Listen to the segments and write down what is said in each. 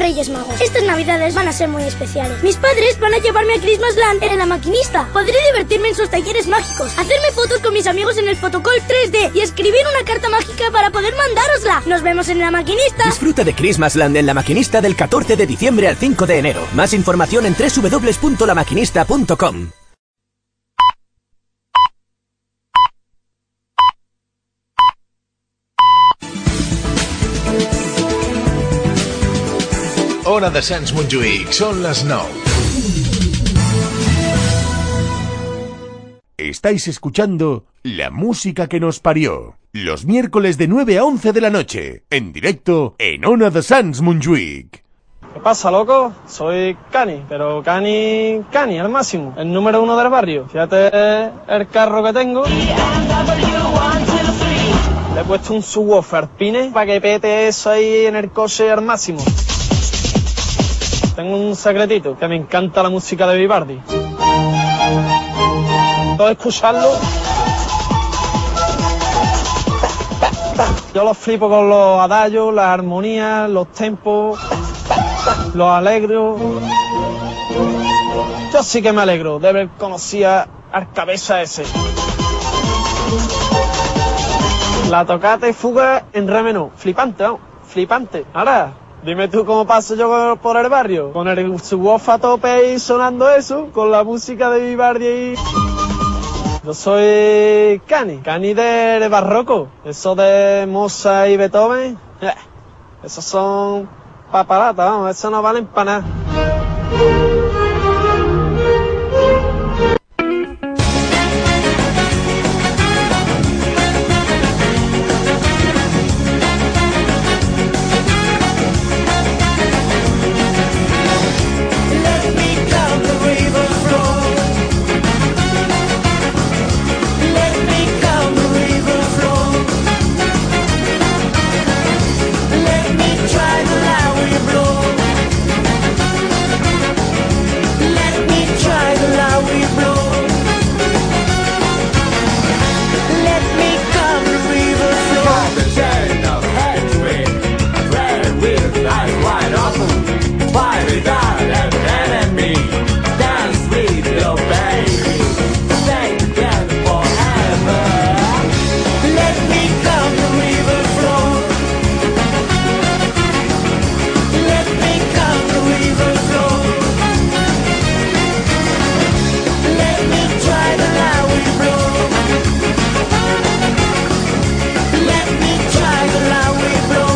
Reyes Magos. Estas navidades van a ser muy especiales. Mis padres van a llevarme a Christmasland en la maquinista. Podré divertirme en sus talleres mágicos, hacerme fotos con mis amigos en el fotocall 3D y escribir una carta mágica para poder mandárosla. Nos vemos en la maquinista. Disfruta de Christmasland en la maquinista del 14 de diciembre al 5 de enero. Más información en www.lamaquinista.com. Hora de Sants Montjuïc, són les 9. Estáis escuchando la música que nos parió. Los miércoles de 9 a 11 de la noche, en directo en Ona de Sans Montjuic. ¿Qué pasa, loco? Soy Cani, pero Cani, Cani, al máximo, el número uno del barrio. Fíjate el carro que tengo. Le he puesto un subwoofer alpine para que pete eso ahí en el coche al máximo. Tengo un secretito, que me encanta la música de Vivaldi. Todo escucharlo... Yo los flipo con los adallos, las armonías, los tempos, los alegros. Yo sí que me alegro de haber conocido al cabeza ese. La tocata y fuga en re menor. Flipante, vamos. Flipante. Ahora, dime tú cómo paso yo por el barrio. Con el subwoofer a tope y sonando eso, con la música de Vivaldi y... Yo soy Cani, Cani del barroco. Eso de Mozart y Beethoven, eh, esos son paparatas, vamos, eso no valen para nada. Let me down the river flow. Let me down the river flow. Let me try the line we blow. Let me try the line we blow. Let me come the river flow. the chain of hatred, red with eyes wide open, by the god and enemy, dance with your baby, thank God forever. Let me come the river flow. Let me come the river flow. Let me try the line we blow. Let me try the line we blow.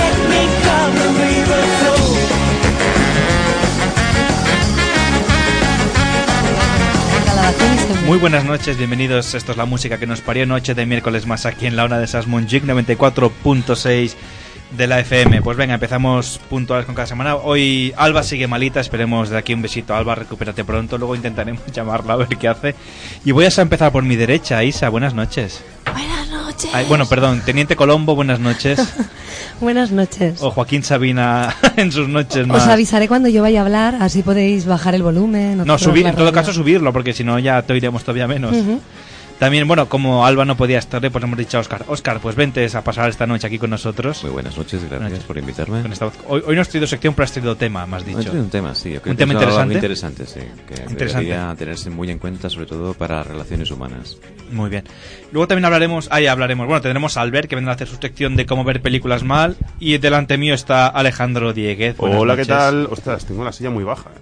Let me come the river flow. Muy buenas noches, bienvenidos. Esto es la música que nos parió noche de miércoles más aquí en la hora de Sasmon Jig 94.6 de la FM. Pues venga, empezamos puntuales con cada semana. Hoy Alba sigue malita, esperemos de aquí un besito. Alba, recupérate pronto, luego intentaremos llamarla a ver qué hace. Y voy a empezar por mi derecha, Isa, buenas noches. Buenas noches. Ay, bueno, perdón, Teniente Colombo, buenas noches. Buenas noches. O Joaquín Sabina en sus noches más. Os avisaré cuando yo vaya a hablar, así podéis bajar el volumen. o No, cerrar subir, la en todo radio. caso subirlo, porque si no ya te oiremos todavía menos. Ujú. También, bueno, como Alba no podía estar, pues le hemos dicho a Oscar, Oscar, pues vente a pasar esta noche aquí con nosotros. Muy buenas noches, gracias Buenas noches. por invitarme. Con esta voz. Hoy, hoy no has traído sección, pero has traído tema, más Ha dicho. sido un tema, sí. yo creo Un que tema es algo interesante. interesante, sí. Que Interesante. debería tenerse muy en cuenta, sobre todo para las relaciones humanas. Muy bien. Luego también hablaremos, ahí hablaremos, bueno, tendremos a Albert, que vendrá a hacer su sección de cómo ver películas mal. Y delante mío está Alejandro Dieguez. Buenas Hola, ¿qué noches. tal? Ostras, tengo la silla muy baja. ¿eh?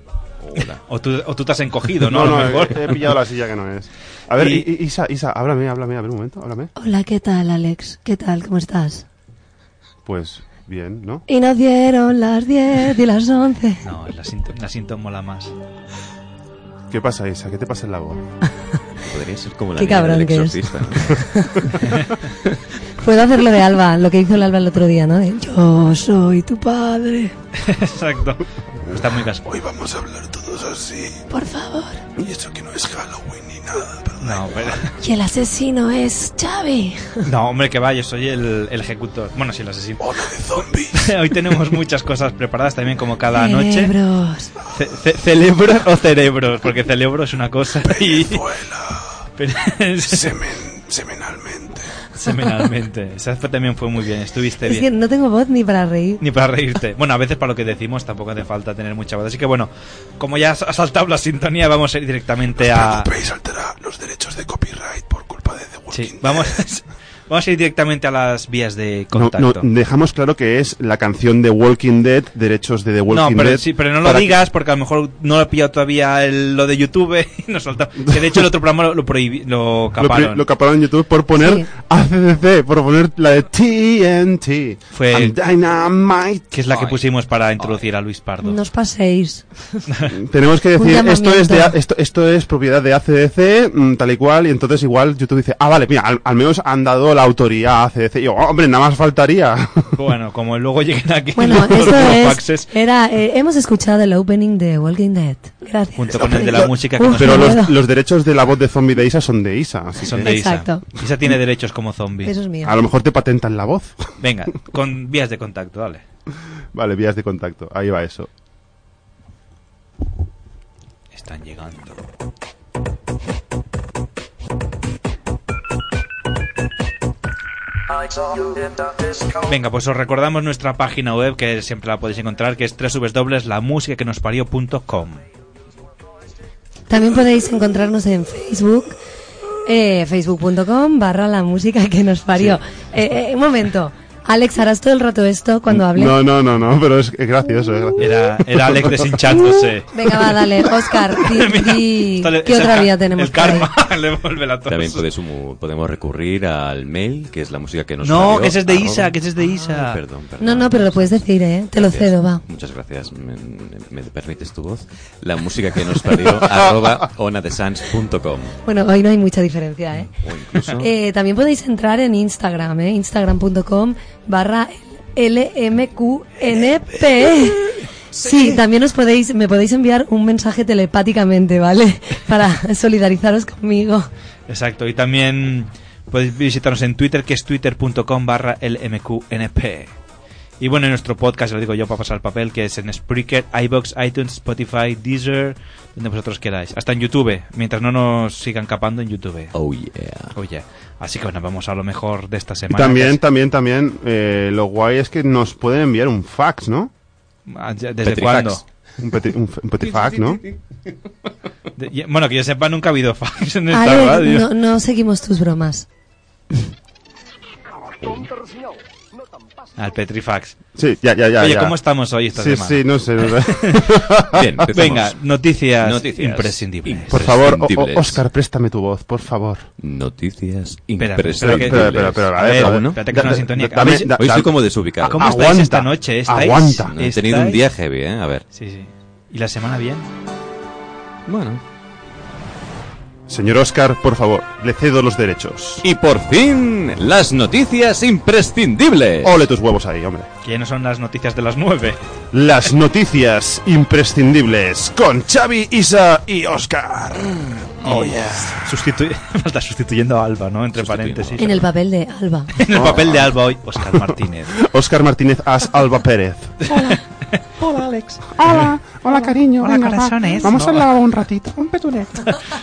O tú, o tú te has encogido, ¿no? A lo no, mejor. he, he pillado la silla que no es. A ver, Y- I- I- Isa, Isa, háblame, háblame, a ver un momento, háblame. Hola, ¿qué tal, Alex? ¿Qué tal? ¿Cómo estás? Pues bien, ¿no? Y nos dieron las 10 y las 11. No, la sintoma la sintom mola más. ¿Qué pasa, Isa? ¿Qué te pasa en la voz? Podría ser como la Qué niña cabrón del que es. exorcista, ¿no? Puedo hacer lo de Alba, lo que hizo el Alba el otro día, ¿no? De, Yo soy tu padre. Exacto. Está muy casposo. Hoy vamos a hablar todos así. Por favor. Y eso que no es Halloween ni nada. No, pero- Y el asesino es Xavi. No, hombre, que va, yo soy el, el ejecutor. Bueno, sí, el asesino. Hoy tenemos muchas cosas preparadas también como cada noche. Cerebros. Ce- ce- ¿Celebros o cerebros? Porque celebro es una cosa y... Pero- Semen, semenalmente. Semanalmente. Esa fue- también fue muy bien, estuviste Es que bien. no tengo voz ni para reír. Ni para reírte. Bueno, a veces para lo que decimos tampoco hace falta tener mucha voz. Así que bueno, como ya has has saltado la sintonía, vamos a ir directamente a. los derechos de copyright por culpa de The Sí, vamos, vamos a ir directamente a las vías de No, no, contacto. dejamos claro que es la canción de Walking Dead, derechos de The Walking No, pero, Dead. sí, pero no lo para que- digas porque a lo mejor no lo he pillado todavía el- lo de YouTube y nos soltamos. Que de hecho el otro programa lo, lo, prohibi- lo Lo, pri- caparon. lo caparon en YouTube por poner Sí. ACDC, por poner la de TNT. Fue- I'm Dynamite. que es la que pusimos para introducir a Luis Pardo. No os paséis. Tenemos que Un decir, esto es, de, A- llamamiento. esto, esto es propiedad de ACDC, mm, tal y cual, y entonces igual YouTube dice, ah, vale, mira, al, al menos han dado la autoría a ACDC. Y yo, "Ah, hombre, nada más faltaría. Bueno, como luego lleguen aquí Bueno, los esto Europaxes, es. Era, eh, hemos escuchado el opening de Walking Dead. Gracias. junto con el de la música que Uf, nos Pero los, miedo. los derechos de la voz de zombie de Isa son de Isa. así son que- de Isa. Exacto. Isa tiene derechos como zombie. Eso es mío. A lo mejor te patentan la voz. Venga, con vías de contacto, dale. Vale, vías de contacto. Ahí va eso. Están llegando. Venga, pues os recordamos nuestra página web que siempre la podéis encontrar, que es www.lamusicaquenospario.com. También podéis encontrarnos en Facebook, eh, facebook.com barra la música que nos parió. Eh, eh, un momento. Alex, ¿harás todo el rato esto cuando Mm, hable? No, no, no, no, pero es, es gracioso. es gracioso. Era, era Alex deshinchándose. Venga, va, dale. Oscar, di- di- Esto le- ¿qué es el otra ca- vía tenemos? El karma le vuelve la tos. También podéis humo- podemos recurrir al mail, que es la música que nos No, parió, que ese es de arroba- Isa, que ese es de Isa. Ah, perdón, perdón. No, no, pero lo puedes decir, ¿eh? Te lo Gracias. cedo, va. Muchas gracias. Me, me permites tu voz? La música que nos parió arroba onadesans.com. Bueno, hoy no hay mucha diferencia, ¿eh? O incluso Eh, también podéis entrar en Instagram, ¿eh? Instagram.com barra LMQNP. Sí, también os podéis, me podéis enviar un mensaje telepáticamente, ¿vale? Para solidarizaros conmigo. Exacto, y también podéis visitarnos en Twitter, que es twitter.com barra LMQNP. Y bueno, en nuestro podcast, lo digo yo para pasar el papel, que es en Spreaker, iBox, iTunes, Spotify, Deezer, donde vosotros queráis. Hasta en YouTube, mientras no nos sigan capando en YouTube. Oh yeah. Oh yeah. Así que bueno, vamos a lo mejor de esta Y semana. también, también, también, eh, lo guay es que nos pueden enviar un fax, ¿no? Ah, ya, ¿Desde cuándo? Un, peti- un f- un petifax, ¿no? De- y- bueno, que yo sepa, nunca ha habido fax en esta radio. Alex, no, no seguimos tus bromas. Al Petrifax. Sí, ya, ya, ya. Oye, ya. ¿cómo estamos hoy esta sí, semana? Sí, no sé. no sé. Bien, empezamos. Venga, noticias, Noticias imprescindibles. Por favor, o- imprescindibles. o- Oscar, préstame tu voz, por favor. Noticias espera, imprescindibles. espera, espera, espera, a ver, ¿Aún no? espérate que es una sintonía. Dame- Habéis- Hoy estoy como desubicado. ¿Cómo estáis Aguanta, esta noche? ¿Estáis- aguanta. No, he tenido un estáis- día heavy, ¿eh? A ver. Sí, sí. ¿Y la semana bien? Bueno. Señor Oscar, por favor, le cedo los derechos. Y por fin, las noticias imprescindibles. Ole tus huevos ahí, hombre. Que ya no son las noticias de las nueve. Las noticias imprescindibles con Xavi, Isa y Oscar. Oh, Sustitu- Está sustituyendo a Alba, ¿no? Entre paréntesis. En el papel de Alba. En el papel de Alba hoy, Oscar Martínez. Oscar Oh. Martínez as Alba Pérez. Hola, Alex. Hola, hola, cariño. Hola, Venga, va. corazones. Vamos No. a hablar un ratito. Un petulet.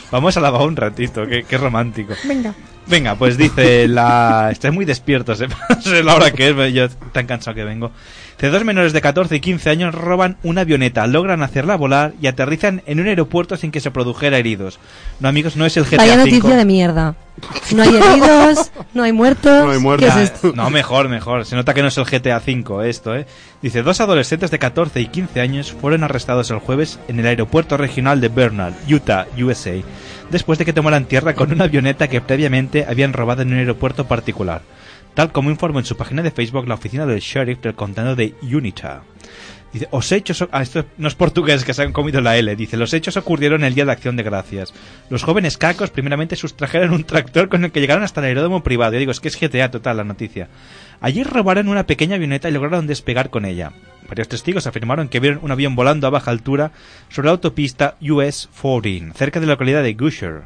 Vamos a lavar un ratito, qué, qué romántico. Venga. Venga, pues dice la... Estáis muy despiertos, ¿eh? No sé la hora que es, pero yo tan cansado que vengo. Dice, dos menores de 14 y 15 años roban una avioneta, logran hacerla volar y aterrizan en un aeropuerto sin que se produjera heridos. No, amigos, no es el GTA Vaya V. noticia de mierda. No hay heridos, no hay muertos. ¿Qué es esto? No, mejor, mejor. Se nota que no es el GTA V esto, ¿eh? Dice, dos adolescentes de 14 y 15 años fueron arrestados el jueves en el aeropuerto regional de Bernal, Utah, USA, después de que tomaran tierra con una avioneta que previamente habían robado en un aeropuerto particular, tal como informó en su página de Facebook la oficina del sheriff del condado de Unitah. Dice, os hechos... o- Ah, esto no es portugués, que se han comido la L. Dice, los hechos ocurrieron el Día de Acción de Gracias. Los jóvenes cacos primeramente sustrajeron un tractor con el que llegaron hasta el aeródromo privado. Yo digo, es que es GTA total la noticia. Allí robaron una pequeña avioneta y lograron despegar con ella. Varios testigos afirmaron que vieron un avión volando a baja altura sobre la autopista US 14, cerca de la localidad de Gusher.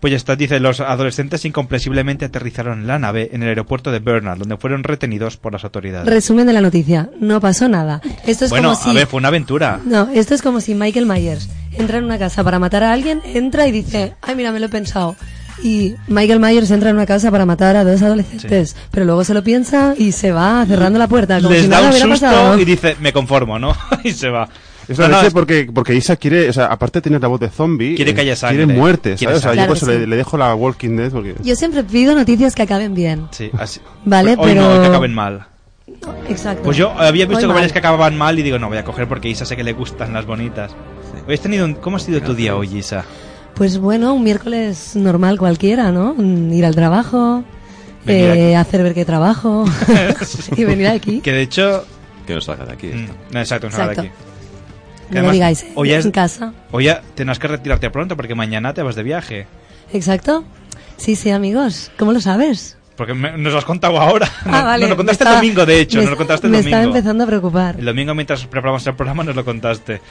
Pues ya está, dice, los adolescentes incomprensiblemente aterrizaron la nave en el aeropuerto de Bernal, donde fueron retenidos por las autoridades. Resumen de la noticia. No pasó nada. Esto es bueno, como si... a ver, fue una aventura. No, esto es como si Michael Myers entra en una casa para matar a alguien, entra y dice, ay, mira, me lo he pensado. Y Michael Myers entra en una casa para matar a dos adolescentes, pero luego se lo piensa y se va cerrando la puerta. Como Les si da nada un hubiera susto pasado. y dice, me conformo, ¿no? y se va. Es la No, no, leche porque, porque Isa quiere, o sea, aparte de tener la voz de zombie, Quiere eh, que haya sangre. Quiere muerte, ¿sabes? Quiere o sea, sangre. yo por eso Claro que le, sí. le dejo la Walking Dead porque... Yo siempre pido noticias que acaben bien. Sí, así. Vale, Hoy no, pero- que acaben mal. Exacto. Pues yo había visto Hoy que mal. varias que acababan mal y digo, no, voy a coger porque Isa sé que le gustan las bonitas. Hoy has tenido un- ¿Cómo ha sido tu día hoy, Isa? Pues bueno, un miércoles normal cualquiera, ¿no? Mm, Ir al trabajo, Venir Pues eh, hacer ver que trabajo y venir aquí. Que de hecho... Mm, Que nos salga de aquí. No, exacto, nos salga de Exacto. aquí. No lo digáis, ¿eh? En casa. O ya tendrás que retirarte pronto porque mañana te vas de viaje. Exacto. Sí, sí, amigos. ¿Cómo lo sabes? Porque me- nos lo has contado ahora. No, Ah, vale, no lo me contaste estaba- el domingo, de hecho. me no lo est- contaste el me domingo. estaba empezando a preocupar. El domingo mientras preparamos el programa nos lo contaste.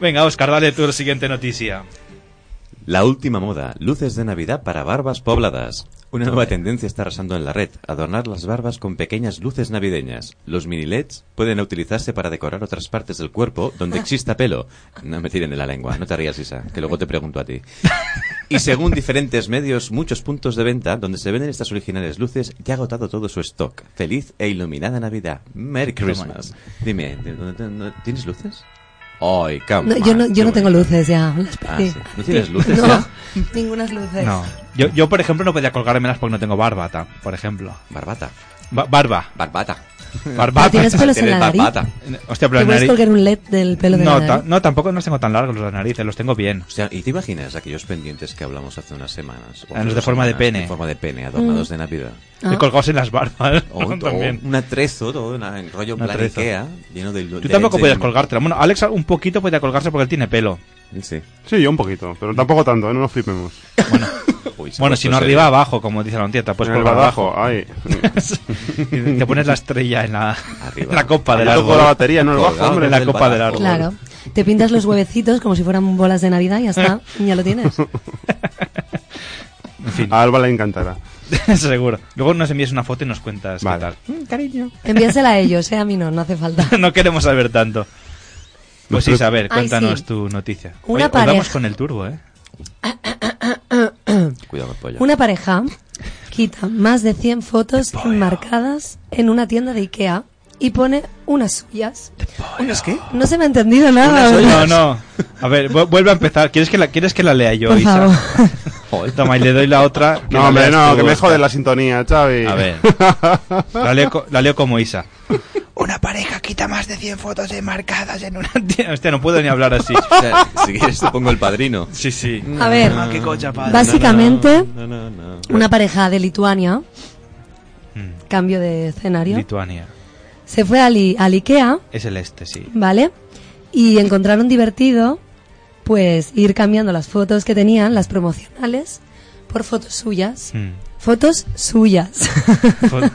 Venga, Oscar, dale tú la siguiente noticia. La última moda, luces de Navidad para barbas pobladas. Una nueva tendencia está arrasando en la red, adornar las barbas con pequeñas luces navideñas. Los mini LEDs pueden utilizarse para decorar otras partes del cuerpo donde exista pelo. No me tiren de la lengua, no te rías, Isa, que luego te pregunto a ti. Y según diferentes medios, muchos puntos de venta donde se venden estas originales luces ya ha agotado todo su stock. Feliz e iluminada Navidad. Merry Toma. Christmas. Dime, ¿de- de- de- de- ¿tienes luces? Ay, come No, yo on, no, qué eh. yo no tengo luces ya. las Ah, perdí. sí. ¿No tienes luces No, ya? ninguna eh. luces. No. Yo, yo, por ejemplo, no podía colgármelas porque no tengo barbata, por ejemplo. ¿Barbata? barba. Barbata. Barbata. ¿Tienes pelos en la nariz? Hostia, pero Te puedes la nariz... colgar un LED del pelo de no, la ta- nariz. no, tampoco los tengo tan largos los de narices, los tengo bien. O sea, ¿y te imaginas aquellos pendientes que hablamos hace unas semanas? O hace Ah, los de dos forma de semanas, pene. En forma de pene, adornados de Navidad. Y colgados en las barbas. O, o También. un atrezo, todo, una- en rollo Un plan atrezo. Ikea, ¿eh? lleno de... Tú tampoco podías colgártela. Bueno, Alex un poquito podía colgarse porque él tiene pelo. Sí. Sí, yo un poquito, pero tampoco tanto, ¿eh? no nos flipemos. pues Bueno, si no arriba, abajo, como dice la ontieta. Pues En el colgar badajo, abajo. ahí. Y te pones la estrella en la, en la copa del Yo árbol. toco la batería, no el bajo, Colgado hombre. en la del copa del badajo. árbol. Claro. Te pintas los huevecitos como si fueran bolas de Navidad y ya está. y Ya lo tienes. A Alba le encantará. Seguro. Luego nos envías una foto y nos cuentas qué Mm, Cariño. Envíasela a ellos, ¿eh? A mí no, no hace falta. tal. no queremos saber tanto. Pues sí, a ver, Ay, cuéntanos sí. tu noticia. Una Oye, hoy vamos pareja. con el turbo, ¿eh? Cuidado con el pollo. Una pareja quita más de 100 fotos enmarcadas en una tienda de Ikea y pone unas suyas. ¿Unas qué? No se me ha entendido nada. No, no. A ver, vu- vuelve a empezar. ¿Quieres que la, quieres que la lea yo, Por Isa? favor. Toma, y le doy la otra. que No, la hombre, leas no, tú, que me Oscar. jode la sintonía, Xavi. A ver. La leo, co- la leo como Isa. Una pareja quita más de 100 fotos enmarcadas en una... Tía, Hostia, no puedo ni hablar así. O sea, si quieres te pongo el padrino. Sí, sí. Ah, A ver, básicamente, No, no, no. una pareja de Lituania, Mm. cambio de escenario, Lituania. se fue al, I- al Ikea, Es el este, sí. ¿vale? Y encontraron divertido, pues, ir cambiando las fotos que tenían, las promocionales, por fotos suyas. Mm. Hmm. Fotos suyas. Fue-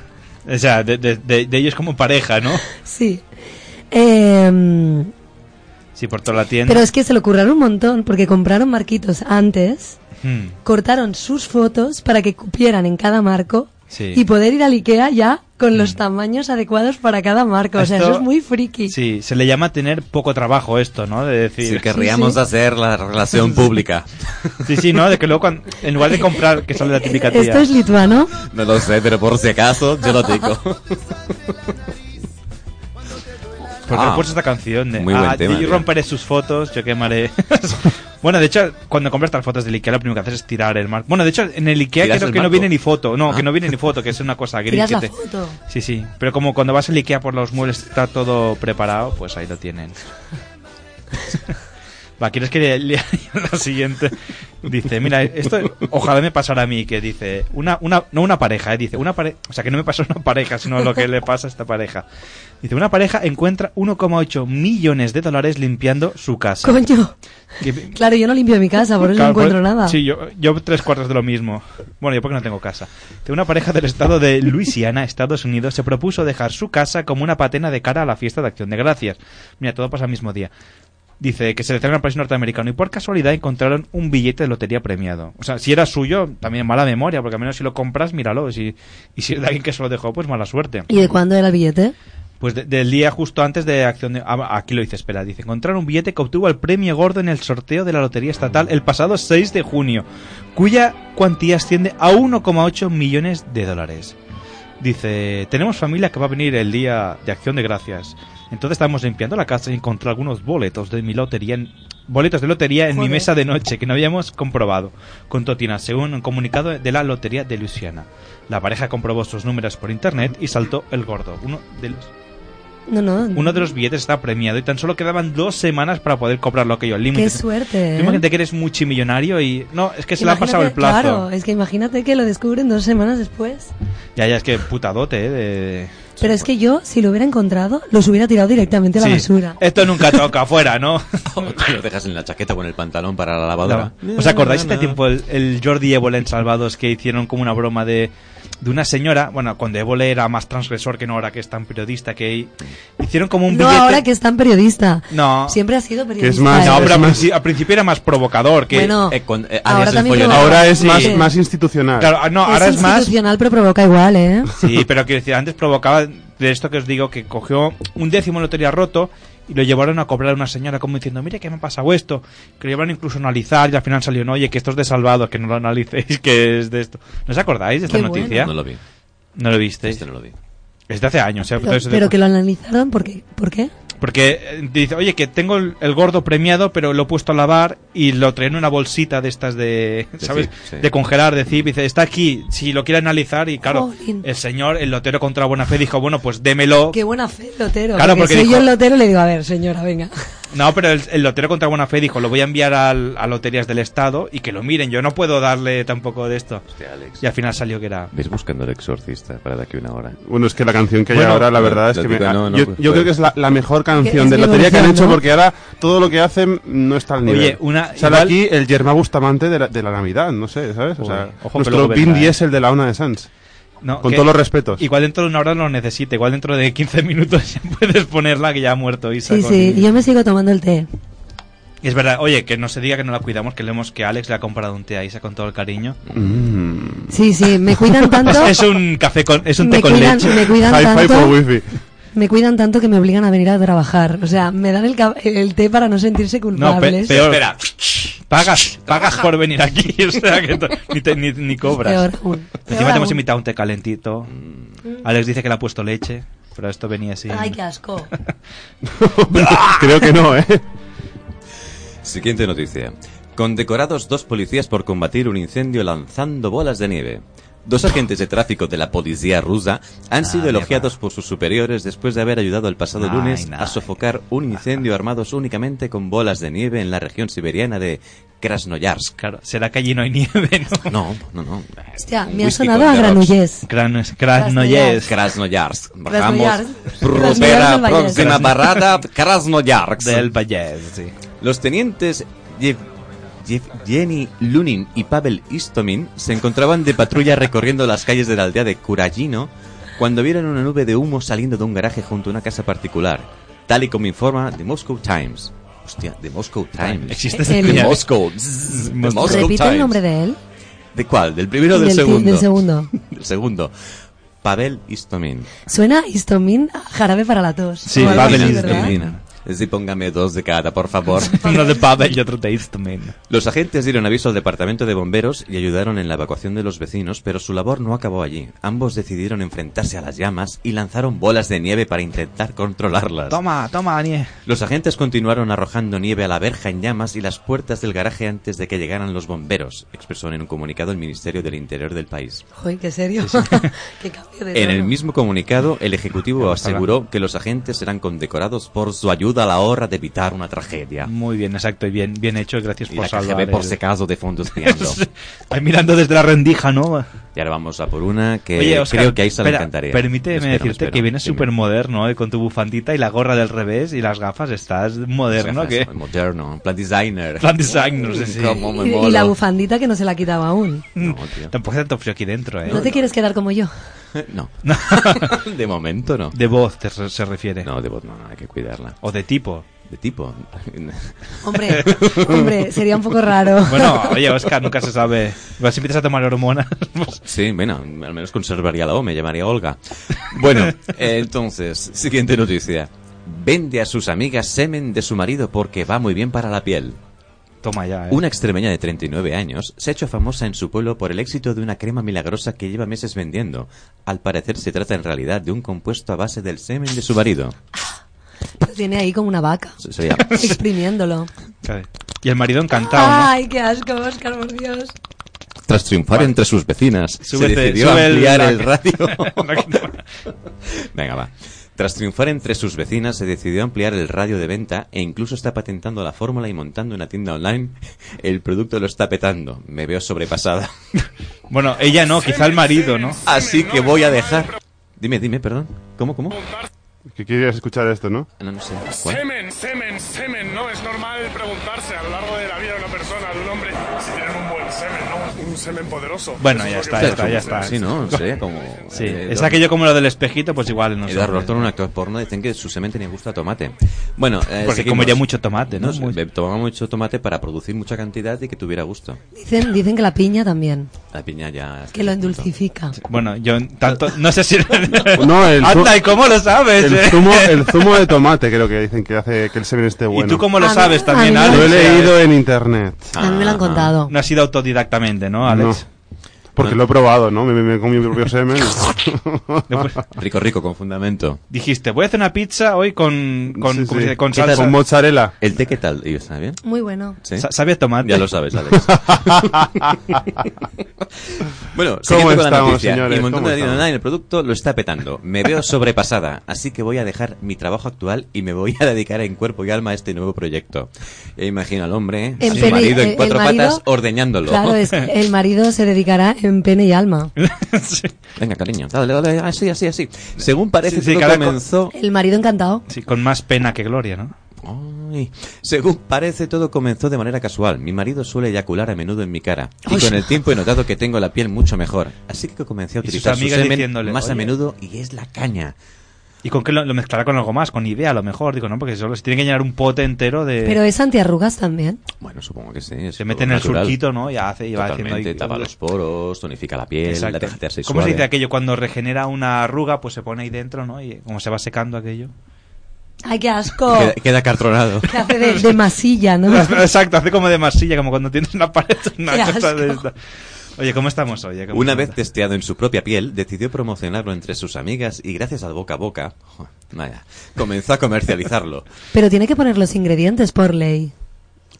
O sea, de, de- de- de ellos como pareja, ¿no? sí. Em, Sí, por toda la tienda. pero es que se lo curraron un montón porque compraron marquitos antes, Hmm, cortaron sus fotos para que cupieran en cada marco sí. Mm. y poder ir al Ikea ya con los tamaños adecuados para cada marco. O sea, Esto- eso es muy friki. Sí, se le llama tener poco trabajo esto, ¿no? De decir... Si querríamos hacer la relación pública. Sí, sí, ¿no? De que luego, cuando- en lugar de comprar, que sale la típica tía... Esto es lituano. No lo sé, pero por si acaso, yo lo digo. ¿Por qué Ah, no pones pues esta canción de muy ah, buen tema, yo tío. romperé sus fotos, yo quemaré? bueno, de hecho, cuando compras estas fotos del Ikea, lo primero que haces es tirar el marco. Bueno, de hecho, en el Ikea ¿Tiras creo el que no marco? viene ni foto. No, Ah. que no viene ni foto, que es una cosa gris. Tiras que la este. te- foto. Sí, sí. Pero como cuando vas al Ikea por los muebles está todo preparado, pues ahí lo tienen. Va, ¿quieres que le- lea la siguiente? Dice, mira, esto ojalá me pasara a mí, que dice, una, una, no una pareja, eh, dice, una pareja, o sea, que no me pasa una pareja, sino lo que le pasa a esta pareja. Dice, una pareja encuentra 1,8 millones de dólares limpiando su casa. Coño. Que- Claro, yo no limpio mi casa, por eso Claro, no encuentro pues, nada. Sí, yo, yo tres cuartos de lo mismo. Bueno, yo porque no tengo casa. De una pareja del estado de Luisiana, Estados Unidos, se propuso dejar su casa como una patena de cara a la fiesta de Acción de Gracias. Mira, todo pasa el mismo día. Dice que se seleccionaron al país norteamericano y por casualidad encontraron un billete de lotería premiado. O sea, si era suyo, también mala memoria, porque al menos si lo compras, míralo. Si, y si es de alguien que se lo dejó, pues mala suerte. ¿Y de cuándo era el billete? Pues de- del día justo antes de acción de... ah, Aquí lo dice, espera, dice, encontrar un billete que obtuvo el premio gordo en el sorteo de la Lotería Estatal el pasado 6 de junio, cuya cuantía asciende a 1,8 millones de dólares. Dice, tenemos familia que va a venir el día de acción de gracias. Entonces estábamos limpiando la casa y encontré algunos boletos de mi lotería en- boletos de lotería en mi Joder. mesa de noche que no habíamos comprobado, contó Tina, según un comunicado de la Lotería de Luisiana. La pareja comprobó sus números por internet y saltó el gordo. Uno de los, No, no. uno de los billetes está premiado y tan solo quedaban dos semanas para poder cobrarlo aquello. El límite. Qué suerte. Tú ¿eh? imagínate que eres multimillonario y. No, es que se le ha Imagínate- pasado el plazo. Claro, es que imagínate que lo descubren dos semanas después. Ya, ya, es que putadote, ¿eh? de- Pero es que yo, si lo hubiera encontrado, los hubiera tirado directamente a la Sí. basura. Esto nunca toca afuera, ¿no? Lo dejas en la chaqueta o en el pantalón para la lavadora. ¿Os acordáis este tiempo el, el Jordi Évole en Salvados que hicieron como una broma de, de una señora? Bueno, cuando Évole era más transgresor que no ahora que es tan periodista que hi- hicieron como un No billete. ahora que es tan periodista. No. Siempre ha sido periodista. ¿eh? No, pero al princi- al principio era más provocador que Bueno, Eh, con- eh, ahora alias el también follonero. provoca. Ahora es Sí. más, más institucional. Claro, ah, no, es ahora es más. institucional, pero provoca igual, ¿eh? Sí, pero quiero decir, antes provocaba de esto que os digo que cogió un décimo en lotería roto y lo llevaron a cobrar a una señora como diciendo, mire que me ha pasado esto, que lo llevaron incluso a analizar y al final salió, no, oye, que esto es de salvados, que no lo analicéis, que es de esto. ¿No os acordáis de esta Qué bueno. noticia? No lo vi. ¿No lo visteis? Este no lo vi. Es de hace años, ¿eh? Pero, Entonces- pero que lo analizaron, ¿por qué? ¿Por qué? porque eh, dice, oye, que tengo el, el gordo premiado, pero lo he puesto a lavar y lo traen en una bolsita de estas de, De ¿sabes? zip, sí. De congelar, de zip. Dice, está aquí, si lo quiere analizar. Y claro, Jolín. el señor, el lotero contra buena fe, dijo, bueno, pues démelo. Qué buena fe el lotero. Claro, porque porque soy dijo- yo el lotero y le digo, a ver, señora, venga. No, pero el, el lotero contra buena fe dijo, lo voy a enviar al- a loterías del Estado y que lo miren. Yo no puedo darle tampoco de esto. Y al final salió que era... ¿Ves buscando el exorcista para de aquí una hora? Bueno, es que la canción que hay Bueno, ahora, la lo- verdad es lo que me- digo, no, no, yo, pues, yo creo que es la, la mejor canción es de lotería que han evolución, hecho ¿no? porque ahora todo lo que hacen no está al Oye, nivel. una- Sale igual- aquí el Yerma Bustamante de la, de la Navidad, no sé, ¿sabes? O sea, Uy, ojo que nuestro luego vendrá, Vin ¿eh? Diesel de la ONA de Sanz. No, Con que- todos los respetos. Igual dentro de una hora lo necesite, igual dentro de 15 minutos ya puedes ponerla que ya ha muerto Isa. Sí, con- sí, yo me sigo tomando el té. Y Es verdad, oye, que no se diga que no la cuidamos, que le hemos que Alex le ha comprado un té a Isa con todo el cariño. Mm. Sí, sí, me cuidan tanto, Es, es un café con es un té Me con cuidan- leche. me cuidan Hi-fi tanto. por wifi. me cuidan tanto que me obligan a venir a trabajar. O sea, me dan el, ca- el té para no sentirse No, pe- culpables. peor. Pagas, pagas por venir aquí, o sea que to- ni, te- ni- ni cobras. Peor aún, peor Encima te hemos aún. Mm. invitado un té calentito. Alex dice que le ha puesto leche, pero esto venía así. Ay, qué asco. Creo que no, ¿eh? pues, Siguiente noticia. Condecorados dos policías por combatir un incendio lanzando bolas de nieve. Dos agentes de tráfico de la policía rusa han sido elogiados por sus superiores después de haber ayudado el pasado Ah, Ay, lunes no. a sofocar un incendio armados únicamente con bolas de nieve en la región siberiana de Krasnoyarsk. Claro, será que allí no hay nieve, ¿no? No, no, no. Hostia, Un me ha whisky sonado con a hierbas. granullés. Krasnoyarsk. Krasnoyarsk. Bajamos. Krasnoyarsk. Krasnoyarsk Propera, del Vallés. próxima parada, Krasnoyarsk. Del Vallés, sí. Los tenientes Yev- Yev- Yevgeny Lunin y Pavel Istomin se encontraban de patrulla recorriendo las calles de la aldea de Kurayino cuando vieron una nube de humo saliendo de un garaje junto a una casa particular, tal y como informa The Moscow Times. Hostia, The Moscow Times. Existe ese The día. Moscow. Zzz, The Moscow Repite el Times. nombre de él. ¿De cuál? ¿Del primero o Y del, del ti- segundo? del segundo. Del segundo. Pavel Istomin. Suena histomín a jarabe para la tos. Sí, O algo Pavel así, ¿verdad? Istomin. Sí, póngame dos de cada, por favor. Uno de Pavel y otro de Istomin. Los agentes dieron aviso al departamento de bomberos y ayudaron en la evacuación de los vecinos, pero su labor no acabó allí. Ambos decidieron enfrentarse a las llamas y lanzaron bolas de nieve para intentar controlarlas. Toma, toma, Daniel. Los agentes continuaron arrojando nieve a la verja en llamas y las puertas del garaje antes de que llegaran los bomberos, expresó en un comunicado el Ministerio del Interior del país. Joder, qué serio. qué cambio de En el tono. mismo comunicado, el Ejecutivo aseguró que los agentes serán condecorados por su ayuda a la hora de evitar una tragedia. Muy bien, exacto, y bien, bien hecho, gracias Y por la salvar. KGB por el- si acaso de fondo espiando. Ahí mirando desde la rendija, ¿no? Y ahora vamos a por una que Oye, Oscar, creo que a Isa le espera, encantaría. Permíteme Espera, decirte espera, que vienes dime. súper moderno, ¿eh? con tu bufandita y la gorra del revés y las gafas. Estás moderno, Gafas, que Moderno, en plan designer. Plan designer, sí, sí. Cómo me Y, y mola. la bufandita que no se la quitaba aún. Mm, tampoco hace tanto frío aquí dentro, ¿eh? ¿No te quieres quedar como yo? No. de momento no. De voz te- se refiere. No, de voz no, no, hay que cuidarla. O de tipo. de tipo. Hombre, hombre, sería un poco raro. Bueno, oye, Oscar, nunca se sabe. Vas si empiezas a tomar hormonas. Sí, bueno, al menos conservaría la O, me llamaría Olga. Bueno, eh, entonces, siguiente noticia. Vende a sus amigas semen de su marido porque va muy bien para la piel. Toma ya, eh. Una extremeña de 39 años se ha hecho famosa en su pueblo por el éxito de una crema milagrosa que lleva meses vendiendo. Al parecer se trata en realidad de un compuesto a base del semen de su marido. Lo tiene ahí como una vaca, Se- Sería... exprimiéndolo. Y el marido encantado, ¿no? Ay, qué asco, Oscar, por Dios. Tras triunfar entre sus vecinas, se Súbete, decidió sube el- ampliar la- el, radio. la- Venga, va. Tras triunfar entre sus vecinas, se decidió ampliar el radio de venta e incluso está patentando la fórmula y montando una tienda online. El producto lo está petando. Me veo sobrepasada. Bueno, ella no, quizá el marido, ¿no? Así que voy a dejar. Dime, dime, perdón. ¿Cómo, cómo? Que quieres escuchar esto, ¿no? No, no sé. Semen, semen, semen, ¿no? Es normal preguntarse a lo largo de la vida de una persona, de un hombre, si tienen un buen semen, ¿no? Un semen poderoso. Bueno, Eso ya es lo está, que- ya está, ya está. Sí, ¿no? Sería como... eh, Sí, es aquello como lo del espejito, pues igual, no sé. Edward Norton, un actor porno, dicen que su semen tenía gusto a tomate. Bueno, eh, Porque seguimos. comería mucho tomate, ¿no? sé, Muy- be- Tomaba mucho tomate para producir mucha cantidad y que tuviera gusto. Dicen, dicen que la piña también, La piña ya... que lo endulcifica. Bueno, yo tanto... No sé si... No, el zu- Anda, ¿y cómo lo sabes? El eh? zumo, el zumo de tomate creo que dicen que hace que el semen esté bueno. ¿Y tú cómo lo sabes también, Lo Alex? Ah, he leído en internet. A mí me lo han contado. No ha sido autodidactamente, ¿no, No. Alex? Porque lo he probado, ¿no? Me, me, me comí mi propio semen. Rico, rico, con fundamento. Dijiste, voy a hacer una pizza hoy con, con, Sí, sí. ¿cómo se dice? con ¿Qué tal? salsa. Con mozzarella. ¿El té qué tal? ¿Y está bien? Muy bueno. ¿Sí? Sa- sabe a tomate. Ya lo sabes, Alex. bueno, ¿Cómo siguiente con la estamos, noticia. señores? y ¿Cómo montando dinero estamos? online, el producto lo está petando. Me veo sobrepasada, así que voy a dejar mi trabajo actual y me voy a dedicar en cuerpo y alma a este nuevo proyecto. E imagino al hombre, a En su pene- marido eh, en el cuatro marido- patas ordeñándolo. Claro, es que eh. el marido se dedicará en pene y alma. Venga, cariño, dale, dale, así, así, así. Según parece, Sí, sí, todo cada co- comenzó... El marido encantado. Sí, con más pena que gloria, ¿no? Ay. Según parece, todo comenzó de manera casual. Mi marido suele eyacular a menudo en mi cara. Y Ay. con el tiempo he notado que tengo la piel mucho mejor. Así que comencé a sus utilizar su amigas semen diciéndole, más a "Oye". menudo y es la caña. ¿Y con qué lo, lo mezclará con algo más? Con idea, a lo mejor. Digo, no, porque solo se tiene que llenar un pote entero de... Pero es antiarrugas también. Eh. Bueno, supongo que sí. se mete en el surquito, ¿no? Y hace y va haciendo... ahí- Totalmente, tapa los poros, tonifica la eh? piel, Exacto. la deja hacerse ¿Cómo se suave. dice aquello? Cuando regenera una arruga, pues se pone ahí dentro, ¿no? Y como se va secando aquello. Ay, qué asco. Queda, queda cartronado. Que hace de, de masilla, ¿no? Exacto, hace como de masilla, como cuando tienes una pared, una Qué cosa asco. de esta. Oye, ¿cómo estamos hoy? ¿Cómo Una estamos? vez testeado en su propia piel, decidió promocionarlo entre sus amigas y gracias al boca a boca, vaya, comenzó a comercializarlo. Pero tiene que poner los ingredientes por ley.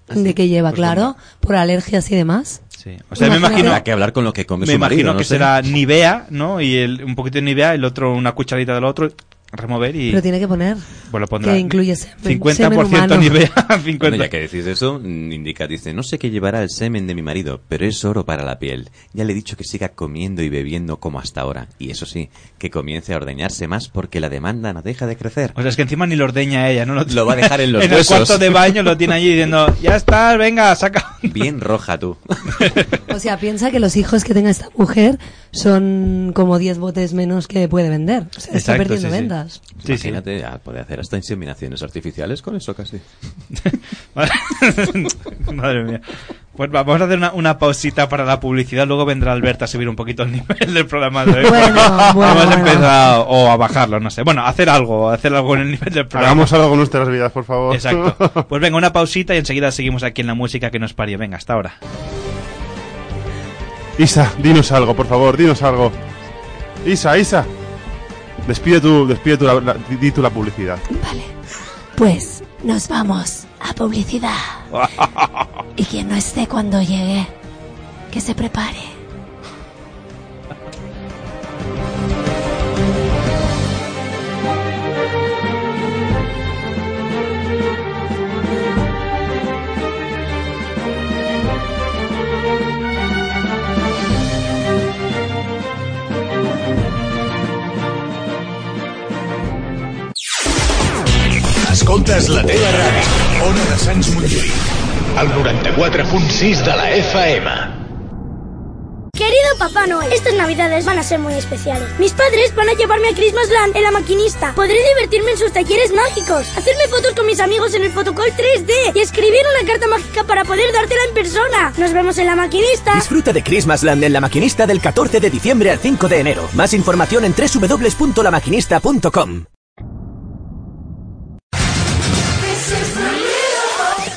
Ah, De que lleva, Pues claro, por alergias y demás. O sea, me Imagínate. imagino... Habrá que hablar con lo que come me su imagino marido, no que sé. será Nivea, ¿no? Y el, un poquito de Nivea, el otro una cucharadita del otro, remover y... Pero tiene que poner. Pues lo pondrá. Que incluye semen, 50% semen humano. Nivea, Bueno, 50%. ya que decís eso, mm, indica, dice, no sé qué llevará el semen de mi marido, pero es oro para la piel. Ya le he dicho que siga comiendo y bebiendo como hasta ahora. Y eso sí, que comience a ordeñarse más porque la demanda no deja de crecer. O sea, es que encima ni lo ordeña ella, ¿no? Lo va a dejar en los en huesos. el cuarto de baño lo tiene allí diciendo, ya está, venga, saca. Bien roja tú. O sea, piensa que los hijos que tenga esta mujer son como 10 botes menos que puede vender. O sea, está perdiendo ventas. Pues Imagínate, ya puede hacer hasta inseminaciones artificiales con eso casi. Madre mía. Pues va, vamos a hacer una, una pausita para la publicidad, luego vendrá Alberta a subir un poquito el nivel del programa de hoy. Bueno, bueno, Hemos bueno. empezado, o a bajarlo, no sé. Bueno, hacer algo, hacer algo en el nivel del programa. Hagamos algo con nuestras vidas, por favor. Exacto. Pues venga, una pausita y enseguida seguimos aquí en la música que nos parió. Venga, hasta ahora. Isa, dinos algo, por favor, dinos algo. Isa, Isa. Despide tú, despide tú la, la- di tú la publicidad. Pues nos vamos a publicidad. Y quien no esté cuando llegue, que se prepare. Escoltes la teva ràdio. Ona de Sants Montjuïc. El 94.6 de la FM. Querido Papá Noel, estas navidades van a ser muy especiales. Mis padres van a llevarme a Christmasland en la maquinista. Podré divertirme en sus talleres mágicos, hacerme fotos con mis amigos en el fotocall 3D y escribir una carta mágica para poder dártela en persona. Nos vemos en la maquinista. Disfruta de Christmasland en La Maquinista del 14 de diciembre al 5 de enero. Más información en www.lamaquinista.com.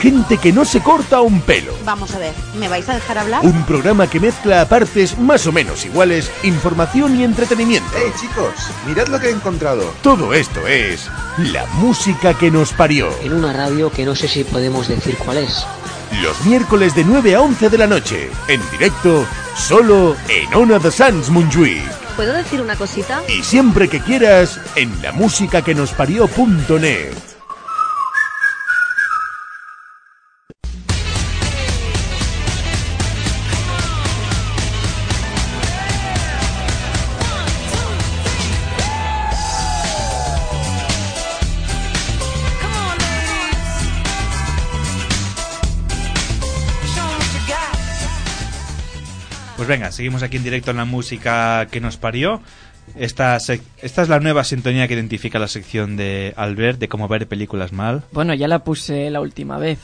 Gente que no se corta un pelo. Vamos a ver, ¿me vais a dejar hablar? Un programa que mezcla a partes más o menos iguales información y entretenimiento. ¡Hey, chicos! Mirad lo que he encontrado. Todo esto es la música que nos parió. En una radio que no sé si podemos decir cuál es. Los miércoles de 9 a 11 de la noche, en directo, solo en Ona de Sans Montjuic. ¿Puedo decir una cosita? Y siempre que quieras, en la música que nos parió.net. eh. Pues venga, seguimos aquí en directo en la música que nos parió. Esta, sec- esta es la nueva sintonía que identifica la sección de Albert de cómo ver películas mal. Bueno, ya la puse la última vez.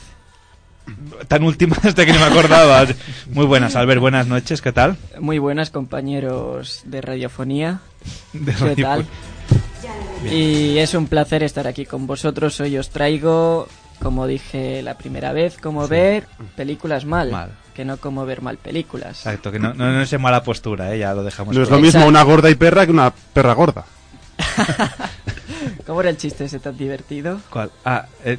Tan última hasta que no me acordaba. Muy buenas, Albert, buenas noches, ¿qué tal? Muy buenas compañeros de radiofonía. De ¿Qué radiofo- tal? Y es un placer estar aquí con vosotros. Hoy os traigo, como dije la primera vez, cómo ver películas mal, que no cómo ver mal películas. Exacto, que no, no, no es en mala postura, ¿eh? ya lo dejamos. No es claro. lo mismo una gorda y perra que una perra gorda. ¿Cómo era el chiste ese tan divertido? ¿Cuál? Ah, eh,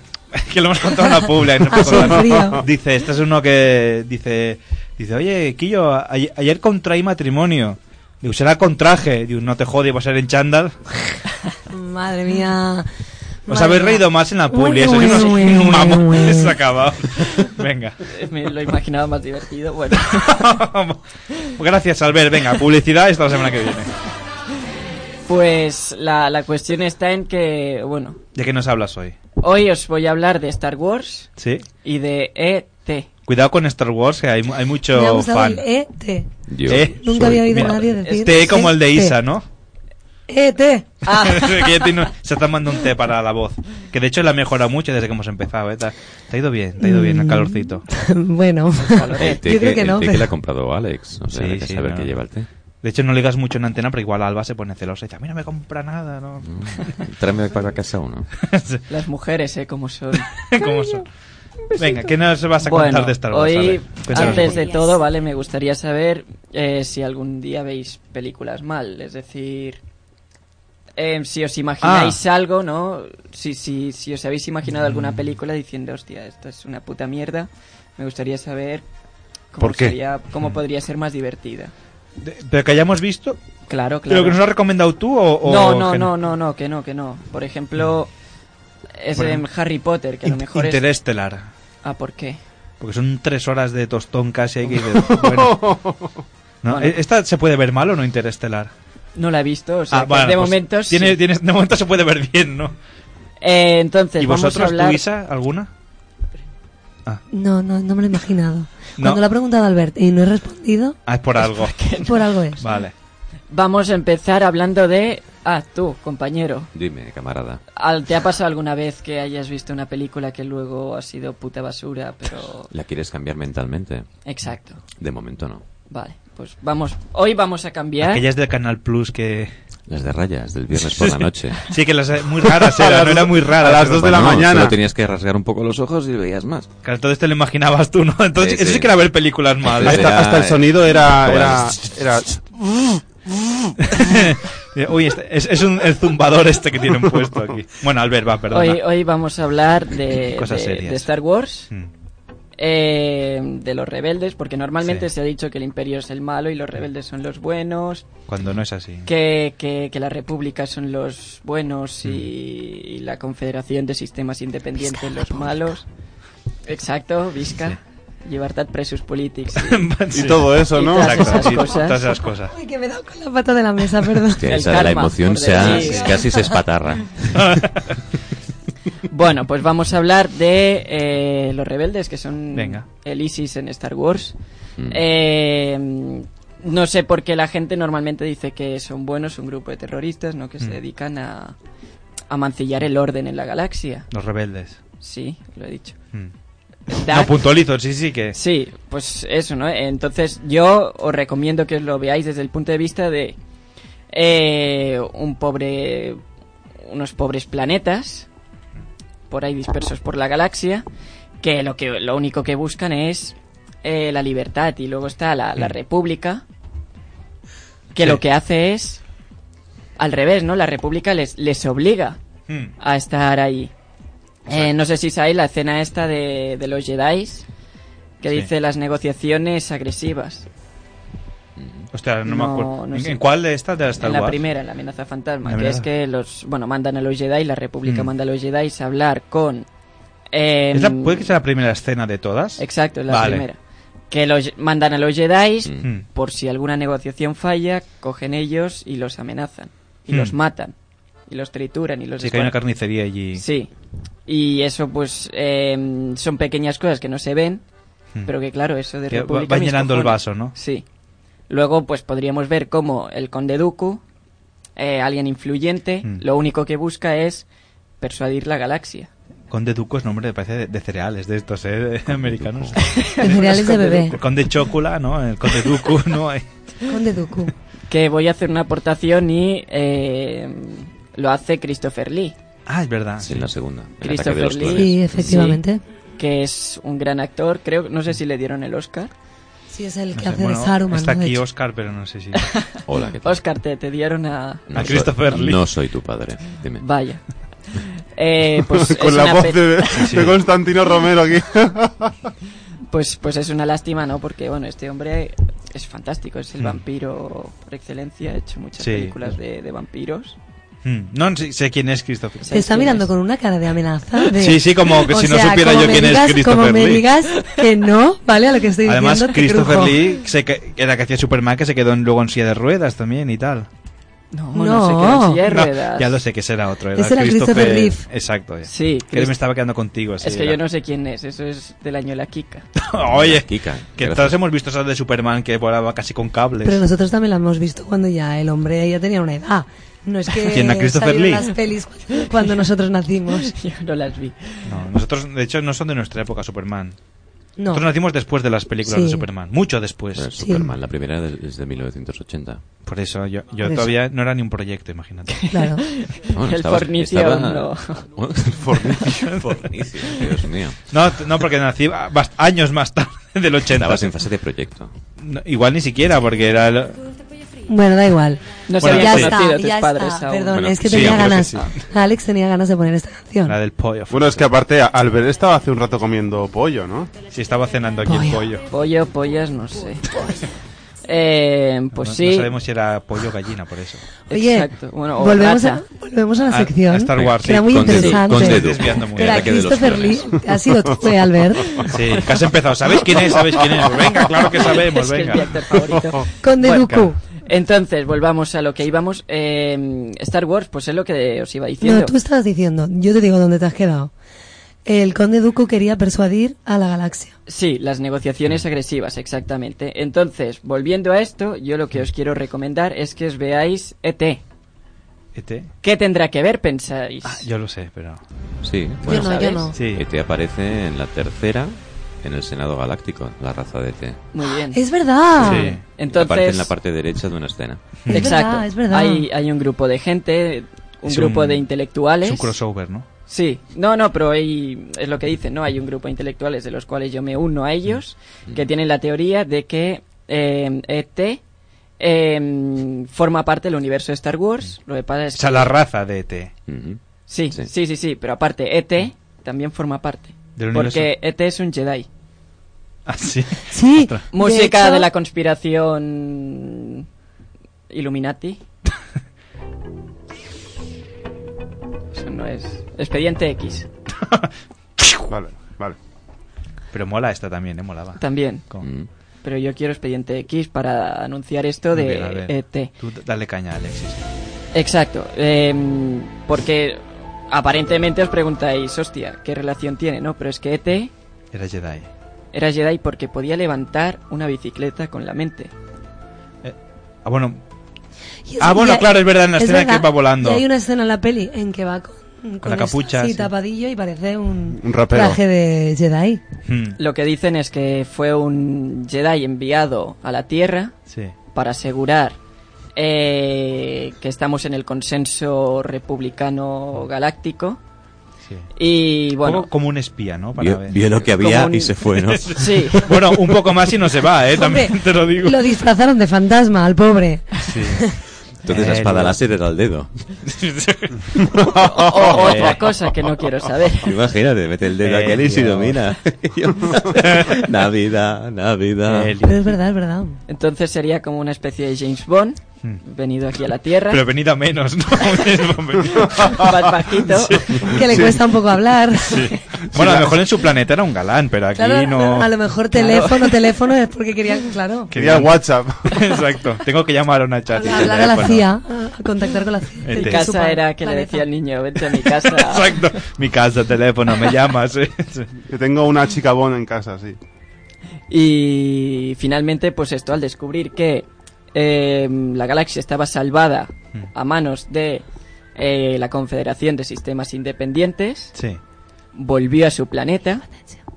que lo hemos contado en la publi. no me acuerdo. Sufrido. Dice, este es uno que dice, dice, oye, Quillo, a- ayer contraí matrimonio. Digo, será con traje. Digo, no te jode, va a ser en chándal. Madre mía. Os Madre habéis mía. reído más en la Uy, publi, eso uy, es unos uy, uy, mamones, uy. se ha acabado. Venga. Eh, Me lo imaginaba más divertido. Bueno. Pues Gracias, Albert. Venga, publicidad esta la semana que viene. Pues la, la cuestión está en que, bueno, ¿De qué nos hablas hoy? hoy os voy a hablar de Star Wars Sí. y de E E.T. Cuidado con Star Wars, que hay, hay Me ha mucho gustado fan. el E ET. ¿Eh? Nunca había oído a nadie decir Este como el de ET. Isa, ¿no? ET. Que ya tiene- se está tomando un té para la voz. Que de hecho la ha mejorado mucho desde que hemos empezado. ¿eh? Te, ha- te ha ido bien, te ha ido bien el Mm. calorcito. bueno, El té yo creo que el té no. pero- que le ha comprado Alex. O sea, hay que saber no. que lleva el té. De hecho, no ligas mucho en antena, pero igual Alba se pone celosa y dice: A mí no me compra nada, ¿no? Mm. Tráeme para casa uno. Las mujeres, ¿eh? Como son. ¿Cómo son? Venga, ¿qué nos vas a contar Bueno, de Star Wars? A Hoy, ver, cuéntanos un antes poco. de todo, ¿vale? Me gustaría saber eh, si algún día veis películas mal. Es decir, eh, si os imagináis Ah. algo, ¿no? Si, si, si os habéis imaginado Mm. alguna película diciendo, hostia, esto es una puta mierda, me gustaría saber cómo, ¿Por qué? Mm. sería- cómo podría ser más divertida. ¿Pero que hayamos visto? Claro, claro. ¿Pero que nos lo has recomendado tú o.? o no, no, que no, no, no, que no, que no. Por ejemplo, es Por em, ejemplo, Harry Potter, que a lo In- mejor es... Interestelar. Ah, ¿por qué? Porque son tres horas de tostón casi. Hay que bueno. No, Bueno. ¿e- ¿Esta se puede ver mal o no Interestelar? No la he visto, o sea, Ah, que bueno, de pues momento sí. tiene- tiene- de momento se puede ver bien, ¿no? Eh, entonces, ¿Y vamos a vosotros, hablar- tú, Isa, alguna? No, no, no me lo he imaginado. No. Cuando lo ha preguntado Albert y no he respondido, Ah, es por algo. por algo es. Vale. Vamos a empezar hablando de... Ah, tú, compañero. Dime, camarada. Al- ¿Te ha pasado alguna vez que hayas visto una película que luego ha sido puta basura, pero... ¿La quieres cambiar mentalmente? Exacto. De momento no. Vale, pues vamos... Hoy vamos a cambiar... Aquellas del Canal Plus que... Las de rayas, del viernes por la noche. Sí, que las eh, muy raras A eran, las no eran dos- muy raras. a las dos pero de la bueno, mañana. solo tenías que rasgar un poco los ojos y veías más. Claro, entonces te lo imaginabas tú, ¿no? Entonces, Sí, eso sí sí. que era ver películas mal. Entonces Hasta, hasta el sonido era... era, era... Uy, este- es, es un, el zumbador este que tienen puesto aquí. Bueno, Albert, va, perdona. Hoy, hoy vamos a hablar de, Cosas de- serias. de Star Wars, Mm. eh, de los rebeldes, porque normalmente se ha dicho que el imperio es el malo y los rebeldes son los buenos, Cuando no es así. que, que, que la república son los buenos y, Mm. y la confederación de sistemas independientes los malos. Exacto, Vizca. Llibertat presos polítics. Y todo eso, ¿no? todas Exacto, esas y cosas. todas esas cosas. Uy, que me he dado con la pata de la mesa, perdón. Hostia, esa de la emoción se ha- decir. casi se espatarra. bueno, pues vamos a hablar de eh, los rebeldes, que son Venga. el ISIS en Star Wars. Eh, no sé por qué la gente normalmente dice que son buenos, un grupo de terroristas, ¿no? Que se Mm. dedican a, a mancillar el orden en la galaxia. Los rebeldes. Sí, lo he dicho. Mm. Dark- No, puntualizo, sí, sí, que... Sí, pues eso, ¿no? Entonces yo os recomiendo que os lo veáis desde el punto de vista de eh, un pobre, unos pobres planetas por ahí dispersos por la galaxia que lo que lo único que buscan es eh, la libertad y luego está la, la Mm. República que Sí. lo que hace es al revés, ¿no? La República les les obliga Mm. a estar ahí. Eh, no sé si sabéis la escena esta de, de los Jedi que Sí. dice las negociaciones agresivas. Hostia, no, me No, acuerdo. no ¿En- sé. ¿En cuál de estas de las Star En la Wars? primera, en la amenaza fantasma, La que amenaza. es que los, bueno, mandan a los Jedi, la República Mm. manda a los Jedi a hablar con... eh, ¿Es la- ¿Puede que sea la primera escena de todas? Exacto, la Vale. primera. Que los mandan a los Jedi Mm. por si alguna negociación falla, cogen ellos y los amenazan. Y Mm. los matan. Y los trituran y los Sí, que hay una descuartizan. carnicería allí. Sí. Y eso, pues, eh, son pequeñas cosas que no se ven, Hmm. pero que, claro, eso de Que va- República... va mis llenando el cojones. vaso, ¿no? Sí. Luego, pues, podríamos ver cómo el Conde Dooku, eh, alguien influyente, Hmm. lo único que busca es persuadir la galaxia. Conde Duco es nombre, parece, de, de cereales de estos, ¿eh? de- americanos. Cereales de bebé. El Conde Chocula, ¿no? El Conde Duco, ¿no? Hay- Conde Dooku. Que voy a hacer una aportación y eh, lo hace Christopher Lee. Ah, es verdad. Sí, en la segunda. el ataque de Christopher los Lee. clones. Sí, efectivamente. sí, que es un gran actor, creo, no sé si le dieron el Oscar. Sí, es el no que sé, hace Eh, bueno, de Saruman. Está ¿no? De aquí hecho. Oscar, pero no sé si... Hola, ¿qué tal? Oscar, te, te dieron a... No A Christopher soy, Lee. No soy tu padre, dime. Vaya. Eh, pues es Con la una voz pe- de, de Constantino Romero aquí. Pues, pues es una lástima, ¿no? Porque, bueno, este hombre es fantástico, es el Hmm. vampiro por excelencia, ha hecho muchas Sí. películas de, de vampiros. Hmm. No sé, sé quién es Christopher. Te está mirando con una cara de amenaza. de- Sí, sí, como que O si no sea, supiera como yo me quién es digas- Como Christopher me Lee. digas que no, ¿vale? A lo que estoy Además, diciendo. te Christopher crujo. Lee, se que, era que hacía Superman, que se quedó en- luego en silla de ruedas también y tal. No, No. no, se quedó en silla de Oh. No, ruedas. ya lo sé que será otro. Era Ese era Christopher Reeve. Exacto. ya. Sí, Que Christ- me estaba quedando contigo. sí, es que era. yo no sé quién es, eso es del año La Kika. Oye, Kika, que gracias. todos hemos visto esas de Superman que volaba casi con cables. Pero nosotros también la hemos visto cuando ya el hombre ya tenía una edad. No es que ¿Quién, a Christopher salieron Lee? las pelis cuando nosotros nacimos. Yo no las vi. No, nosotros, de hecho, no son de nuestra época Superman. No. Nosotros nacimos después de las películas Sí. de Superman, mucho después. Pero es Eh, Superman, la primera del- es de 1980. Por eso yo, yo Por eso. todavía no era ni un proyecto, imagínate. Claro. Bueno, el estabas- fornicio estaba- no. fornicio, fornicio, Dios mío. No, t- no porque nací bast- años más tarde del 80. Estabas en fase de proyecto. No, igual ni siquiera, porque era... el- Bueno, da igual. No se Bueno, habían sí. conocido a tus ya padres está. aún. Perdón, Bueno, es que sí, tenía hombre, ganas. que Alex tenía ganas de poner esta canción. La del pollo. Bueno, es que aparte, Albert estaba hace un rato comiendo pollo, ¿no? Si estaba cenando aquí el pollo. Pollo, pollas, no sé. Eh, pues No- sí. No sabemos si era pollo o gallina, por eso. Oye, Exacto. Bueno, o volvemos, rata. a, volvemos a la A- sección. Ah, a Star Wars, que sí. Era muy Con dedo, interesante. con dedo. Desviando muy Era Ataque de los Christopher Lee. clones. Ha sido tú, eh, Albert. Sí, casi has empezado. ¿Sabéis quién es? ¿Sabéis quién es? Pues venga, claro que sabemos, Es que es venga. mi actor favorito. Con Bueno, Deduku. Entonces, volvamos a lo que íbamos. Eh, Star Wars, pues es lo que os iba diciendo. No, tú estabas diciendo. Yo te digo dónde te has quedado. El conde Dooku quería persuadir a la galaxia. Sí, las Mm. negociaciones agresivas, exactamente. Entonces, volviendo a esto, yo lo que os quiero recomendar es que os veáis E ET. ¿Este? ¿Qué tendrá que ver, pensáis? Ah, yo lo sé, pero... Sí, Yo bueno. no, yo ¿sabes? no. Sí. ET aparece en la tercera, en el Senado Galáctico, la raza de ET. Muy bien. Es verdad. Sí. Entonces- Aparece en la parte derecha de una escena. Es Exacto. verdad, es verdad. Hay, hay un grupo de gente, un Es grupo un- de intelectuales. Es un crossover, ¿no? Sí, no, no, pero hay, es lo que dicen, ¿no? Hay un grupo de intelectuales de los cuales yo me uno a ellos, Mm. que tienen la teoría de que eh, ET eh, forma parte del universo de Star Wars. Lo que pasa es Mm. O sea, que- la raza de E ET. Ujú. Sí, Sí. sí, sí, sí, pero aparte ET también forma parte. Mm. Del universo. porque ET es un Jedi. Ah, sí. Sí. Otra. Música de, hecho- la conspiración Illuminati. Eso no es. Expediente X. Vale, vale. Pero mola esta también, ¿eh? Molaba. También. Con- Mm. Pero yo quiero expediente X para anunciar esto Muy bien, a de E ver. ET. Tú d- dale caña, Alexis. Exacto, em, porque aparentemente os preguntáis, hostia, ¿qué relación tiene, no? Pero es que ET Era Jedi. era Jedi porque podía levantar una bicicleta con la mente. Ah, bueno. Y es- Ah, y bueno, hay- claro, es verdad, en la escena verdad. que va volando. Y hay una escena en la peli en que va con, con la esto capucha, así sí. tapadillo y parece un, Un rapero. traje de Jedi. Lo que dicen es que fue un Jedi enviado a la Tierra Sí. para asegurar eh, que estamos en el consenso republicano galáctico. Sí. Y bueno, Poco como un espía, ¿no? Vio- vio lo que había Como un- y se fue, ¿no? Sí. Bueno, un poco más y no se va, ¿eh? También Hombre, te lo digo. Lo disfrazaron de fantasma al pobre. Entonces la espada láser era el dedo. o- otra cosa que no quiero saber. Imagínate, mete el dedo Eh, aquel y se Dios. domina. Navidad, Navidad. Pero es verdad, es verdad. Entonces sería como una especie de James Bond Hmm. venido aquí a la Tierra. Pero venida menos, ¿no? Más bajito. Que le cuesta un poco hablar. Bueno, a lo mejor en su planeta era un galán, pero aquí Claro, no. a lo mejor teléfono, teléfono es porque querían, claro, Quería WhatsApp. Exacto. Tengo que llamar a una chat. hablar a la CIA, a contactar con la CIA. En Mi Te- casa Supongo, era que le planeta. decía al niño, vete a mi casa. Exacto. Mi casa, teléfono, me llamas. ¿eh? Que tengo una chica Bon en casa, sí. Y finalmente, pues esto, al descubrir que eh, la galaxia estaba salvada a manos de eh, la Confederación de Sistemas Independientes, Sí. volvió a su planeta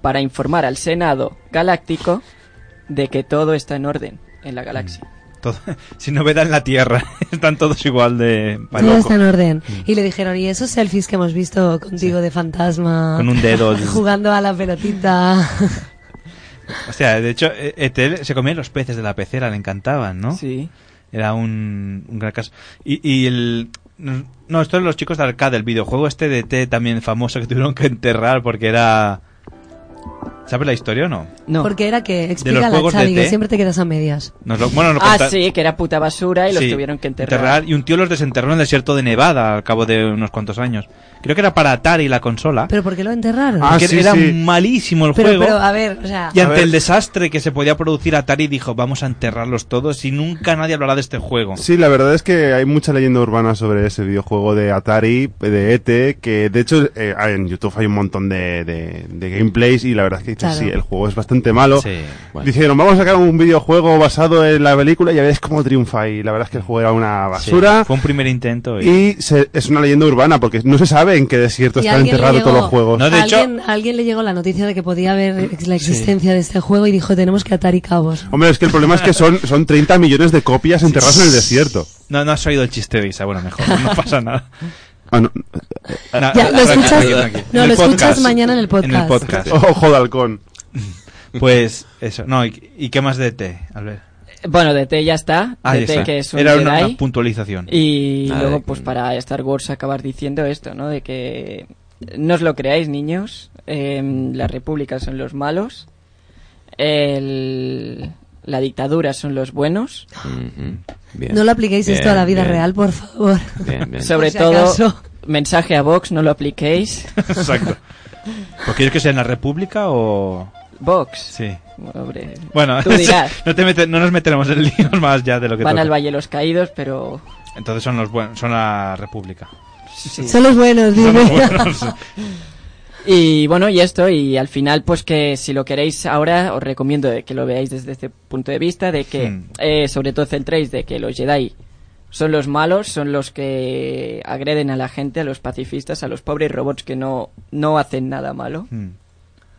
para informar al Senado Galáctico de que todo está en orden en la galaxia. Todo- sin novedad en la Tierra. Están todos igual de. pa' Todo loco. Mm. está en orden. Y le dijeron, ¿y esos selfies que hemos visto contigo de fantasma? Con un dedo. Jugando a la pelotita. O sea, de hecho, E- Etel se comía los peces de la pecera, le encantaban, ¿no? Sí. Era un, un gran caso. Y, y el. No, esto es los chicos de arcade, el videojuego este de T también famoso que tuvieron que enterrar porque era. ¿Sabes la historia o no? Porque era que, los explica la juegos de Xavi, que té. siempre te quedas a medias. Nos lo- bueno, nos ah, conta- sí, que era puta basura y los Sí, tuvieron que enterrar. Y un tío los desenterró en el desierto de Nevada al cabo de unos cuantos años. Creo que era para Atari la consola. ¿Pero por qué lo enterraron? porque era malísimo el Pero, juego. pero, a ver, o sea... Y ante el desastre que se podía producir, Atari dijo, vamos a enterrarlos todos y nunca nadie hablará de este juego. Sí, la verdad es que hay mucha leyenda urbana sobre ese videojuego de Atari, de ET, que de hecho eh, en YouTube hay un montón de, de- de gameplays y la verdad es que dices, Claro. sí, el juego es bastante malo. Sí, bueno. Dijeron, vamos a sacar un videojuego basado en la película y a ver cómo triunfa. Y la verdad es que el juego era una Sí, basura. fue un primer intento. Y... Y se- es una leyenda urbana porque no se sabe en qué desierto Y están alguien le enterrados llegó- todos los juegos. No, de hecho- alguien, alguien le llegó la noticia de que podía haber ex- la existencia de este juego y dijo, tenemos que atar y cabos. Hombre, es que el problema es que son, son 30 millones de copias enterradas en el desierto. No, no has oído el chiste de Isa, bueno, mejor, no pasa nada. Ah, no. Na- Ya, lo tranqui, escuchas- tranqui, tranqui. no, En lo el escuchas mañana en el podcast. En el podcast. Ojo de halcón. Pues eso, no, ¿y, y qué más de T, Albert? Bueno, DT ya está. Ah, ya DT está. que es un Era una- Jedi. una puntualización. Y Nada luego, de- pues para Star Wars acabar diciendo esto, ¿no? De que no os lo creáis, niños. eh, la República son los malos. el- la dictadura son los buenos. No lo apliquéis esto a la vida real, por favor. Sobre Por si todo, acaso. mensaje a Vox, no lo apliquéis. Exacto. ¿Por quieres que sea en la República o...? Vox. Sí. Hombre, Bueno, tú dirás. no, te mete- no nos meteremos en líos más ya de lo que Van toca. al Valle los Caídos, pero... Entonces son los buenos, son la República. sí. Son los buenos, Son dime. los buenos. Y bueno, y esto, y al final, pues que si lo queréis ahora, os recomiendo de que lo veáis desde este punto de vista, de que, Hmm. eh, sobre todo centréis de que los Jedi son los malos, son los que agreden a la gente, a los pacifistas, a los pobres robots que no, no hacen nada malo, Hmm.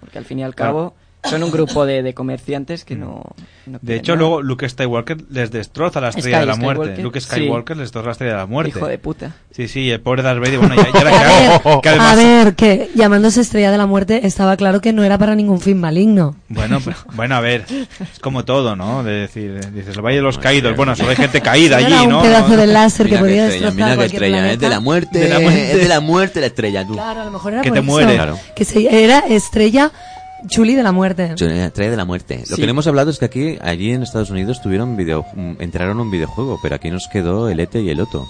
porque al fin y al Claro. cabo son un grupo de, de comerciantes que no... no Hmm. De quieren hecho, nada. luego Luke Skywalker les destroza la estrella Sky- de la muerte. Skywalker, Luke sí. Skywalker les destroza la estrella de la muerte. Hijo de puta. Sí, sí, el pobre Darth Vader. Bueno, ya, ya era que, que A además- ver, que llamándose Estrella de la Muerte estaba claro que no era para ningún fin maligno. Bueno, pero- bueno, a ver, es como todo, ¿no? De decir, eh, dices, el Valle de los Caídos. Bueno, solo hay gente caída Era allí, un ¿no? pedazo de láser que Mira podía qué estrella, destrozar Mira qué cualquier estrella, es planeta. de la muerte, De la muerte. es de la muerte la estrella, tú. Claro, a lo mejor era Que por te eso. muere. Claro. Que se, era Estrella Chuli de la Muerte. Yo, eh, Estrella de la muerte. Lo Sí. que no hemos hablado es que aquí, allí en Estados Unidos tuvieron video, mm, entraron un videojuego, pero aquí nos quedó el ET y el Oto.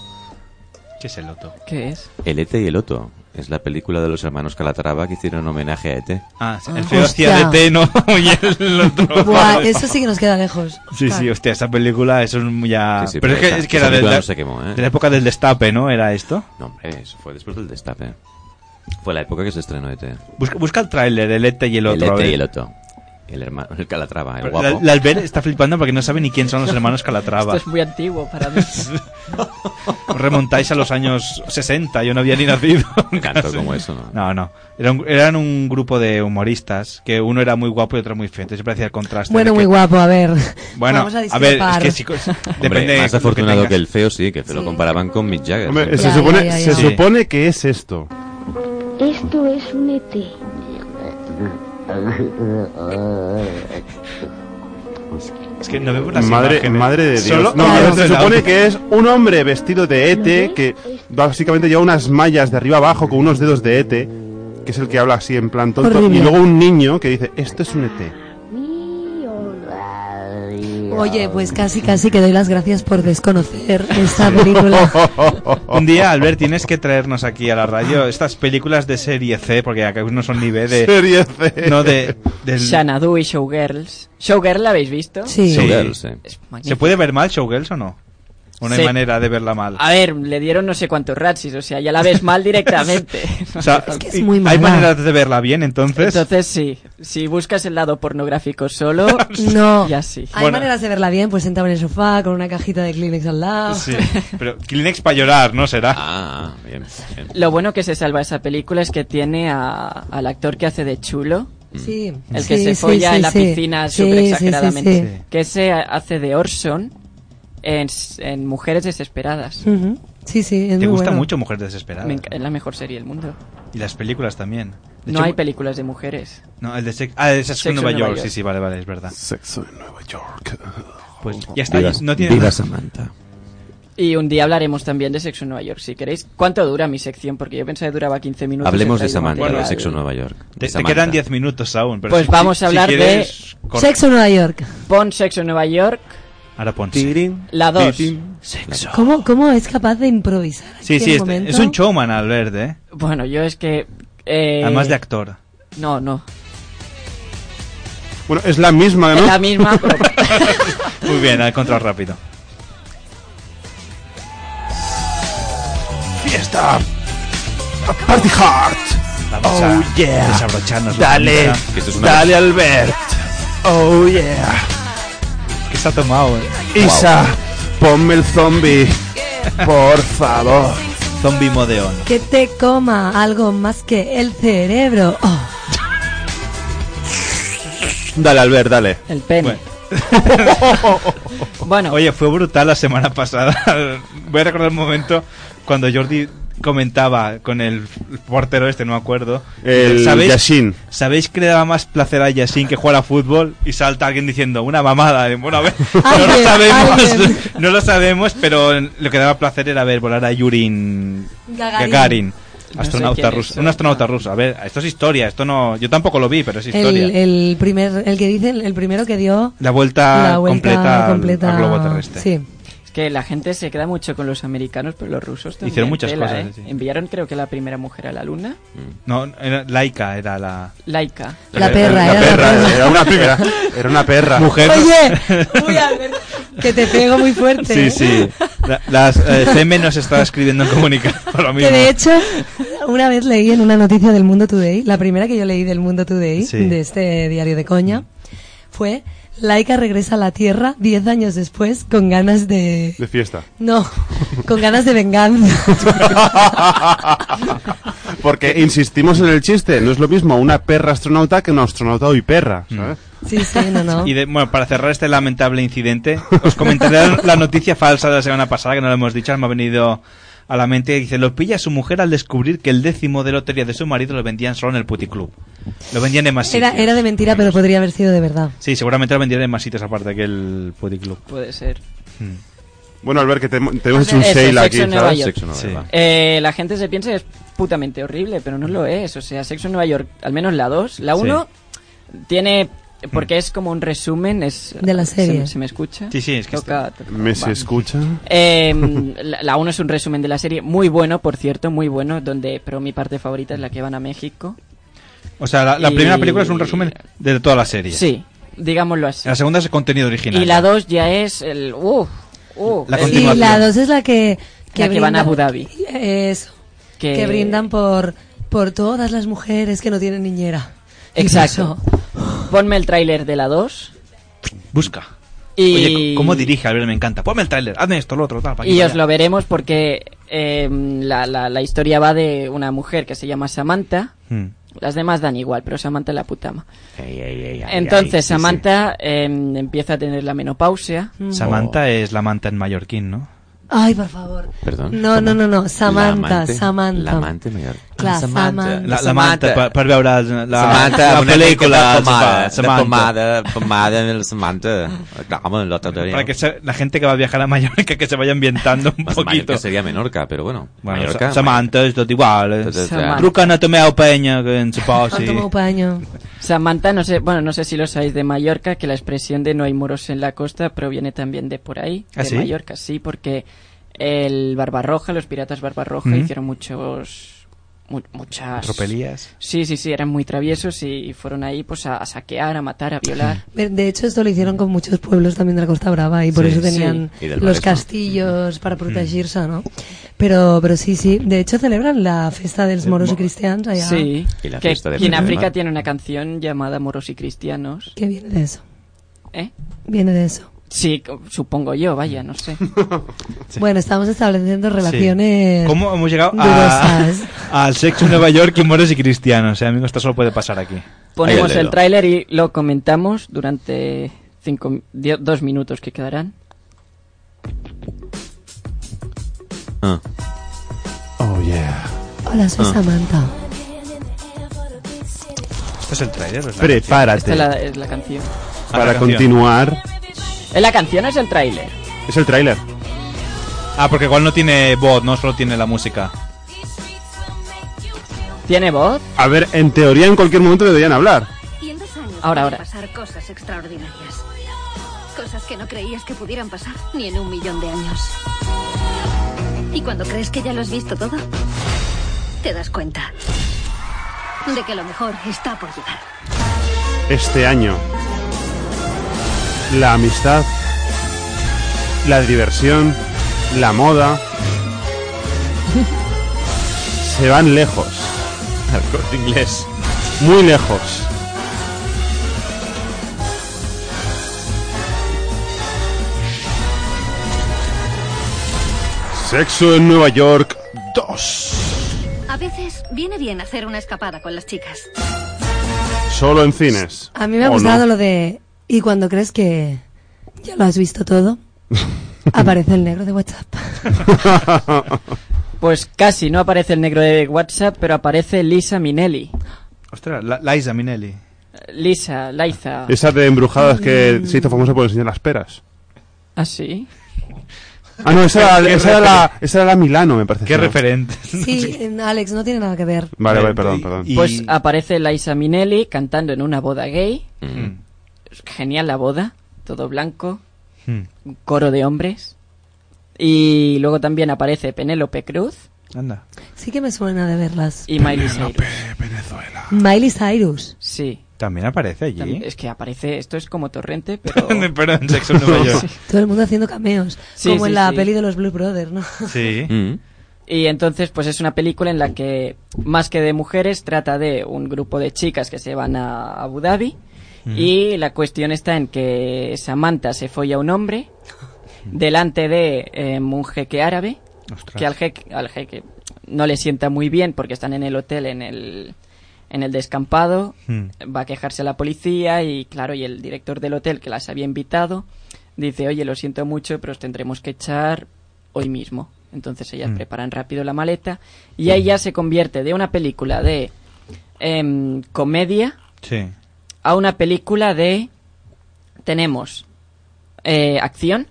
¿Qué es el Loto? ¿Qué es? El ET y el Oto. Es la película de los hermanos Calatrava que hicieron homenaje a E E.T. Ah, sí, el feo hacía de té, ¿no? y el otro. Buah, eso sí que nos queda lejos. Sí, sí, hostia, esa película eso es muy ya... Sí, sí, pero es pero que, esa- es que esa era de película la, no se quemó, ¿eh? de la época del destape, ¿no? ¿Era esto? No, hombre, eso fue después del destape. Fue la época que se estrenó E.T. Busca, busca el tráiler, el ET y El el otro. a E.T. ver. y el otro. El hermano, el Calatrava, el La, guapo. la Albert está flipando porque no sabe ni quién son los hermanos Calatrava. Esto es muy antiguo para mí. Os remontáis a los años 60, yo no había ni nacido. Un canto como eso, ¿no? No, no. Era un- eran un grupo de humoristas que uno era muy guapo y otro muy feo. Entonces siempre hacía el contraste. Bueno, de muy que- guapo, a ver. Bueno, Vamos a a, ver, es discrepar. que sí, co- Hombre, depende. más lo que afortunado que, tengas. el feo, sí, que lo comparaban con Mick Jagger. Hombre, se supone, se Sí. supone que es esto. Esto es un E ET. Es que no vemos las madre, imágenes. madre de Dios. Solo- No, Claro. se supone que es un hombre vestido de ET que básicamente lleva unas mallas de arriba abajo con unos dedos de ET, que es el que habla así en plan tonto. Horrible. Y luego un niño que dice, esto es un E ET. Oye, pues casi, casi que doy las gracias por desconocer esta película. Un día, Albert, tienes que traernos aquí a la radio estas películas de serie C, porque acá no son ni B de. Serie C. No, de. del- Xanadu y Showgirls. ¿Showgirl la habéis visto? Showgirls, eh. Es ¿Se magnífico. puede ver mal Showgirls o no? ¿O no hay Sí. manera de verla mal? A ver, le dieron no sé cuántos ratsis, o sea, ya la ves mal directamente. O sea, es muy mala. ¿Hay maneras de verla bien entonces? Entonces sí, si buscas el lado pornográfico solo, No. ya sí. Hay maneras de verla bien, pues sentado en el sofá con una cajita de Kleenex al lado. Sí, pero Kleenex para llorar, ¿no será? Ah, bien. bien. Lo bueno que se salva esa película es que tiene a- al actor que hace de chulo. Mm. Sí. El que Sí, se sí, folla sí, en la sí. piscina Sí, súper sí, sí, exageradamente. sí. Sí. Que se hace de Orson en, en Mujeres Desesperadas. Ujú. Sí, sí, es Te muy gusta bueno. mucho Mujeres Desesperadas. Me enca- es la mejor serie del mundo. Y las películas también. De no hecho, hay películas de mujeres. No, el de Sex... Ah, el de Sexo en Nueva York. Sí, York. sí, vale, vale, es verdad. Sexo en Nueva York. Pues ya está. Viva- no tiene viva nada. Samantha. Y un día hablaremos también de Sexo en Nueva York, si queréis. ¿Cuánto dura mi sección? Porque yo pensaba que duraba 15 minutos. Hablemos He de traído Samantha, material. de Sexo en Nueva York. Te, te Samantha. quedan 10 minutos aún. Pero Pues si- vamos si- a hablar si quieres, de... cor- Sexo en Nueva York. Pon Sexo en Nueva York. Ahora ponse. La dos. Sexo. ¿Cómo, ¿Cómo es capaz de improvisar? aquí Sí, en sí, es, momento? es un showman al verde, ¿eh? Bueno, yo es que... eh, Además de actor. No, no. Bueno, es la misma, ¿no? Es la misma, pero... Muy bien, al control rápido. ¡Fiesta! ¡Party Hard! Oh, Vamos a desabrocharnos la Oh, Dale, camisa. Que esto es una- dale Albert. Oh yeah. Que se ha tomado, eh. Isa, ponme el zombie. Por favor. Zombie modeón. Que te coma algo más que el cerebro. Oh, Dale Albert, dale. El pene. Bueno. Oye, fue brutal la semana pasada. Voy a recordar un momento cuando Jordi comentaba con el portero este, no me acuerdo. El Yashin. ¿Sabéis que le daba más placer a Yashin que jugar a fútbol? Y salta alguien diciendo, una mamada. Y, Bueno, a ver, no lo Alguien, sabemos. alguien. no lo sabemos, pero lo que daba placer era ver volar a Yurin Gagarin. Gagarin. No sé Astronauta quién es, eh. ruso, un astronauta ruso. A ver, esto es historia, esto no, yo tampoco lo vi, pero es historia. el, el primer, el que dice, el primero que dio la vuelta, la vuelta completa, al- completa- al globo terrestre. Sí. Es que la gente se queda mucho con los americanos, pero los rusos también. Hicieron muchas tela, cosas, ¿eh? sí. Enviaron, creo que la primera mujer a la luna. No, era Laika era la. Laika. La perra, La era la perra, perra. era una perra. Era una perra. Mujer. Oye, uy, Albert, que te pego muy fuerte. Sí, ¿eh? sí. La- las eh, CM nos está escribiendo un comunicado ahora mismo. Que de hecho, una vez leí en una noticia del Mundo Today, la primera que yo leí del Mundo Today, Sí. de este diario de coña, fue Laika regresa a la Tierra 10 años después con ganas de... De fiesta. No, con ganas de venganza. Porque insistimos en el chiste, no es lo mismo una perra astronauta que un astronauta hoy perra, ¿sabes? sí, sí, no, no. Y de- bueno, para cerrar este lamentable incidente, os comentaré la- la noticia falsa de la semana pasada que no lo hemos dicho, me ha venido a la mente. Dice: Lo pilla su mujer al descubrir que el décimo de lotería de su marido lo vendían solo en el puticlub. Lo vendían en más sitios. Era, era de mentira, pero podría haber sido de verdad. Sí, seguramente lo vendían en más sitios aparte que el puticlub. Puede ser. Bueno, Albert, que te, hemos- te hemos hecho un Eso, sale Sexo aquí, en Nueva ¿sabes? York. Sí. Eh, la gente se piensa que es putamente horrible, pero no lo es. O sea, Sexo en Nueva York, al menos la 2. La Sí. 1 tiene Porque es como un resumen, es... De la ¿se me- serie. ¿Se, me escucha? Sí, sí, es que Toca- toca- ¿Me se vale. escucha? Eh, la la uno es un resumen de la serie, muy bueno, por cierto, muy bueno, donde pero mi parte favorita es la que van a México. O sea, la, la Y- primera película es un resumen de toda la serie. Sí, digámoslo así. La segunda es el contenido original. Y la dos ya es el... Uh, uh, La el- Y la dos es la que... La que van a brinda- Abu Dhabi. Eso. Que, brindan por, por todas las mujeres que no tienen niñera. Exacto. Ponme el tráiler de la 2. Busca. Y- Oye, c- ¿cómo dirige Albert? Me encanta. Ponme el tráiler, hazme esto, lo otro, tal. pa' aquí, Y pa' os allá. lo veremos porque eh, la, la- la historia va de una mujer que se llama Samantha. Hmm. Las demás dan igual, pero Samantha es la puta ama. ay, Entonces ay, sí, Samantha eh, empieza a tener la menopausia. Samantha es la manta en mallorquín, ¿no? Mm. Ay, por favor. Perdón. No, no, no, no. Samantha, La amante- Samantha. la amante mayor. Claro, Ah, Samantha. La, la manta, pa- per veure la, la, Samantha, la una pel·lícula. mica de pomada, xapa, de pomada, pomada en el Samantha. Claro, el otro día. Para que se- la gente que va a viajar a Mallorca que se vaya ambientando un Más poquito. Mallorca sería Menorca, pero bueno. Bueno, Mallorca, Sa- Samantha és tot igual. Eh? Tot és igual. Truquen a Tomeu Penya, que ens posi. Como paño. Samantha, no sé, bueno, no sé si lo sabéis de Mallorca, que la expresión de no hay moros en la costa proviene también de por ahí, ¿Ah, de sí? Mallorca, sí, porque el Barbarroja, los piratas Barbarroja Ujú. hicieron muchos mu- muchas Tropelías. Sí, sí, sí, eran muy traviesos y fueron ahí pues a, a saquear, a matar, a violar. eh, De hecho, esto lo hicieron con muchos pueblos también de la Costa Brava y por Sí, eso tenían sí. Y del Mm. los Maresme. castillos para protegerse, ¿no? Pero, pero sí, sí. De hecho, celebran la fiesta de los moros y cristianos allá. Sí, Y la que, fiesta de que en Fátima. África tiene una canción llamada Moros y Cristianos. ¿Qué viene de eso? ¿Eh? Viene de eso. Sí, co- supongo yo, vaya, no sé. Bueno, estamos estableciendo Sí. relaciones. ¿Cómo hemos llegado a- dudosas. al sexo en Nueva York y moros y cristianos? Eh, amigo, esto solo puede pasar aquí. Ponemos el tráiler y lo comentamos durante cinco, mi- die- dos minutos que quedarán. Oh, yeah. Hola, soy Ah. Samantha. Esto es el tráiler. ¿verdad? Prepárate. Esta es la, es la canción. Para continuar. ¿Es la canción o es el tráiler? Es el tráiler. Ah, porque igual no tiene voz, no solo tiene la música. ¿Tiene voz? A ver, eh, en teoría en cualquier momento deberían hablar. Y en dos años Ahora, pueden ahora. pasar cosas extraordinarias. Cosas que no creías que pudieran pasar ni en un millón de años. Y cuando crees que ya lo has visto todo, te das cuenta de que lo mejor está por llegar. Este año. La amistad. La diversión. La moda. Se van lejos. Al corte inglés. Muy lejos. Sexo en Nueva York 2. A veces viene bien hacer una escapada con las chicas. Solo en cines. A mí me ha ¿O no? gustado lo de. ¿Y cuando crees que ya lo has visto todo? Aparece el negro de WhatsApp. Pues casi, no aparece el negro de WhatsApp, pero aparece Lisa Minelli. Ostras, la, Liza Minelli. Lisa, Liza. Esa de embrujadas Mm. que se hizo famosa por enseñar las peras. ¿Ah, sí? Ah, no, esa era, Qué esa era refer- la, esa era la Milano, me parece. Qué ¿no? referente. Sí, en Alex, no tiene nada que ver. Vale, vale, perdón, perdón. Pues aparece Liza Minelli cantando en una boda gay. Mm. Genial la boda, todo blanco, Mm. un coro de hombres. Y luego también aparece Penélope Cruz Anda. Sí que me suena de verlas. y Miley Cyrus. Miley Cyrus. Sí. También aparece allí. También- Es que aparece, esto es como torrente, pero... Pero en sexo en Nueva York. Todo el mundo haciendo cameos. Sí, como sí, en la sí. peli de los Blue Brothers, ¿no? Sí. Y entonces, pues es una película en la que, más que de mujeres, trata de un grupo de chicas que se van a Abu Dhabi. Y la cuestión está en que Samantha se folla a un hombre delante de eh, un jeque árabe, que al jeque, al jeque no le sienta muy bien porque están en el hotel, en el, en el descampado, Mm. va a quejarse a la policía y claro, y el director del hotel que las había invitado dice, oye, lo siento mucho, pero os tendremos que echar hoy mismo. Entonces ellas Mm. preparan rápido la maleta y ahí ya se convierte de una película de em, comedia Sí. a una Mm. película de... Tenemos eh, acción,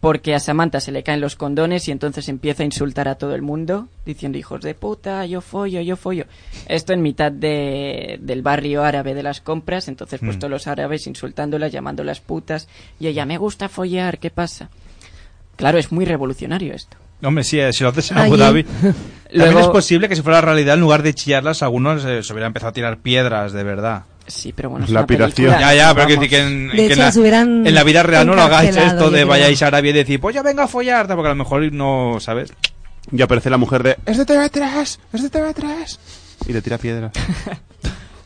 porque a Samantha se le caen los condones y entonces empieza a insultar a todo el mundo diciendo hijos de puta, yo follo, yo follo. Esto en mitad de, del barrio árabe de las compras, entonces pues Mm. todos los árabes insultándolas, llamándolas putas y ella me gusta follar, ¿qué pasa? Claro, es muy revolucionario esto. Hombre, sí, eh, si lo haces en Ay, Abu eh. Dhabi. También Luego- es posible que si fuera realidad, en lugar de chillarlas, algunos eh, se hubieran empezado a tirar piedras, de verdad. Sí, pero bueno, es La una película, piración. Ya, ya, pero que, vamos. que en, De que en hecho, la, las hubieran en la vida real no lo hagáis encarcelado, esto yo de creo. vayáis a Arabia y decir, pues ya venga a follar, porque a lo mejor no, ¿sabes? Y aparece la mujer de... Es de TV3, es de TV3. Y le tira piedras.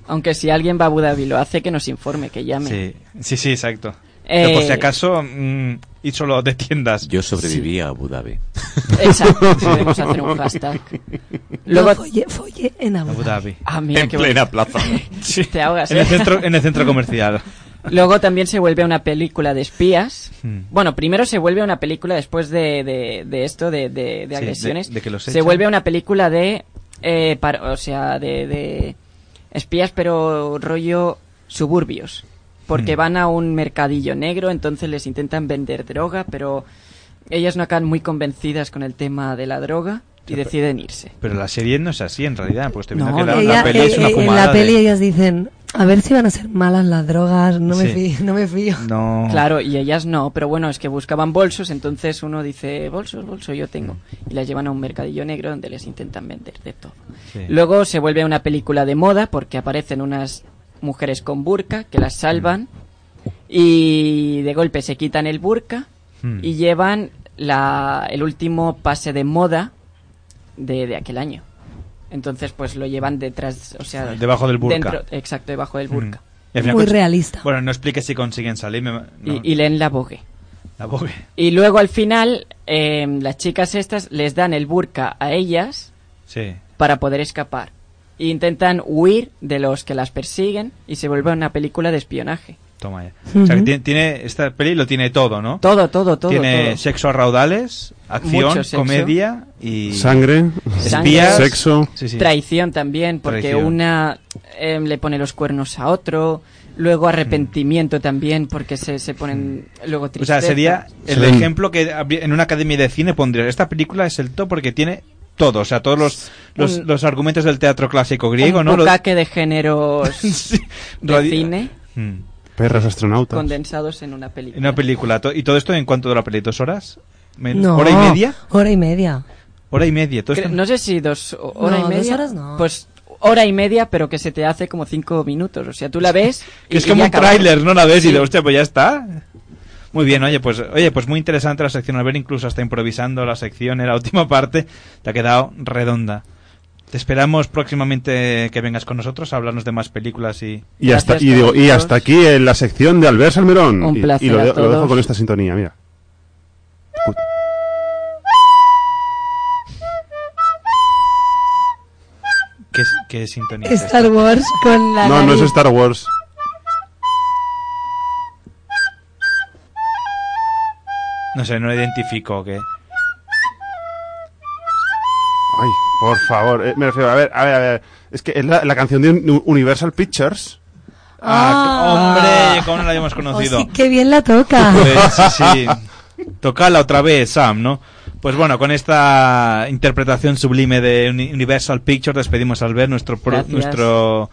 Aunque si alguien va a Abu Dhabi y lo hace, que nos informe, que llame. Sí, sí, sí, exacto. Eh, Que por si acaso, mm, y solo de tiendas. Yo sobreviví a Abu Dhabi. Exacto, podemos hacer un hashtag. Luego... Luego- Folle, folle en Abu Abu Dhabi. Dhabi. Ah, mira, en qué plena plaza. Sí. Te ahogas, En ¿eh? el centro, en el centro comercial. Luego también se vuelve una película de espías. Hmm. Bueno, primero se vuelve una película después de, de- de esto, de, de- de Sí, agresiones. de- de que los se echan. vuelve una película de. eh, par- o sea, de, de espías, pero rollo suburbios. Porque Hmm. van a un mercadillo negro, entonces les intentan vender droga, pero ellas no acaban muy convencidas con el tema de la droga y deciden irse. Pero la serie no es así, en realidad. Pues estoy viendo No, que la, no, la ella- peli es una Eh, en fumada la de- Mm. peli ellas dicen, a ver si van a ser malas las drogas, no me Sí. fío, no me fío. No. Claro, y ellas no, pero bueno, es que buscaban bolsos, entonces uno dice, bolsos, bolso, yo tengo. Mm. Y las llevan a un mercadillo negro donde les intentan vender de todo. Sí. Luego se vuelve una película de moda porque aparecen unas mujeres con burka que las salvan Mm. y de golpe se quitan el burka Hmm. y llevan la, el último pase de moda de, de aquel año. Entonces pues lo llevan detrás, o sea... Debajo del burka. Mm. dentro- exacto, debajo del burka. Y al final Muy cons- realista. Bueno, no expliques si consiguen salir. me- no. Y, y leen la bogue. La Vogue. Y luego al final, eh, las chicas estas les dan el burka a ellas Sí. para poder escapar. E intentan huir de los que las persiguen y se vuelve una película de espionaje. Toma ya. O sea, que Ujú. tiene, tiene- esta peli lo tiene todo, ¿no? Todo, todo, todo. tiene todo. sexo a raudales, acción, Mucho sexo. comedia y... Sangre. Sangre. Espías. Sexo. Sí, sí. Traición también, porque Traición. una eh, le pone los cuernos a otro. Luego arrepentimiento también, porque se, se ponen luego O tristeza. sea, sería el Sí. ejemplo que habría- en una academia de cine pondría. Esta película es el top porque tiene todo, o sea, todos los, los, Un- los argumentos del teatro clásico griego, un ¿no? Lo- bucaque de géneros de radi- cine Mm. Perras astronautas. condensados en una película. En una película. to- ¿Y todo esto en cuánto dura la peli? ¿Dos horas? Men- No, ¿Hora y media? Hora y media. Hora y media. Todo esto Cre- en- No sé si dos o- hora No, y dos media. horas no. Pues hora y media, pero que se te hace como cinco minutos. O sea, tú la ves. Que es y- y ya como un acabó. tráiler, ¿no? La ves y Sí. de hostia, pues ya está. Muy bien, oye, pues oye, pues muy interesante la sección al ver, incluso hasta improvisando la sección en la última parte, te ha quedado redonda. Te esperamos próximamente que vengas con nosotros a hablarnos de más películas y Y hasta, Gracias y, a digo, y todos. hasta aquí en la sección de Albert Salmerón. Un Y- placer y lo, a de- lo dejo todos. con esta sintonía, mira. qué, qué sintonía. es esta? Star Wars con la No, no es nariz. Star Wars. No sé, no la identifico que Ay, por favor. eh, me refiero, a ver, a ver, a ver. Es que es la, la canción de Un- Universal Pictures. ah, hombre, cómo no la habíamos conocido. Oh, sí, qué bien la toca. Pues, sí, sí. Tocala otra vez, Sam, ¿no? Pues bueno, con esta interpretación sublime de Uni- Universal Pictures despedimos al ver nuestro pro- Gracias. nuestro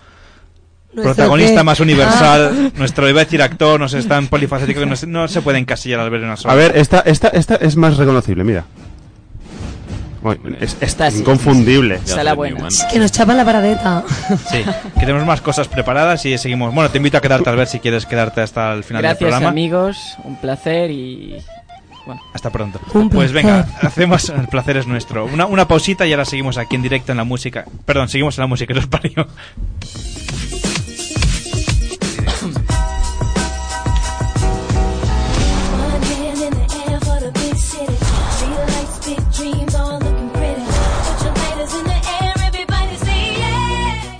¿Nuestro protagonista qué? más universal, nuestro iba a decir actor, nos es tan polifacético que no, se- no se puede encasillar al ver una sola. A ver, esta, esta, esta es más reconocible, mira. Uy, es, es Esta sí, inconfundible. esta es la buena. Que nos chapa la paradeta. Sí, que tenemos más cosas preparadas y seguimos. Bueno, te invito a quedarte al ver si quieres quedarte hasta el final del Gracias, programa. amigos. Un placer y. Bueno. Hasta pronto. Un Pues placer. venga, hacemos el placer es nuestro. Una, una pausita y ahora seguimos aquí en directo en la música. Perdón, seguimos en la música, que nos parió. One hand in the air for the big city. Real lights, big dreams, all looking pretty. Put your lighters in the air, everybody say yeah.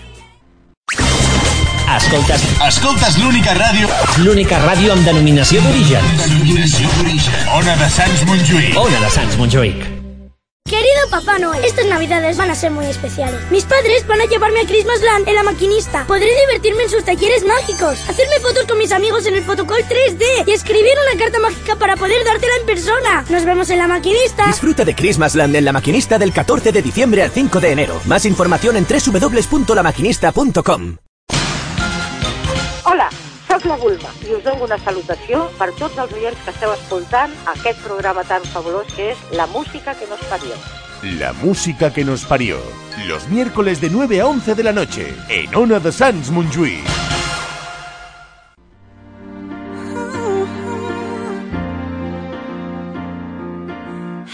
Escoltes... Escoltes l'única ràdio... L'única ràdio amb denominació d'origen. Denominació d'origen. Ona de Sants Montjuïc. Ona de Sants Montjuïc. Querido Papá Noel. Estas navidades van a ser muy especiales. Mis padres van a llevarme a Christmasland en la maquinista. Podré divertirme en sus talleres mágicos, hacerme fotos con mis amigos en el fotocall 3D y escribir una carta mágica para poder dártela en persona. Nos vemos en la maquinista. Disfruta de Christmasland en La Maquinista del 14 de diciembre al 5 de enero. Más información en www.lamaquinista.com. Hola, sóc la Bulma i us dono una salutació per tots els oients que esteu escoltant aquest programa tan fabulós que és La música que nos parió. La música que nos parió. Los miércoles de 9 a 11 de la noche en Ona de Sans Montjuïc.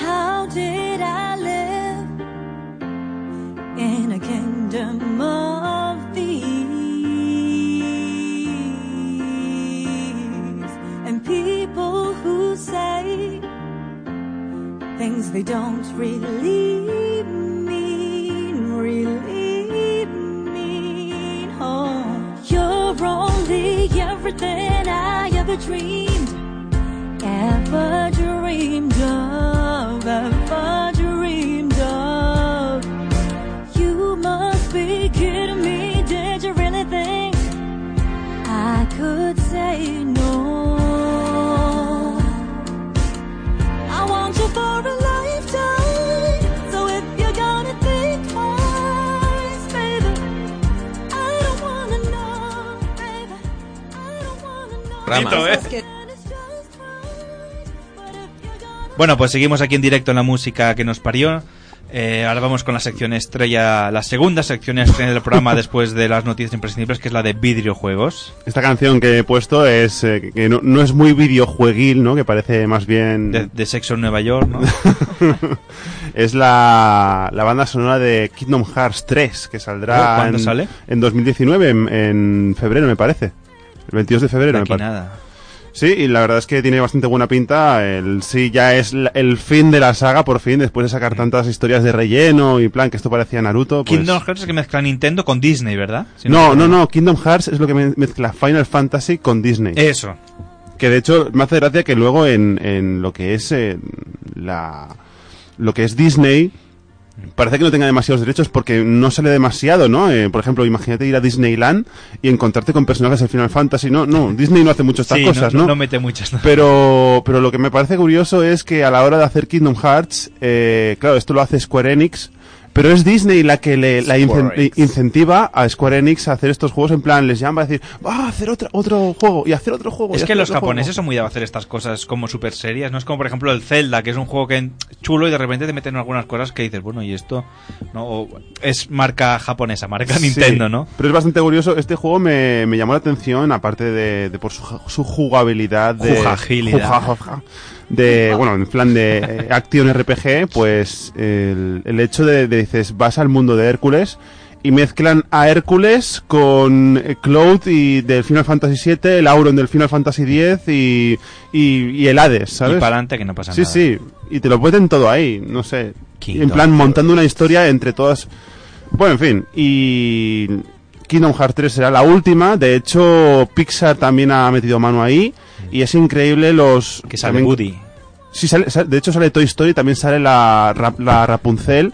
How did I live in a kingdom of thieves and people who say things they don't really mean? Really mean? Oh, you're only everything I ever dreamed ever dreamed of, ever dreamed of. You must be kidding me. Did you really think I could say no? I want you for a lifetime. So if you're gonna think twice, baby, I don't wanna know, baby. Rama. Bueno, pues seguimos aquí en directo en la música que nos parió. Eh, ahora vamos con la sección estrella, la segunda sección estrella del programa después de las noticias imprescindibles, que es la de videojuegos. Esta canción que he puesto es eh, que no, no es muy videojueguil, ¿no? Que parece más bien... De, de sexo en Nueva York, ¿no? es la, la banda sonora de Kingdom Hearts 3, que saldrá... Oh, ¿cuándo en, sale? En 2019, en, en febrero, me parece. El 22 de febrero, De me aquí parece. nada. Sí, y la verdad es que tiene bastante buena pinta. El, sí, ya es la- el fin de la saga, por fin, después de sacar tantas historias de relleno y plan, que esto parecía Naruto. Pues... Kingdom Hearts es que mezcla Nintendo con Disney, ¿verdad? Si No, no, no, Kingdom Hearts es lo que me- mezcla Final Fantasy con Disney. Eso. Que de hecho me hace gracia que luego en, en lo que es eh, la lo que es Disney parece que no tenga demasiados derechos porque no sale demasiado, ¿no? Eh, por ejemplo, imagínate ir a Disneyland y encontrarte con personajes del Final Fantasy. No, no, Disney no hace mucho estas Sí, cosas, no, ¿no? mete muchas. ¿no? Pero, pero lo que me parece curioso es que a la hora de hacer Kingdom Hearts, eh, claro, esto lo hace Square Enix, pero es Disney la que le la incen- Square Enix. incentiva a Square Enix a hacer estos juegos en plan, les llama a decir, va a hacer otro, otro juego y hacer otro juego. y Es que hacer los otro juego". japoneses son muy de hacer estas cosas como súper serias, no es como por ejemplo el Zelda, que es un juego que chulo y de repente te meten algunas cosas que dices, bueno, ¿y esto? no O es marca japonesa, marca Nintendo, Sí, ¿no? Pero es bastante curioso. Este juego me, me llamó la atención, aparte de, de por su, ju- su jugabilidad. De, Jugagilidad. Jujajaja. De, bueno, en plan de eh, Action RPG, pues el, el hecho de, de dices, vas al mundo de Hércules y mezclan a Hércules con eh, Cloud y del Final Fantasy VII, el Auron del Final Fantasy X y, y, y el Hades, ¿sabes? Y pa'lante que no pasa nada. Sí, sí. Y te lo meten todo ahí, no sé. Kingdom en plan, montando una historia entre todas. Bueno, en fin. Y Kingdom Hearts 3 será la última. De hecho, Pixar también ha metido mano ahí. Y es increíble los... Que sale Woody. Sí, sale- sale- de hecho sale Toy Story, también sale la, Ra- la Rapunzel.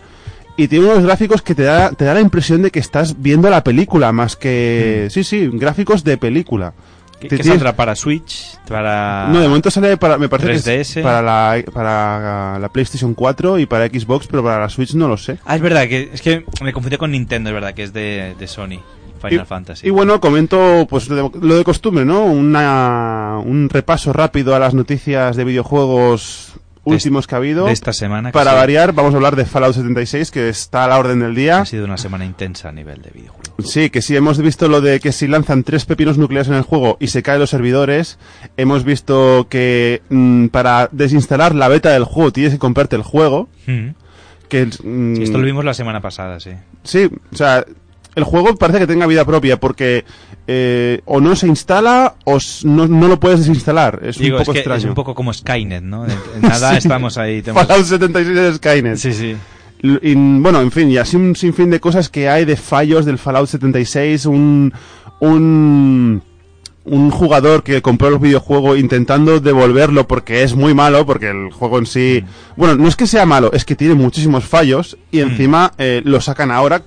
Y tiene unos gráficos que te da, te da la impresión de que estás viendo la película, más que... Sí, sí, gráficos de película. Mm. ¿Qué, Te qué tienes- saldrá para Switch? Para... no, de momento sale para, me parece que es 3DS. para la, para la PlayStation 4 y para Xbox, pero para la Switch no lo sé. Ah, es verdad, que es que me confundí con Nintendo, es verdad, que es de, de Sony, Final y, Fantasy. y bueno, comento pues lo de, lo de costumbre, ¿no? Una, un repaso rápido a las noticias de videojuegos últimos que ha habido. de esta semana, que Para sí. variar, vamos a hablar de Fallout 76, que está a la orden del día. Ha sido una semana intensa a nivel de videojuegos. Sí, que sí, hemos visto lo de que si lanzan tres pepinos nucleares en el juego y se caen los servidores, hemos visto que mm, para desinstalar la beta del juego tienes que comprarte el juego. Mm. Que, mm, Sí, esto lo vimos la semana pasada, sí. Sí, o sea, el juego parece que tenga vida propia porque eh, o no se instala o s- no, no lo puedes desinstalar. Es Digo, un poco es que extraño. es un poco como Skynet, ¿no? En- en nada Sí. estamos ahí. tenemos- Fallout 76 de Skynet. Sí, sí. Y, bueno, en fin, y así un sinfín de cosas que hay de fallos del Fallout 76, un... un un jugador que compró el videojuego intentando devolverlo porque es muy malo, porque el juego en sí... Bueno, no es que sea malo, es que tiene muchísimos fallos Mm. y encima eh, lo sacan ahora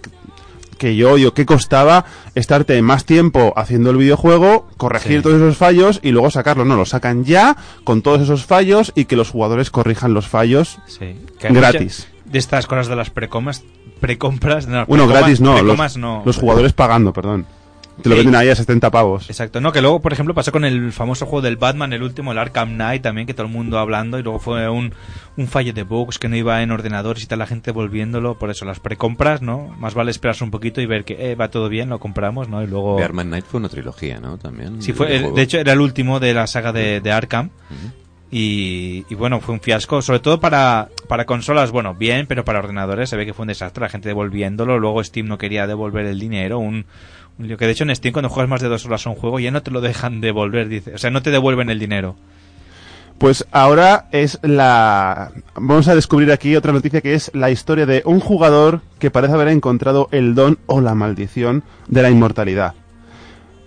que yo odio, que costaba estarte más tiempo haciendo el videojuego, corregir todos esos fallos y luego sacarlo. No, lo sacan ya con todos esos fallos y que los jugadores corrijan los fallos Sí. gratis. De estas cosas de las precomas, precompras. No, Bueno, precomas- gratis no, precomas los, no. los jugadores pagando, perdón. Te lo Sí. venden ahí a 70 pavos. Exacto, no, que luego, por ejemplo, pasó con el famoso juego del Batman, el último, el Arkham Knight, también, que todo el mundo hablando, y luego fue un, un fallo de bugs que no iba en ordenadores y tal, la gente volviéndolo, por eso las precompras, ¿no? Más vale esperarse un poquito y ver que eh, va todo bien, lo compramos, ¿no? Y luego... The Arkham Knight fue una trilogía, ¿no? También. Sí, fue, el- videojuego. de hecho era el último de la saga de, de Arkham. Y, y bueno, fue un fiasco, sobre todo para, para consolas, bueno, bien, pero para ordenadores se ve que fue un desastre, la gente devolviéndolo, luego Steam no quería devolver el dinero, un, un lío que de hecho en Steam cuando juegas más de dos horas a un juego ya no te lo dejan devolver, dice, o sea, no te devuelven el dinero. Pues ahora es la... Vamos a descubrir aquí otra noticia que es la historia de un jugador que parece haber encontrado el don o la maldición de la inmortalidad.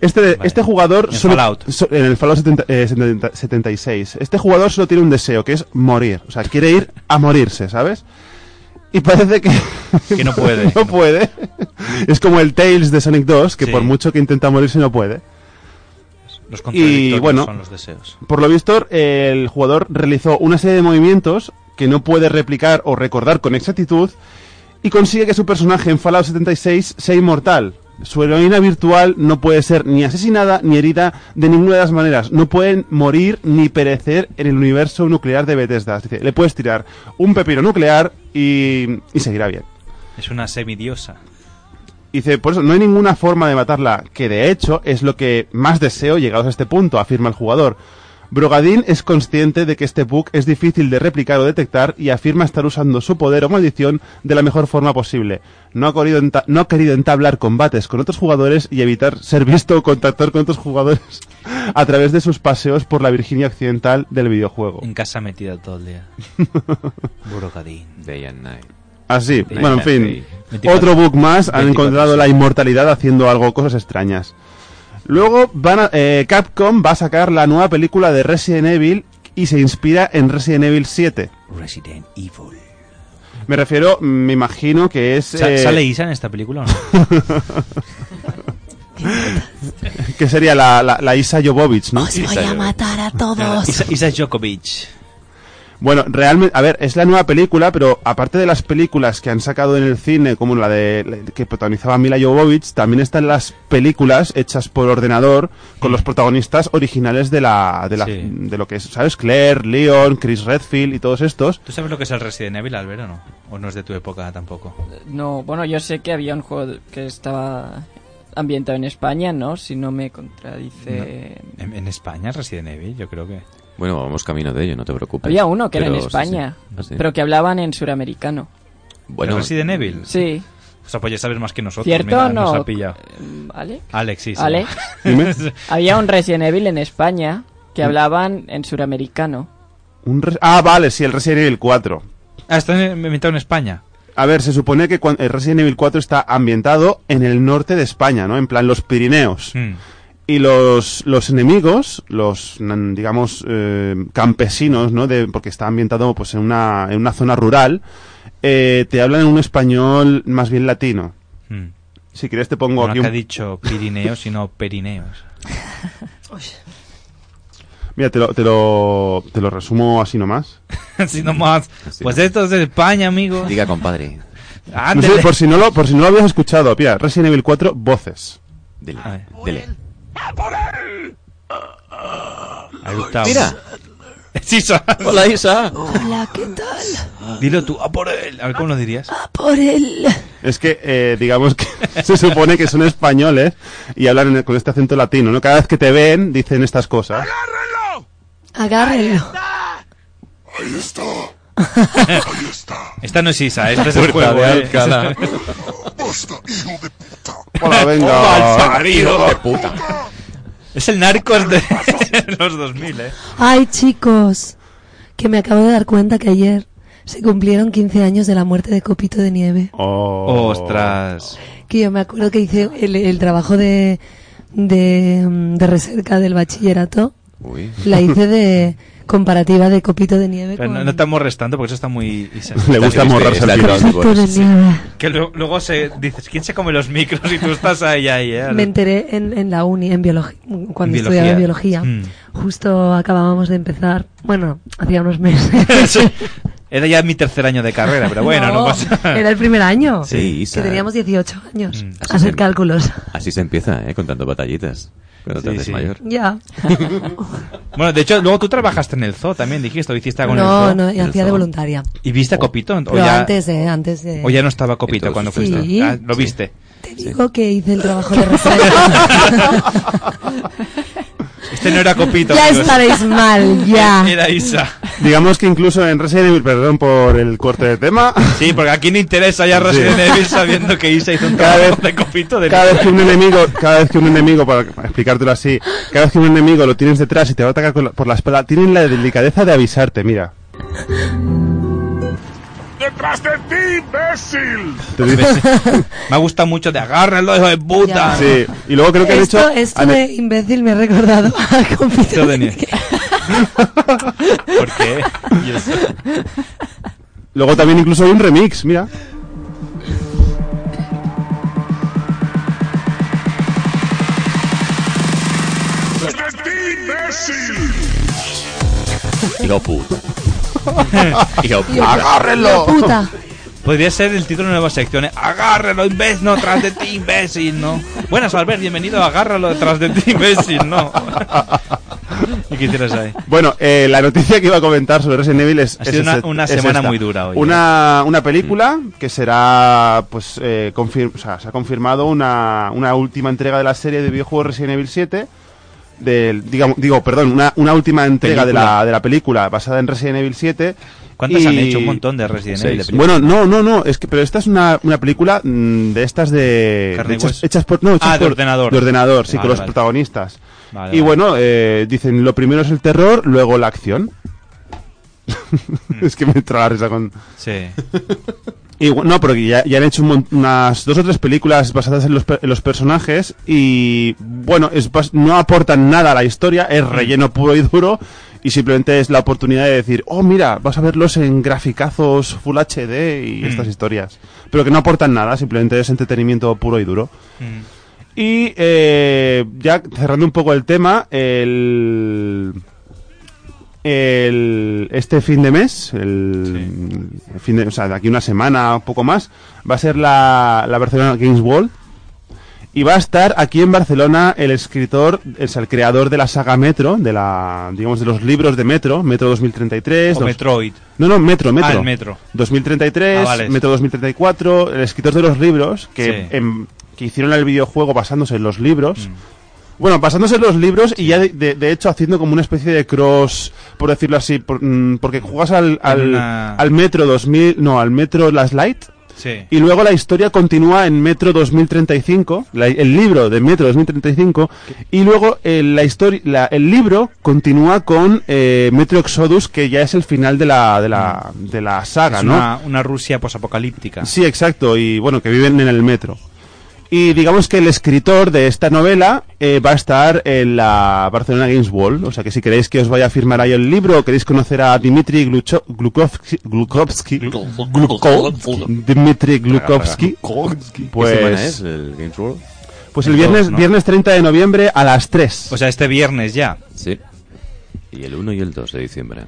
Este, este jugador... En solo- Fallout. so- en el Fallout 70, eh, 70 76. Este jugador solo tiene un deseo, que es morir. O sea, quiere ir a morirse, ¿sabes? Y parece que... Que no puede. no puede. Es como el Tails de Sonic 2, que Sí. por mucho que intenta morirse no puede. Los Y contradictorios bueno, son los deseos. por lo visto, el jugador realizó una serie de movimientos que no puede replicar o recordar con exactitud y consigue que su personaje en Fallout 76 sea inmortal. Su heroína virtual no puede ser ni asesinada ni herida de ninguna de las maneras. No pueden morir ni perecer en el universo nuclear de Bethesda. Es decir, le puedes tirar un pepino nuclear y, y seguirá bien. Es una semidiosa. Dice, por eso no hay ninguna forma de matarla, que de hecho es lo que más deseo llegados a este punto, afirma el jugador. Brogadin es consciente de que este bug es difícil de replicar o detectar y afirma estar usando su poder o maldición de la mejor forma posible. No ha querido, enta- no ha querido entablar combates con otros jugadores y evitar ser visto o contactar con otros jugadores a través de sus paseos por la Virginia Occidental del videojuego. En casa metida todo el día. Burocadín. Day and Night. Así, Day Ah, bueno, en and fin. Day. 24. Otro bug más, han 24 encontrado la inmortalidad haciendo algo, cosas extrañas. Luego, van a- eh, Capcom va a sacar la nueva película de Resident Evil y se inspira en Resident Evil 7. Resident Evil. Me refiero, me imagino que es... Sa- eh, ¿Sale Isa en esta película o no? que sería la, la, la Isa Jovovich, ¿no? Os voy a matar a todos. Isa, Isa Djokovic. Bueno, realmente, a ver, es la nueva película, pero aparte de las películas que han sacado en el cine, como la de la- que protagonizaba Mila Jovovich, también están las películas hechas por ordenador con los protagonistas originales de la, de la- Sí. de lo que es, ¿sabes? Claire, Leon, Chris Redfield y todos estos. ¿Tú sabes lo que es el Resident Evil, Albert, o no? ¿O no es de tu época tampoco? No, bueno, yo sé que había un juego que estaba ambientado en España, ¿no? Si no me contradice. ¿En, en España es Resident Evil? Yo creo que... Bueno, vamos camino de ello, no te preocupes. Había uno que era en Pero sí, sí. España, Ah, sí. pero que hablaban en suramericano. Bueno, ¿Es Resident Evil? Sí. O sea, pues ya sabes más que nosotros. mm. ¿Cierto mira, o no? Eh, Nos ha pillado. ¿Alex? Alex, sí. sí. ¿Alex? Había un Resident Evil en España Mm. que hablaban en suramericano. Un res- ah, vale, sí, el Resident Evil 4. Ah, está en- inventado en España. A ver, se supone que cuan- el Resident Evil 4 está ambientado en el norte de España, ¿no? En plan, los Pirineos. Mm. Y los, los enemigos, los, nan- digamos, eh, campesinos, ¿no? De, porque está ambientado pues, en, una, en una zona rural, eh, te hablan en un español más bien latino. Hmm. Si quieres te pongo no aquí que ha un... dicho Pirineos, sino Perineos. Mira, te lo, te, lo, te lo resumo así nomás. sino más. Pues esto es de España, Ah, amigos. Diga, compadre. No Ándele. sé, por, si no lo, por si no lo habías escuchado, mira, Resident Evil 4, voces. Dele, dele. Adoptado. Mira. Es Isa. Hola, Isa. Hola, ¿qué tal? Ah, Dilo tú, a por él. A ver cómo lo dirías. Por el... Es que, eh, digamos que se supone que son españoles y hablan en- con este acento latino, ¿no? Cada vez que te ven, dicen estas cosas. Agárrenlo. Ahí está. Ahí está. Esta no es Isa, este es La el puerta juego. de ¿eh? Alcalá. Basta, hijo de puta. Hola, venga. de puta. Es el narcos de los 2000, eh. Ay, chicos, que me acabo de dar cuenta que ayer se cumplieron 15 años de la muerte de Copito de Nieve. Oh. Ostras. Que yo me acuerdo que hice el, el trabajo de, de, mm, de recerca del bachillerato. Uy. La hice de comparativa de copito de nieve Pero con no, no te amorres tanto porque eso está muy... Le gusta amorrarse al tirón. copito de nieve. Que lu- luego se dices, ¿quién se come los micros? Y tú estás ahí, ahí, eh? Me enteré en, en la uni, en biología, cuando Biología. estudiaba biología. Mm. Justo acabábamos de empezar, bueno, hacía unos meses. Era ya mi tercer año de carrera, pero bueno, no, pasa nada. Era el primer año. Sí, Isa. Que teníamos 18 años. Así hacer se- cálculos. Así se empieza, ¿eh? Contando batallitas. Cuando te Sí, haces sí. mayor. Ya. Bueno, de hecho, luego tú trabajaste en el zoo también, dijiste, o hiciste algo en el zoo. no, no, y hacía de voluntaria. ¿Y viste a Copito? O Pero ya, antes, eh, antes de... o ya no estaba Copito cuando sus fuiste. Sí. Ah, ¿Lo viste? Te digo que hice el trabajo de resaca. Este no era Copito. ya amigos. estaréis mal, ya. Era Isa. Digamos que incluso en Resident Evil, perdón por el corte de tema, Sí, porque aquí no interesa ya Resident Evil sabiendo que Isa hizo un Cada trabajo de Copito de cada vez que un enemigo, cada vez que un enemigo, para explicártelo así, cada vez que un enemigo lo tienes detrás y te va a atacar con la- por la espalda, tienen la delicadeza de avisarte, mira. ¡Detrás de ti, imbécil! Te dice- Me ha gustado mucho de agárrenlo, hijo de puta. Ya. Sí, y luego creo que han esto, hecho... esto han- de imbécil me ha recordado a Copito. Copito de nieve. ¿Por qué? Y eso. Luego también incluso hay un remix, mira. ¡Detrás de ti, imbécil! Hijo puta. Hijo puta. ¡Agárrenlo! Puta. Podría ser el título de una nueva sección. ¿eh? Agárralo, imbécil, no, tras de ti, imbécil, no. Buenas, Albert, bienvenido. a Agárralo, tras de ti, imbécil, no. ¿Y qué hicieras ahí? Bueno, eh, la noticia que iba a comentar sobre Resident Evil es. Ha es sido una- esta- una es semana esta. muy dura hoy, eh. Mm. Una, una película que será, pues, eh, confir- o sea, se ha confirmado una, una última entrega de la serie de videojuegos Resident Evil 7. Del, digamos, digo, perdón, una, una última entrega de la, Película. de la película basada en Resident Evil 7. ¿Cuántas han y- hecho? Un montón de Resident Evil. de películas. Bueno, no, no, no, es que, pero esta es una, una película mm, de estas de. Carne de y hechas, hueso. hechas por. No, hechas Ah, de por- ordenador. De ordenador, sí, Vale, con los vale. protagonistas. Vale, y vale. bueno, eh, dicen lo primero es el terror, luego la acción. es que me entra la risa con. Hmm. Sí. Y bu- no, pero que ya, ya han hecho un mon- unas dos o tres películas basadas en los, per- en los personajes y bueno, es bas- no aportan nada a la historia, Hmm. es relleno puro y duro y simplemente es la oportunidad de decir, oh mira, vas a verlos en graficazos Full HD y Hmm. estas historias, pero que no aportan nada, simplemente es entretenimiento puro y duro. Y eh, ya cerrando un poco el tema, el, el este fin de mes, el, el fin de, o sea, de aquí una semana o poco más, va a ser la, la Barcelona Games World. Y va a estar aquí en Barcelona el escritor, es el creador de la saga Metro, de la, digamos, de los libros de Metro, Metro 2033. O dos- Metroid. No, no, Metro, Metro. Ah, el Metro. 2033, Ah, vale. Metro 2034, el escritor de los libros, que, Sí. Mm. em, que hicieron el videojuego basándose en los libros. Bueno, basándose en los libros y ya de, de- de hecho haciendo como una especie de cross, por decirlo así, por- mm, porque juegas al, al, una- al Metro 2000, no, al Metro Last Light. Sí. Y luego la historia continúa en Metro 2035, la- el libro de Metro 2035, y luego eh, la historia, la- el libro continúa con eh, Metro Exodus, que ya es el final de la, de la, de la saga, Es ¿no? una, una Rusia posapocalíptica. Sí, exacto, y bueno, que viven en el metro. Y digamos que el escritor de esta novela eh, va a estar en la Barcelona Games Wall. O sea que si queréis que os vaya a firmar ahí el libro o queréis conocer a Dmitry Glucho- Glukovsky. Glukovsky. Glukovsky, Dmitry Glukovsky. ¿Qué semana es Pues, el Games World? pues el viernes, Todos, ¿no? viernes 30 de noviembre a las 3. O sea, este viernes ya. Sí. Y el 1 y el 2 de diciembre.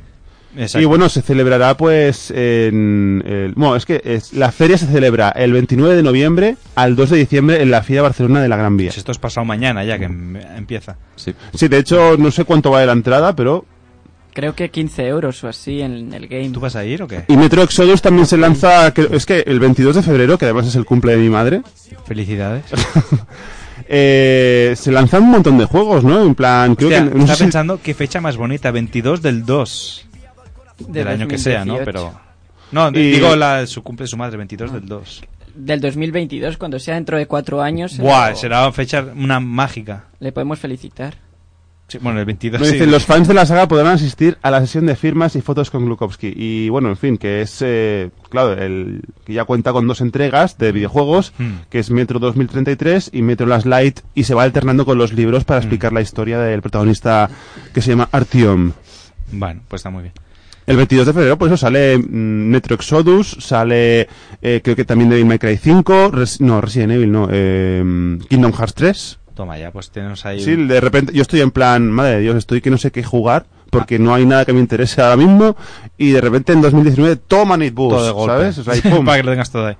Exacto. Y bueno, se celebrará pues en... el- bueno, es que es- la feria se celebra el 29 de noviembre al 2 de diciembre en la Fira Barcelona de la Gran Vía. Pues esto es pasado mañana ya que em- empieza. Sí. Sí, de hecho, no sé cuánto vale la entrada, pero... Creo que 15 euros o así en el game. ¿Tú vas a ir o qué? Y Metro Exodus también se lanza... que- es que el 22 de febrero, que además es el cumple de mi madre, Felicidades. eh, se lanzan un montón de juegos, ¿no? En plan, creo Hostia, que... no estaba sé si- pensando qué fecha más bonita, 22 del 2. De del año que sea, ¿no? 2018. Pero no, Y- digo la su cumple de su madre, 22 del 2. Del 2022, cuando sea dentro de cuatro años, eh, se Buah, lo- será fecha una mágica. le podemos felicitar. Sí, bueno, el 22. Me sí. dicen, los fans de la saga podrán asistir a la sesión de firmas y fotos con Glukowski. Y bueno, en fin, que es, eh, claro, el que ya cuenta con dos entregas de videojuegos, Mm. que es Metro 2033 y Metro Last Light, y se va alternando con los libros Mm. para explicar la historia del protagonista que se llama Artyom. Bueno, pues está muy bien. El 22 de febrero, por eso sale mm, Metro Exodus, sale eh, creo que también Devil May Cry 5, Res- no, Resident Evil, no, eh, Kingdom Hearts 3. Toma ya, pues tenemos ahí. Sí, de repente yo estoy en plan, madre de Dios, estoy que no sé qué jugar porque no hay nada que me interese ahora mismo y de repente en 2019 toman it bus, Pues, todo de golpe. ¿sabes? O sea, y pum. para que lo tengas todo ahí.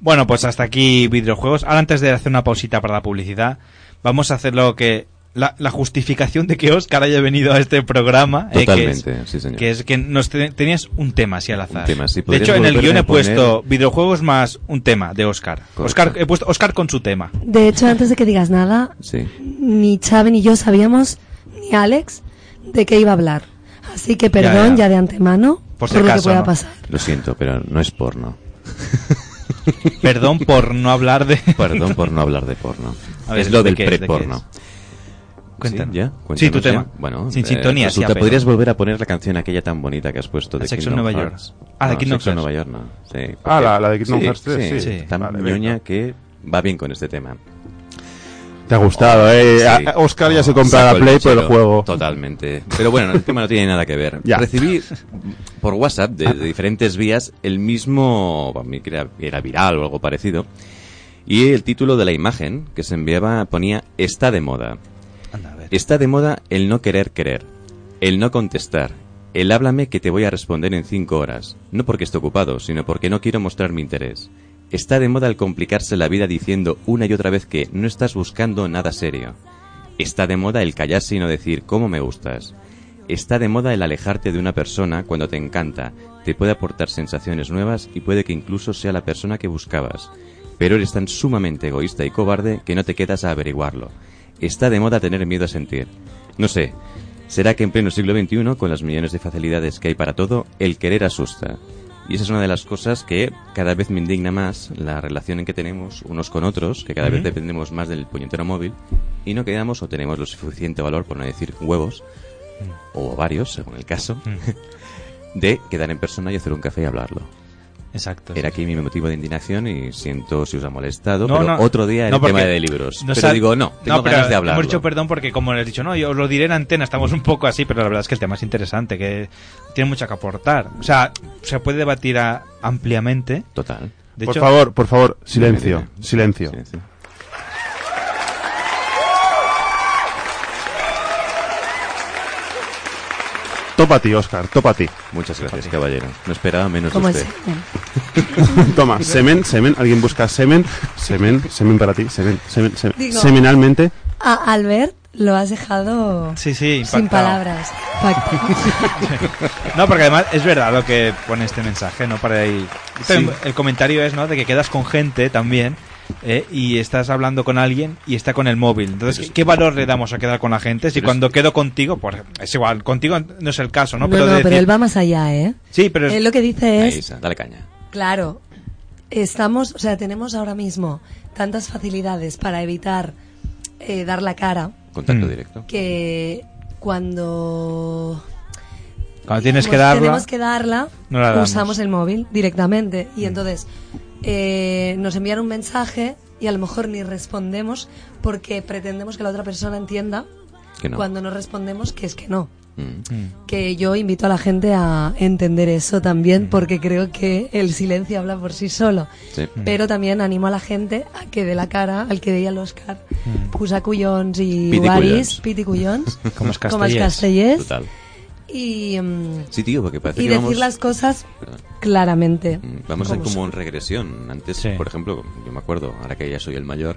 Bueno, pues hasta aquí videojuegos. Ahora antes de hacer una pausita para la publicidad, vamos a hacer lo que la, la justificación de que Oscar haya venido a este programa. eh, que Totalmente, es, sí, señor. que es que nos te- tenías un tema así al azar. tema, sí, de podrías hecho, en el volverle guión a he puesto videojuegos más un tema de Oscar. Oscar he puesto Oscar con su tema. De hecho, antes de que digas nada, Sí. ni Chave ni yo sabíamos, ni Alex, de qué iba a hablar. Así que perdón ya, ya. de antemano Por si lo que acaso, pueda ¿no? pasar. Lo siento, pero no es porno. Perdón por no hablar de. Perdón por no hablar de porno. A ver, es lo ¿de del qué es? ¿De qué preporno. es? Cuéntanos. Sí, ya, Sí, cuéntanos tu tema. ya. Bueno, Sin eh, sintonía, sí, resulta- a pelo. podrías volver a poner la canción aquella tan bonita que has puesto de Sexo en Kingdom Nueva York. Hearts. Ah, de No, Kingdom Sexo en Hearts. Nueva York, no. Sí, Ah, porque- la- la de Kingdom sí, Hearts 3, sí. Sí. Tan Vale, ñoña que va bien con este tema. Te ha gustado, eh. A- Oscar ya se compra la saco el Play por el mochilo. juego. Totalmente. Pero bueno, el tema no tiene nada que ver. Ya. Recibí por WhatsApp de, de diferentes vías el mismo, para mí que era, era viral o algo parecido, y el título de la imagen que se enviaba ponía está de moda. Está de moda el no querer querer, el no contestar, el háblame que te voy a responder en cinco horas, no porque esté ocupado, sino porque no quiero mostrar mi interés. Está de moda el complicarse la vida diciendo una y otra vez que no estás buscando nada serio. Está de moda el callarse y no decir cómo me gustas. Está de moda el alejarte de una persona cuando te encanta, te puede aportar sensaciones nuevas y puede que incluso sea la persona que buscabas. Pero eres tan sumamente egoísta y cobarde que no te quedas a averiguarlo. Está de moda tener miedo a sentir. No sé, ¿será que en pleno siglo XXI, con las millones de facilidades que hay para todo, el querer asusta? Y esa es una de las cosas que cada vez me indigna más, la relación en que tenemos unos con otros, que cada vez Ujú. dependemos más del puñetero móvil, y no quedamos o tenemos lo suficiente valor, por no decir huevos, o varios, según el caso, de quedar en persona y hacer un café y hablarlo. Mm. Exacto. Era aquí mi motivo de indignación y siento si os ha molestado, No, pero no. otro día en No, el tema porque de libros. nos pero ha- digo, no, tengo pero ganas de hablarlo. Hemos dicho perdón porque, como les he dicho, no, yo os lo diré en antena, estamos un poco así, pero la verdad es que el tema es interesante, que tiene mucho que aportar. O sea, se puede debatir a- ampliamente. Total. por favor, por favor, silencio, silencio. Topa a ti, Oscar, topa a ti. Muchas gracias, caballero. No esperaba menos de Como el usted. semen. Toma, semen, semen, alguien busca semen, semen, semen para ti, semen, semen, semen. Digo- Seminalmente. A Ah, Albert lo has dejado Sí, sí, sin impactado. palabras. Impactado. No, porque además es verdad lo que pone este mensaje, ¿no? Para ahí. También El comentario es, ¿no? De que quedas con gente también eh, y estás hablando con alguien y está con el móvil. Entonces, ¿qué, qué valor le damos a quedar con la gente? Si cuando quedo contigo, pues es igual, contigo no es el caso, ¿no? No, no, pero, de decir- él va más allá, ¿eh? Sí, pero es- Él lo que dice es, Ahí está, dale caña. claro, estamos, o sea, tenemos ahora mismo tantas facilidades para evitar eh, dar la cara Contacto Mm. directo. que cuando Cuando tienes Como que darla. tenemos que darla, no la damos. Mm. usamos el móvil directamente. Y entonces eh, nos envían un mensaje y a lo mejor ni respondemos porque pretendemos que la otra persona entienda Que no. cuando no respondemos que es que no. Mm. Que yo invito a la gente a entender eso también Mm. porque creo que el silencio habla por sí solo. Sí. Mm. Pero también animo a la gente a que dé la cara, al que dé el Oscar, Mm. usa cuyons y guaris, Piticullons. piticullons, Como es como els castellers. castellers, Total. y, mm, Sí, tío, porque parece y que decir vamos... las cosas Perdón. claramente. Mm, Vamos a ir Como como en regresión. Antes, por ejemplo, yo me acuerdo, ahora que ya soy el mayor,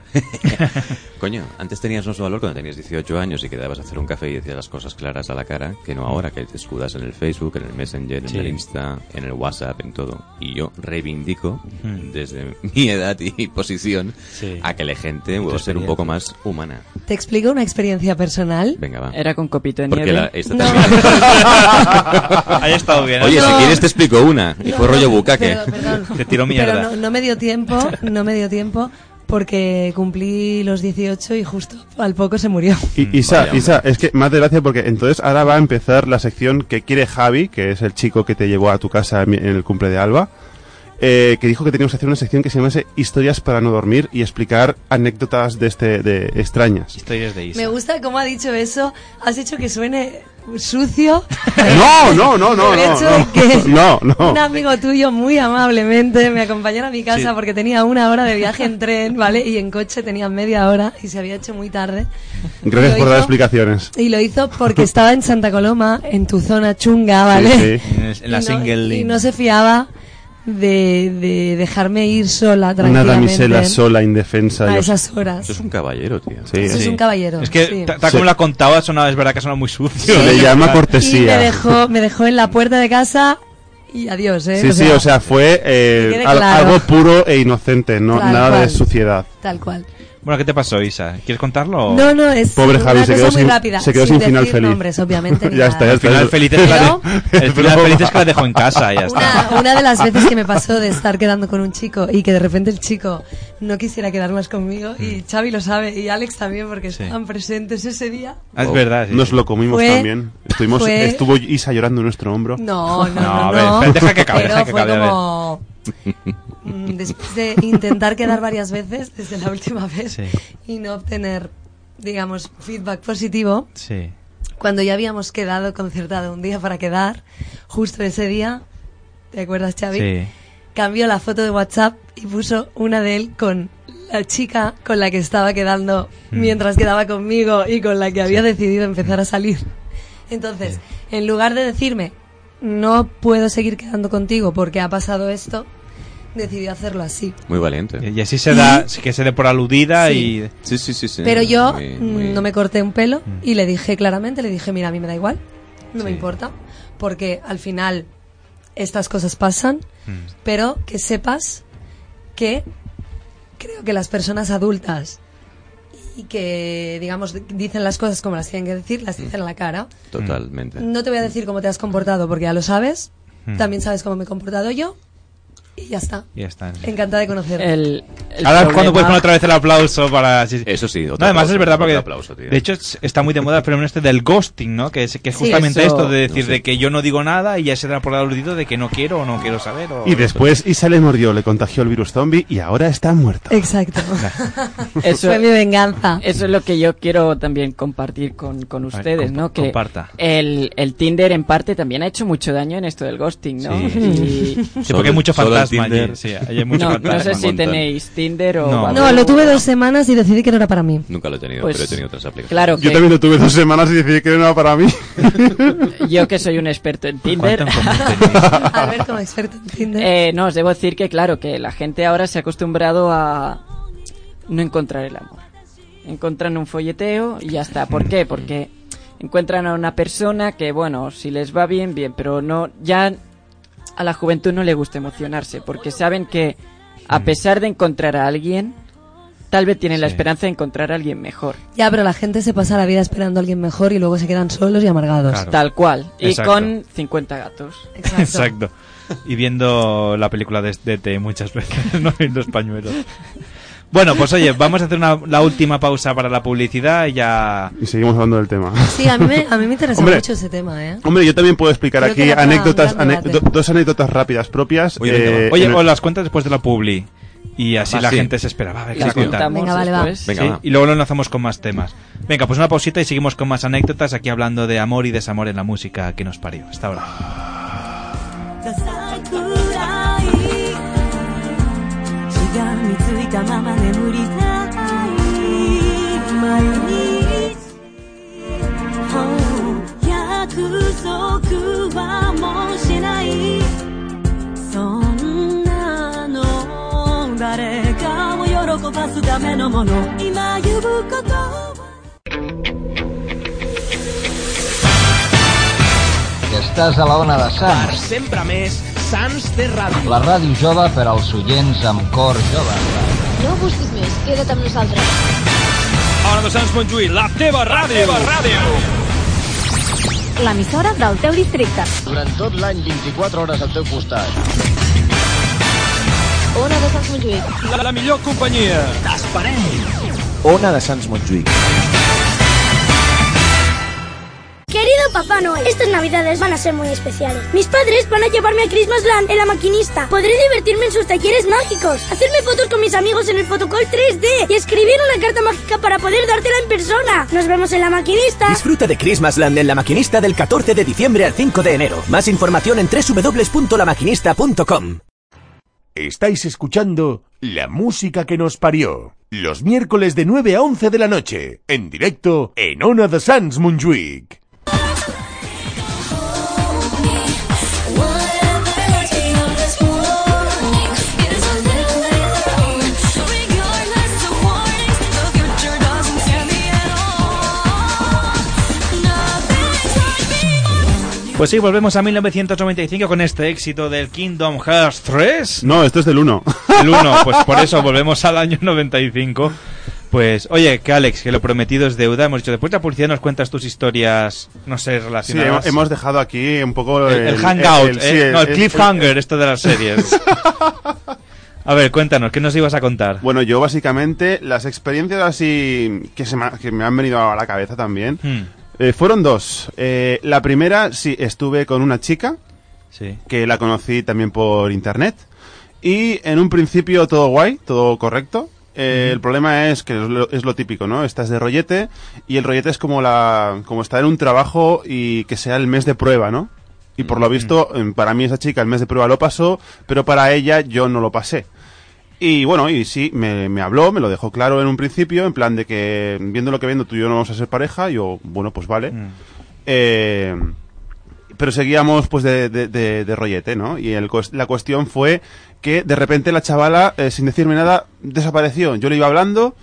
coño, antes tenías más valor cuando tenías 18 años y quedabas a hacer un café y decías las cosas claras a la cara, que no ahora, que te escudas en el Facebook, en el Messenger, en Mm. Sí. el Insta, en el WhatsApp, en todo. Y yo reivindico, Mm. desde mi edad y posición, Sí. a que la gente tu vuelva a ser un poco más humana. ¿Te explico una experiencia personal? Venga, va. Era con copito de Porque nieve. la- esta No. también- Ahí ha estado bien, ¿eh? Oye, si No. quieres te explico una. Y No, fue rollo no, bucaque. perdón, perdón. Te tiro Pero no, no me dio tiempo, no me dio tiempo, porque cumplí los 18 y justo al poco se murió. Y, Isa, Isa, es que más de gracia porque entonces ahora va a empezar la sección que quiere Javi, que es el chico que te llevó a tu casa en el cumple de Alba, eh, que dijo que teníamos que hacer una sección que se llamase Historias para no dormir y explicar anécdotas de este de extrañas. Historias de Me gusta cómo ha dicho eso. Has hecho que suene sucio. No, no, no, no, El no, hecho de no, que no, no. un amigo tuyo muy amablemente me acompañara a mi casa Sí. porque tenía una hora de viaje en tren, ¿vale? Y en coche tenía media hora y se había hecho muy tarde. Gracias Lo por dar hizo- explicaciones. Y lo hizo porque estaba en Santa Coloma, en tu zona chunga, ¿vale? En, el- en la Y no- single Y link. no se fiaba de, de dejarme ir sola, Una tranquilamente. damisela sola, indefensa. A Dios. esas horas. Eso es un caballero, tío. Sí, Eso es sí. un caballero. Es que, sí. ta- tal como Se- lo ha contado, ha sonado- es verdad que ha sonado muy sucio. Se le llama Y me cortesía. dejó, me dejó en la puerta de casa y adiós, ¿eh? Sí, sí, o sea, fue eh, que quede al- claro. algo puro e inocente, no Tal nada de cual. suciedad. Tal cual. Bueno, ¿qué te pasó, Isa? ¿Quieres contarlo? o- No, no, es Pobre una Javi, se cosa quedó muy sin- rápida. se quedó sin final decir feliz. nombres, obviamente. ni Ya nada. está, ya El está. final feliz es que la Pero- de- el final feliz es que la dejó en casa, ya está. Ah. Una, una de las veces que me pasó de estar quedando con un chico y que de repente el chico no quisiera quedar más conmigo, y Xavi lo sabe, y Alex también, porque Mm. Sí. estaban presentes ese día. Ah, es verdad, sí, Nos sí. lo comimos Fue- también. Estuvimos, fue- Estuvo Isa llorando en nuestro hombro. No, no, no, No, a ver, no. espera, deja que acabe, Pero deja que fue acabe, a ver. como... mm, Después de intentar quedar varias veces desde la última vez Sí. y no obtener, digamos, feedback positivo, Sí. cuando ya habíamos quedado concertado un día para quedar, justo ese día, ¿te acuerdas, Xavi? Sí. Cambió la foto de WhatsApp y puso una de él con la chica con la que estaba quedando Mm. mientras quedaba conmigo y con la que había decidido empezar a salir. Entonces, en lugar de decirme, no puedo seguir quedando contigo porque ha pasado esto, decidió hacerlo así. Muy valiente. Y así se da, sí que se dé por aludida y. Sí, sí, sí. sí. Pero yo Este, Muy- mm, no me corté un pelo y le dije claramente, le dije, mira, a mí me da igual, no me importa, porque al final estas cosas pasan, Mm. pero que sepas que creo que las personas adultas y que, digamos, d- dicen las cosas como las tienen que decir, las dicen a la cara. Totalmente. No te voy a decir cómo te has comportado, porque ya lo sabes, Mm. también sabes cómo me he comportado yo y ya está. Ya está. Encantada de conocerte. El, el Ahora problema- cuando puedes poner otra vez el aplauso para... Eso sí, otro No, además aplauso, es verdad otro porque... aplauso, tío. de hecho, es- está muy de moda el fenómeno este del ghosting, ¿no? Que es, que es Sí, justamente eso- esto de decir No sé. de que yo no digo nada y ya se da por aludido de que no quiero o no quiero saber. O... Y después Isa le mordió, le contagió el virus zombie y ahora está muerta. Exacto. Fue mi venganza. Eso es lo que yo quiero también compartir con, con ustedes, compa- ¿no? Que comparta. El, el Tinder en parte también ha hecho mucho daño en esto del ghosting, ¿no? Sí. Y- Sí, porque hay mucho Mm. Solo el fantasma allí, Tinder. sí, allí hay mucho no, fantasma. no sé si Montón. tenéis Tinder o... No. No, lo tuve dos semanas y decidí que no era para mí. Nunca lo he tenido, Pues, pero he tenido otras aplicaciones. Claro, Yo que- también lo tuve dos semanas y decidí que no era para mí. Yo que soy un experto en Pues Tinder. ¿Cuánto Alberto, como experto en Tinder. Eh, no, os debo decir que claro, que la gente ahora se ha acostumbrado a no encontrar el amor. Encuentran un folleteo y ya está. ¿Por qué? Porque encuentran a una persona que, bueno, si les va bien, bien, pero no, ya a la juventud no le gusta emocionarse, porque saben que a pesar de encontrar a alguien, tal vez tienen la esperanza de encontrar a alguien mejor. Ya, pero la gente se pasa la vida esperando a alguien mejor y luego se quedan solos y amargados. Tal cual. Y Exacto. con 50 gatos. Exacto. Y viendo la película de DT muchas veces, ¿no? En los pañuelos. Bueno, pues oye, vamos a hacer una- la última pausa para la publicidad y ya... Y seguimos hablando del tema. Sí, a mí me, a mí me interesa Hombre. mucho ese tema, ¿eh? Hombre, yo también puedo explicar Creo aquí que da para anécdotas, un gran ane- debate. do- dos anécdotas rápidas propias. Oye, eh, venga, va. en oye el- o las cuentas después de la publi. Y así Va, la sí. gente se esperaba. A ver, qué Las va a contar. contamos Venga, vale, va. después. Venga, Sí, va. Y luego lo enlazamos con más temas. Venga, pues una pausita y seguimos con más anécdotas aquí hablando de amor y desamor en la música que nos parió. Hasta ahora. しがみついたまま眠りたい毎日約束はもうしないそんなの誰かを喜ばすためのもの今言うことは Estàs a la ona de Per Sants, sempre més Sants de Ràdio. la ràdio jove per als oients amb cor jove. No busquis més, queda't amb nosaltres. Hora de Sants Montjuïc, la teva ràdio. La teva ràdio. L'emissora del teu districte. Durant tot l'any, 24 hores al teu costat. Ona de Sants Montjuïc. La, la millor companyia. T'esperem. Ona de Sants Montjuïc. Querido Papá Noel, estas navidades van a ser muy especiales. Mis padres van a llevarme a Christmasland en la maquinista. Podré divertirme en sus talleres mágicos, hacerme fotos con mis amigos en el fotocall 3D y escribir una carta mágica para poder dártela en persona. Nos vemos en la maquinista. Disfruta de Christmasland en La Maquinista del 14 de diciembre al 5 de enero. Más información en www.lamaquinista.com. Estáis escuchando La música que nos parió. Los miércoles de 9 a 11 de la noche, en directo en Ona de Sans Montjuic. Pues sí, volvemos a 1995 con este éxito del Kingdom Hearts 3. No, esto es del 1. El 1, pues por eso volvemos al año 95. Pues, oye, que Alex, que lo prometido es deuda. Hemos dicho, después de la publicidad nos cuentas tus historias, no sé, Sí, relacionadas. hemos, hemos dejado aquí un poco el, el hangout, el- eh, sí, el- no, el, el- cliffhanger, esto de las series. A ver, cuéntanos, ¿qué nos ibas a contar? Bueno, yo básicamente las experiencias así que, se me, ha- que me han venido a la cabeza también Hmm. eh, fueron dos. Eh, la primera, sí, estuve con una chica Sí. que la conocí también por internet y en un principio todo guay, todo correcto. Eh, Ujú. El problema es que es lo, es lo típico, ¿no? Estás de rollete y el rollete es como la como estar en un trabajo y que sea el mes de prueba, ¿no? Y por lo visto, em, para mí esa chica el mes de prueba lo pasó, pero para ella yo no lo pasé. Y bueno, y sí, me, me habló, me lo dejó claro en un principio, en plan de que viendo lo que viendo tú y yo no vamos a ser pareja, yo, bueno, pues vale. Eh, pero seguíamos pues de, de- de- de rollete, ¿no? Y el cues- la cuestión fue que de repente la chavala, eh, sin decirme nada, desapareció. Yo le iba hablando,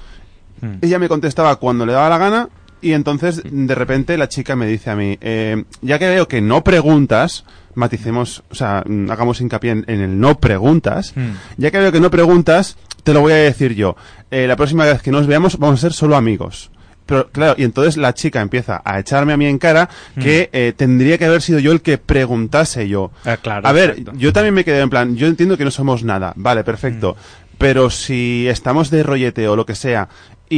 ella me contestaba cuando le daba la gana y entonces de repente la chica me dice a mí, eh, ya que veo que no preguntas, maticemos, o sea, mm, hagamos hincapié en, en el no preguntas, Mm. ya que veo que no preguntas, te lo voy a decir yo. Eh, la próxima vez que nos veamos vamos a ser solo amigos. Pero claro, y entonces la chica empieza a echarme a mí en cara que eh, tendría que haber sido yo el que preguntase yo. Mm. Ah, claro, a ver, exacto. yo también me quedé en plan, yo entiendo que no somos nada, vale, perfecto. Mm. Pero si estamos de rollete o lo que sea,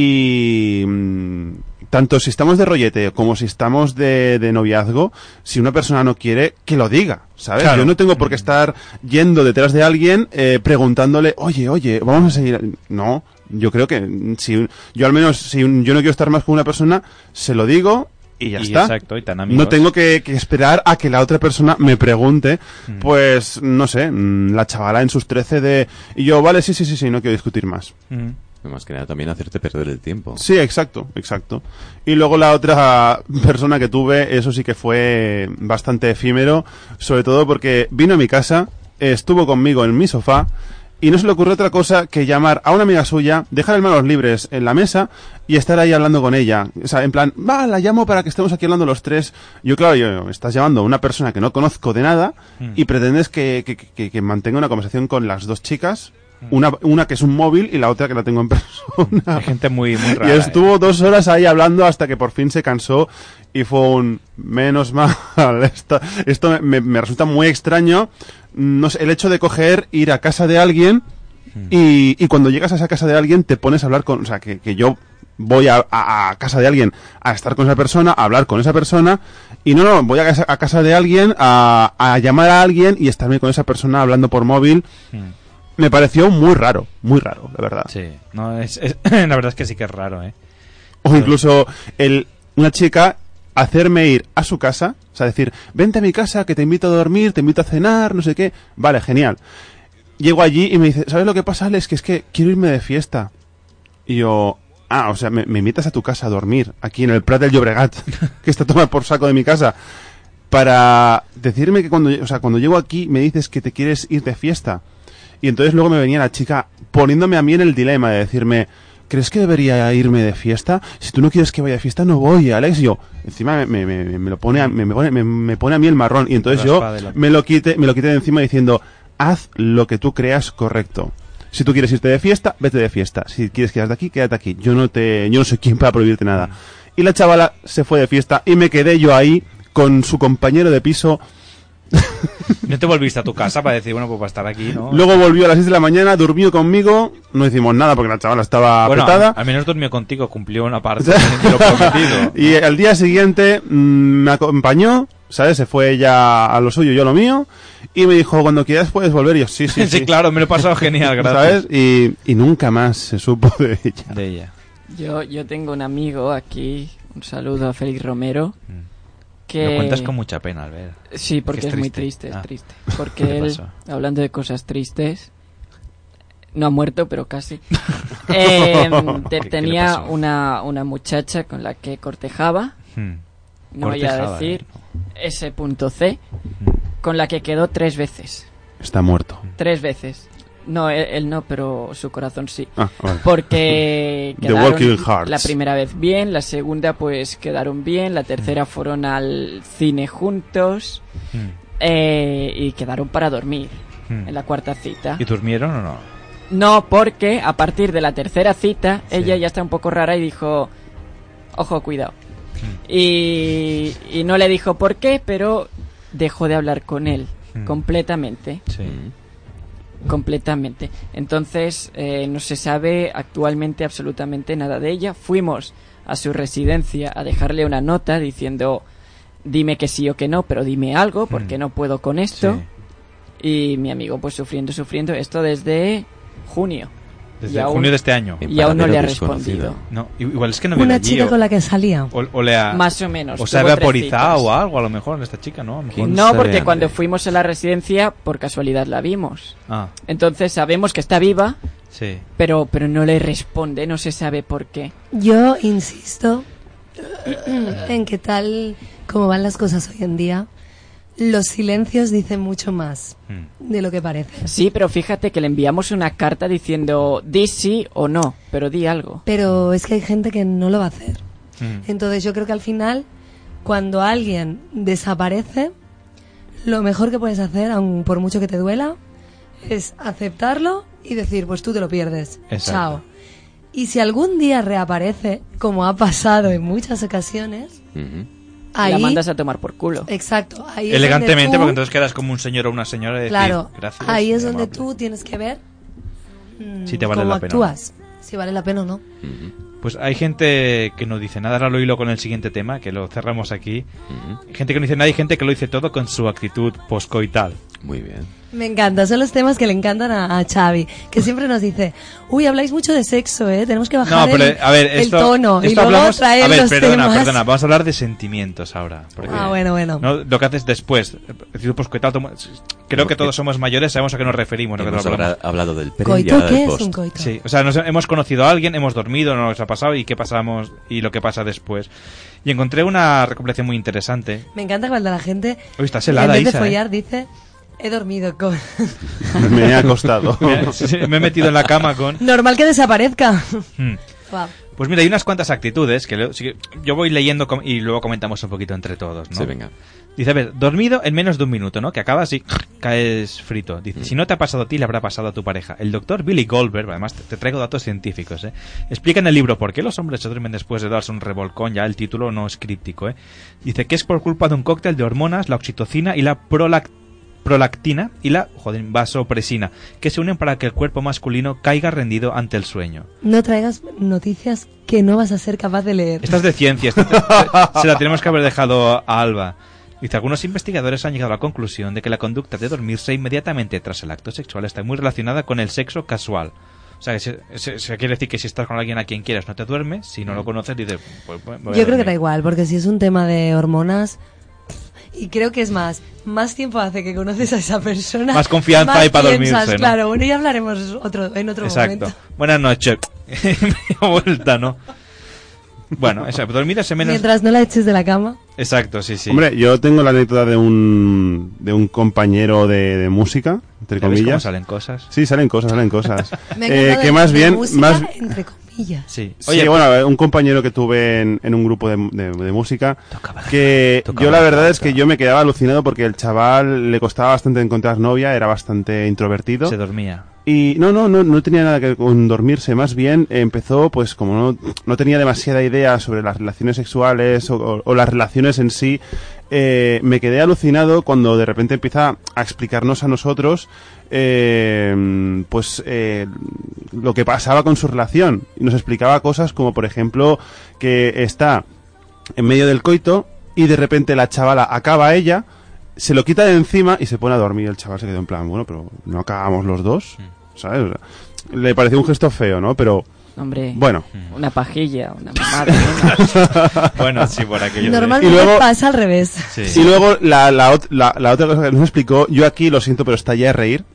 y mm, tanto si estamos de rollete como si estamos de, de noviazgo, si una persona no quiere, que lo diga, ¿sabes? Claro. Yo Mm. no tengo por qué estar yendo detrás de alguien eh, preguntándole, oye, oye, vamos a seguir. No, yo creo que mm, si yo al menos, si un- yo no quiero estar más con una persona, se lo digo y ya Y está. exacto, y tan amigos. No tengo que, que esperar a que la otra persona me pregunte, pues, no sé, mm, la chavala en sus 13 de... Y yo, vale, sí, sí, sí, sí, no quiero discutir más. Mm. Más que nada también hacerte perder el tiempo. Sí, exacto, exacto. Y luego la otra persona que tuve, eso sí que fue bastante efímero, sobre todo porque vino a mi casa, estuvo conmigo en mi sofá, y no se le ocurrió otra cosa que llamar a una amiga suya, dejar el manos libres en la mesa y estar ahí hablando con ella. O sea, en plan, va, la llamo para que estemos aquí hablando los tres. Yo, claro, yo, estás llamando a una persona que no conozco de nada Mm. y pretendes que, que- que- que mantenga una conversación con las dos chicas. Mm. Una, una que es un móvil y la otra que la tengo en persona. Gente muy, muy rara. ¿eh? Y estuvo dos horas ahí hablando hasta que por fin se cansó y fue un menos mal. Esto, esto me, me resulta muy extraño. No sé, el hecho de coger, ir a casa de alguien Hmm. y, y cuando llegas a esa casa de alguien te pones a hablar con... O sea, que, que yo voy a, a- a casa de alguien a estar con esa persona, a hablar con esa persona y no, no, voy a casa, a casa de alguien a, a llamar a alguien y estarme con esa persona hablando por móvil. Hmm. Me pareció muy raro, muy raro, la verdad. Sí, no, es, es- la verdad es que sí que es raro, ¿eh? O incluso el, una chica hacerme ir a su casa, o sea, decir, vente a mi casa, que te invito a dormir, te invito a cenar, no sé qué. Vale, genial. Llego allí y me dice, ¿sabes lo que pasa, Alex? Que es que quiero irme de fiesta. Y yo, ah, o sea, me, me invitas a tu casa a dormir, aquí en el Prat del Llobregat, que está tomado por saco de mi casa, para decirme que cuando, o sea, cuando llego aquí me dices que te quieres ir de fiesta. Y entonces luego me venía la chica poniéndome a mí en el dilema de decirme, ¿crees que debería irme de fiesta? Si tú no quieres que vaya de fiesta, no voy, Alex. Y yo, encima me, me- me- me lo pone a, me, me pone, me- me pone a mí el marrón. Y entonces La yo espada de la- me lo, quite, me lo quité de encima diciendo, haz lo que tú creas correcto. Si tú quieres irte de fiesta, vete de fiesta. Si quieres quedarte aquí, quédate aquí. Yo no te, yo no soy quien para prohibirte nada. Y la chavala se fue de fiesta y me quedé yo ahí con su compañero de piso No te volviste a tu casa para decir, bueno, pues para estar aquí, ¿no? Luego volvió a las 6 de la mañana, durmió conmigo, no hicimos nada porque la chavala estaba bueno, apretada. al menos durmió contigo, cumplió una parte de lo prometido. Y al día siguiente mm, me acompañó, ¿sabes? Se fue ella a lo suyo, yo a lo mío. Y me dijo, cuando quieras puedes volver. Y yo, sí, sí, Sí, sí. claro, me lo he pasado genial, gracias. ¿Sabes? Y, y nunca más se supo de ella. De ella. Yo, yo tengo un amigo aquí, un saludo a Félix Romero. Que... Mm. Lo cuentas con mucha pena, Albert. Sí, porque Que es, es muy triste, triste. es Ah. triste. ¿Qué Porque él, pasó? hablando de cosas tristes, no ha muerto, pero casi. Eh, ¿Qué- te- qué le tenía pasó? una, una muchacha con la que cortejaba, Hmm. no voy a Cortejaba, ¿eh? Hmm. decir, ese punto C, con la que quedó tres veces. Está muerto. Tres veces. No, él, él no, pero su corazón sí. Ah, vale. Porque The quedaron Walking Hearts. la primera vez bien, la segunda pues quedaron bien, la Mm. tercera fueron al cine juntos Mm. eh, y quedaron para dormir Mm. en la cuarta cita. ¿Y durmieron o no? No, porque a partir de la tercera cita Sí. ella ya está un poco rara y dijo, ojo, cuidado. Y, y no le dijo por qué, pero dejó de hablar con él Mm. completamente. Mm. Sí. Completamente. Entonces, eh, no se sabe actualmente absolutamente nada de ella. Fuimos a su residencia a dejarle una nota diciendo, dime que sí o que no, pero dime algo Mm. porque no puedo con esto. Y mi amigo pues sufriendo, sufriendo, esto desde junio. Y Desde aún- junio de este año. Y aún no le ha respondido. No, i- igual es que no vive Una allí, chica o- con la que salía. O, o le ha, Más o menos, O se ha tuvo tres vaporizado citas. o algo, a lo mejor, en esta chica, ¿no? A lo mejor. No, porque cuando fuimos a la residencia, por casualidad la vimos. Ah. Entonces sabemos que está viva, Sí. pero, pero no le responde, no se sabe por qué. Yo insisto en que tal como van las cosas hoy en día, los silencios dicen mucho más Mm. de lo que parece. Sí, pero fíjate que le enviamos una carta diciendo di sí o no, pero di algo. Pero es que hay gente que no lo va a hacer. Entonces yo creo que al final, cuando alguien desaparece, lo mejor que puedes hacer, aun por mucho que te duela, es aceptarlo y decir, pues tú te lo pierdes. Exacto. Chao. Y si algún día reaparece, como ha pasado en muchas ocasiones, ahí... La mandas a tomar por culo. Exacto. Ahí es donde Elegantemente, tú- porque entonces quedas como un señor o una señora y decir, Claro, gracias. ahí es mi donde amable". tú tienes que ver mm, Si te vale cómo la pena. actúas, si vale la pena o no. Pues hay gente que no dice nada, ahora lo hilo con el siguiente tema, que lo cerramos aquí. Gente que no dice nada y gente que lo dice todo con su actitud poscoital. Muy bien. Me encanta, son los temas que le encantan a, a Xavi, que siempre nos dice, uy, habláis mucho de sexo, ¿eh? Tenemos que No, bajar pero el, a ver, el esto, tono y esto luego hablamos, traer a ver, los perdona, temas. perdona, vamos a hablar de sentimientos ahora. porque- Ah, bueno, bueno. ¿no? Lo que haces después, pues, actitud poscoital, tomo- creo que todos somos mayores, sabemos a qué nos referimos. ¿no? Que eh, Hemos lo hablamos. habra- hablado del pre y Coito, ahora del ¿qué es post. un Sí, o sea, nos hemos conocido a alguien, hemos dormido, no nos ha pasado y qué pasamos y lo que pasa después. Y encontré una recopilación muy interesante. Me encanta cuando la gente, Uy, estás helada, en vez de Isa, ¿eh? follar, dice, he dormido con... Me he acostado. Me, sí, me he metido en la cama con... Normal que desaparezca. Hmm. Guau. Pues mira, hay unas cuantas actitudes que lo- sí que yo voy leyendo com- y luego comentamos un poquito entre todos, ¿no? Sí, venga. Dice, a ver, dormido en menos de un minuto, ¿no? Que acabas y caes frito. Mm. Dice, si no te ha pasado a ti, le habrá pasado a tu pareja. El doctor Billy Goldberg, además te, te traigo datos científicos, ¿eh? Explica en el libro por qué los hombres se duermen después de darse un revolcón, ya el título no es críptico, ¿eh? Dice que es por culpa de un cóctel de hormonas, la oxitocina y la prolac- prolactina y la, joder, vasopresina, que se unen para que el cuerpo masculino caiga rendido ante el sueño. No traigas noticias que no vas a ser capaz de leer. Esta es de ciencia, esta te- se la tenemos que haber dejado a Alba. Dice, algunos investigadores han llegado a la conclusión de que la conducta de dormirse inmediatamente tras el acto sexual está muy relacionada con el sexo casual. O sea, que se, se- se quiere decir que si estás con alguien a quien quieras no te duermes, si no lo conoces dices... Pues, pues, me voy a Yo creo que dormir". da igual, porque si es un tema de hormonas... Y creo que es más, más tiempo hace que conoces a esa persona. Más confianza hay para piensas, dormirse, ¿no? Claro, bueno, ya hablaremos otro, en otro Exacto. momento. Buenas noches. Media vuelta, ¿no? Bueno, exacto. Dormirse menos... Mientras no la eches de la cama. Exacto, sí, sí. Hombre, yo tengo la anécdota de un, de un compañero de, de música, entre ¿Ya ves cómo comillas. salen cosas? Sí, salen cosas, salen cosas. Me ha Eh, encantado que el más de bien, música, más, entre comillas. Sí. pues- Sí, bueno, a ver, un compañero que tuve en, en un grupo de, de- de música, que tocaba yo la la verdad es que yo me quedaba alucinado porque el chaval le costaba bastante encontrar novia, era bastante introvertido. Se dormía. Y no, no, no, no tenía nada que ver con dormirse, más bien eh, empezó, pues como no, no tenía demasiada idea sobre las relaciones sexuales o, o- o las relaciones en sí, eh, me quedé alucinado cuando de repente empieza a explicarnos a nosotros eh, pues eh, lo que pasaba con su relación. Y Nos explicaba cosas como, por ejemplo, que está en medio del coito y de repente la chavala acaba ella, se lo quita de encima y se pone a dormir. El chaval se quedó en plan, bueno, pero no acabamos los dos, ¿sabes? O sea, le pareció un gesto feo, ¿no? Pero... Hombre. Bueno. Una pajilla, una mamada. una- Bueno, sí, por aquello. de- Normalmente pasa al revés. Y luego la, la ot- la- la otra cosa que nos explicó, yo aquí lo siento, pero está ya de reír.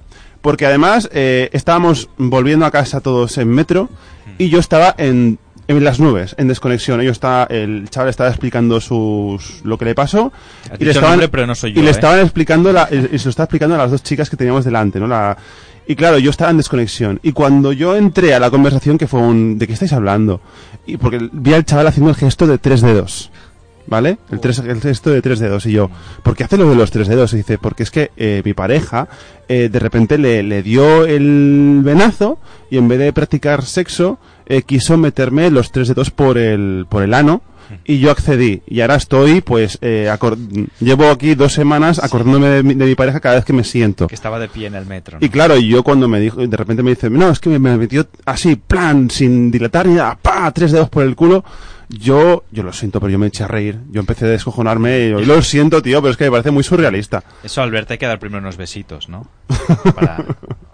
Porque además eh, estábamos volviendo a casa todos en metro y yo estaba en, en las nubes, en desconexión. Ellos está, el chaval estaba explicando sus, lo que le pasó. Has dicho el nombre, pero no soy yo, y le ¿eh? estaban explicando, la- y y se lo estaba explicando a las dos chicas que teníamos delante, ¿no? La, y claro, yo estaba en desconexión. Y cuando yo entré a la conversación, que fue un, ¿de qué estáis hablando? Y porque vi al chaval haciendo el gesto de tres dedos. ¿Vale? El, tres, el gesto de tres dedos. Y yo, ¿por qué hace lo de los tres dedos? Y dice, porque es que eh, mi pareja eh, de repente le, le dio el venazo y en vez de practicar sexo, eh, quiso meterme los tres dedos por el, por el ano. Y yo accedí. Y ahora estoy, pues, eh, acor- llevo aquí dos semanas acordándome de mi, de mi pareja cada vez que me siento. Que estaba de pie en el metro. ¿no? Y claro, yo cuando me dijo, de repente me dice, no, es que me, me metió así, plan, sin dilatar ni nada, pa, tres dedos por el culo. Yo, yo lo siento, pero yo me eché a reír. Yo empecé a descojonarme y yo, lo siento, tío, pero es que me parece muy surrealista. Eso al verte hay que dar primero unos besitos, ¿no? Para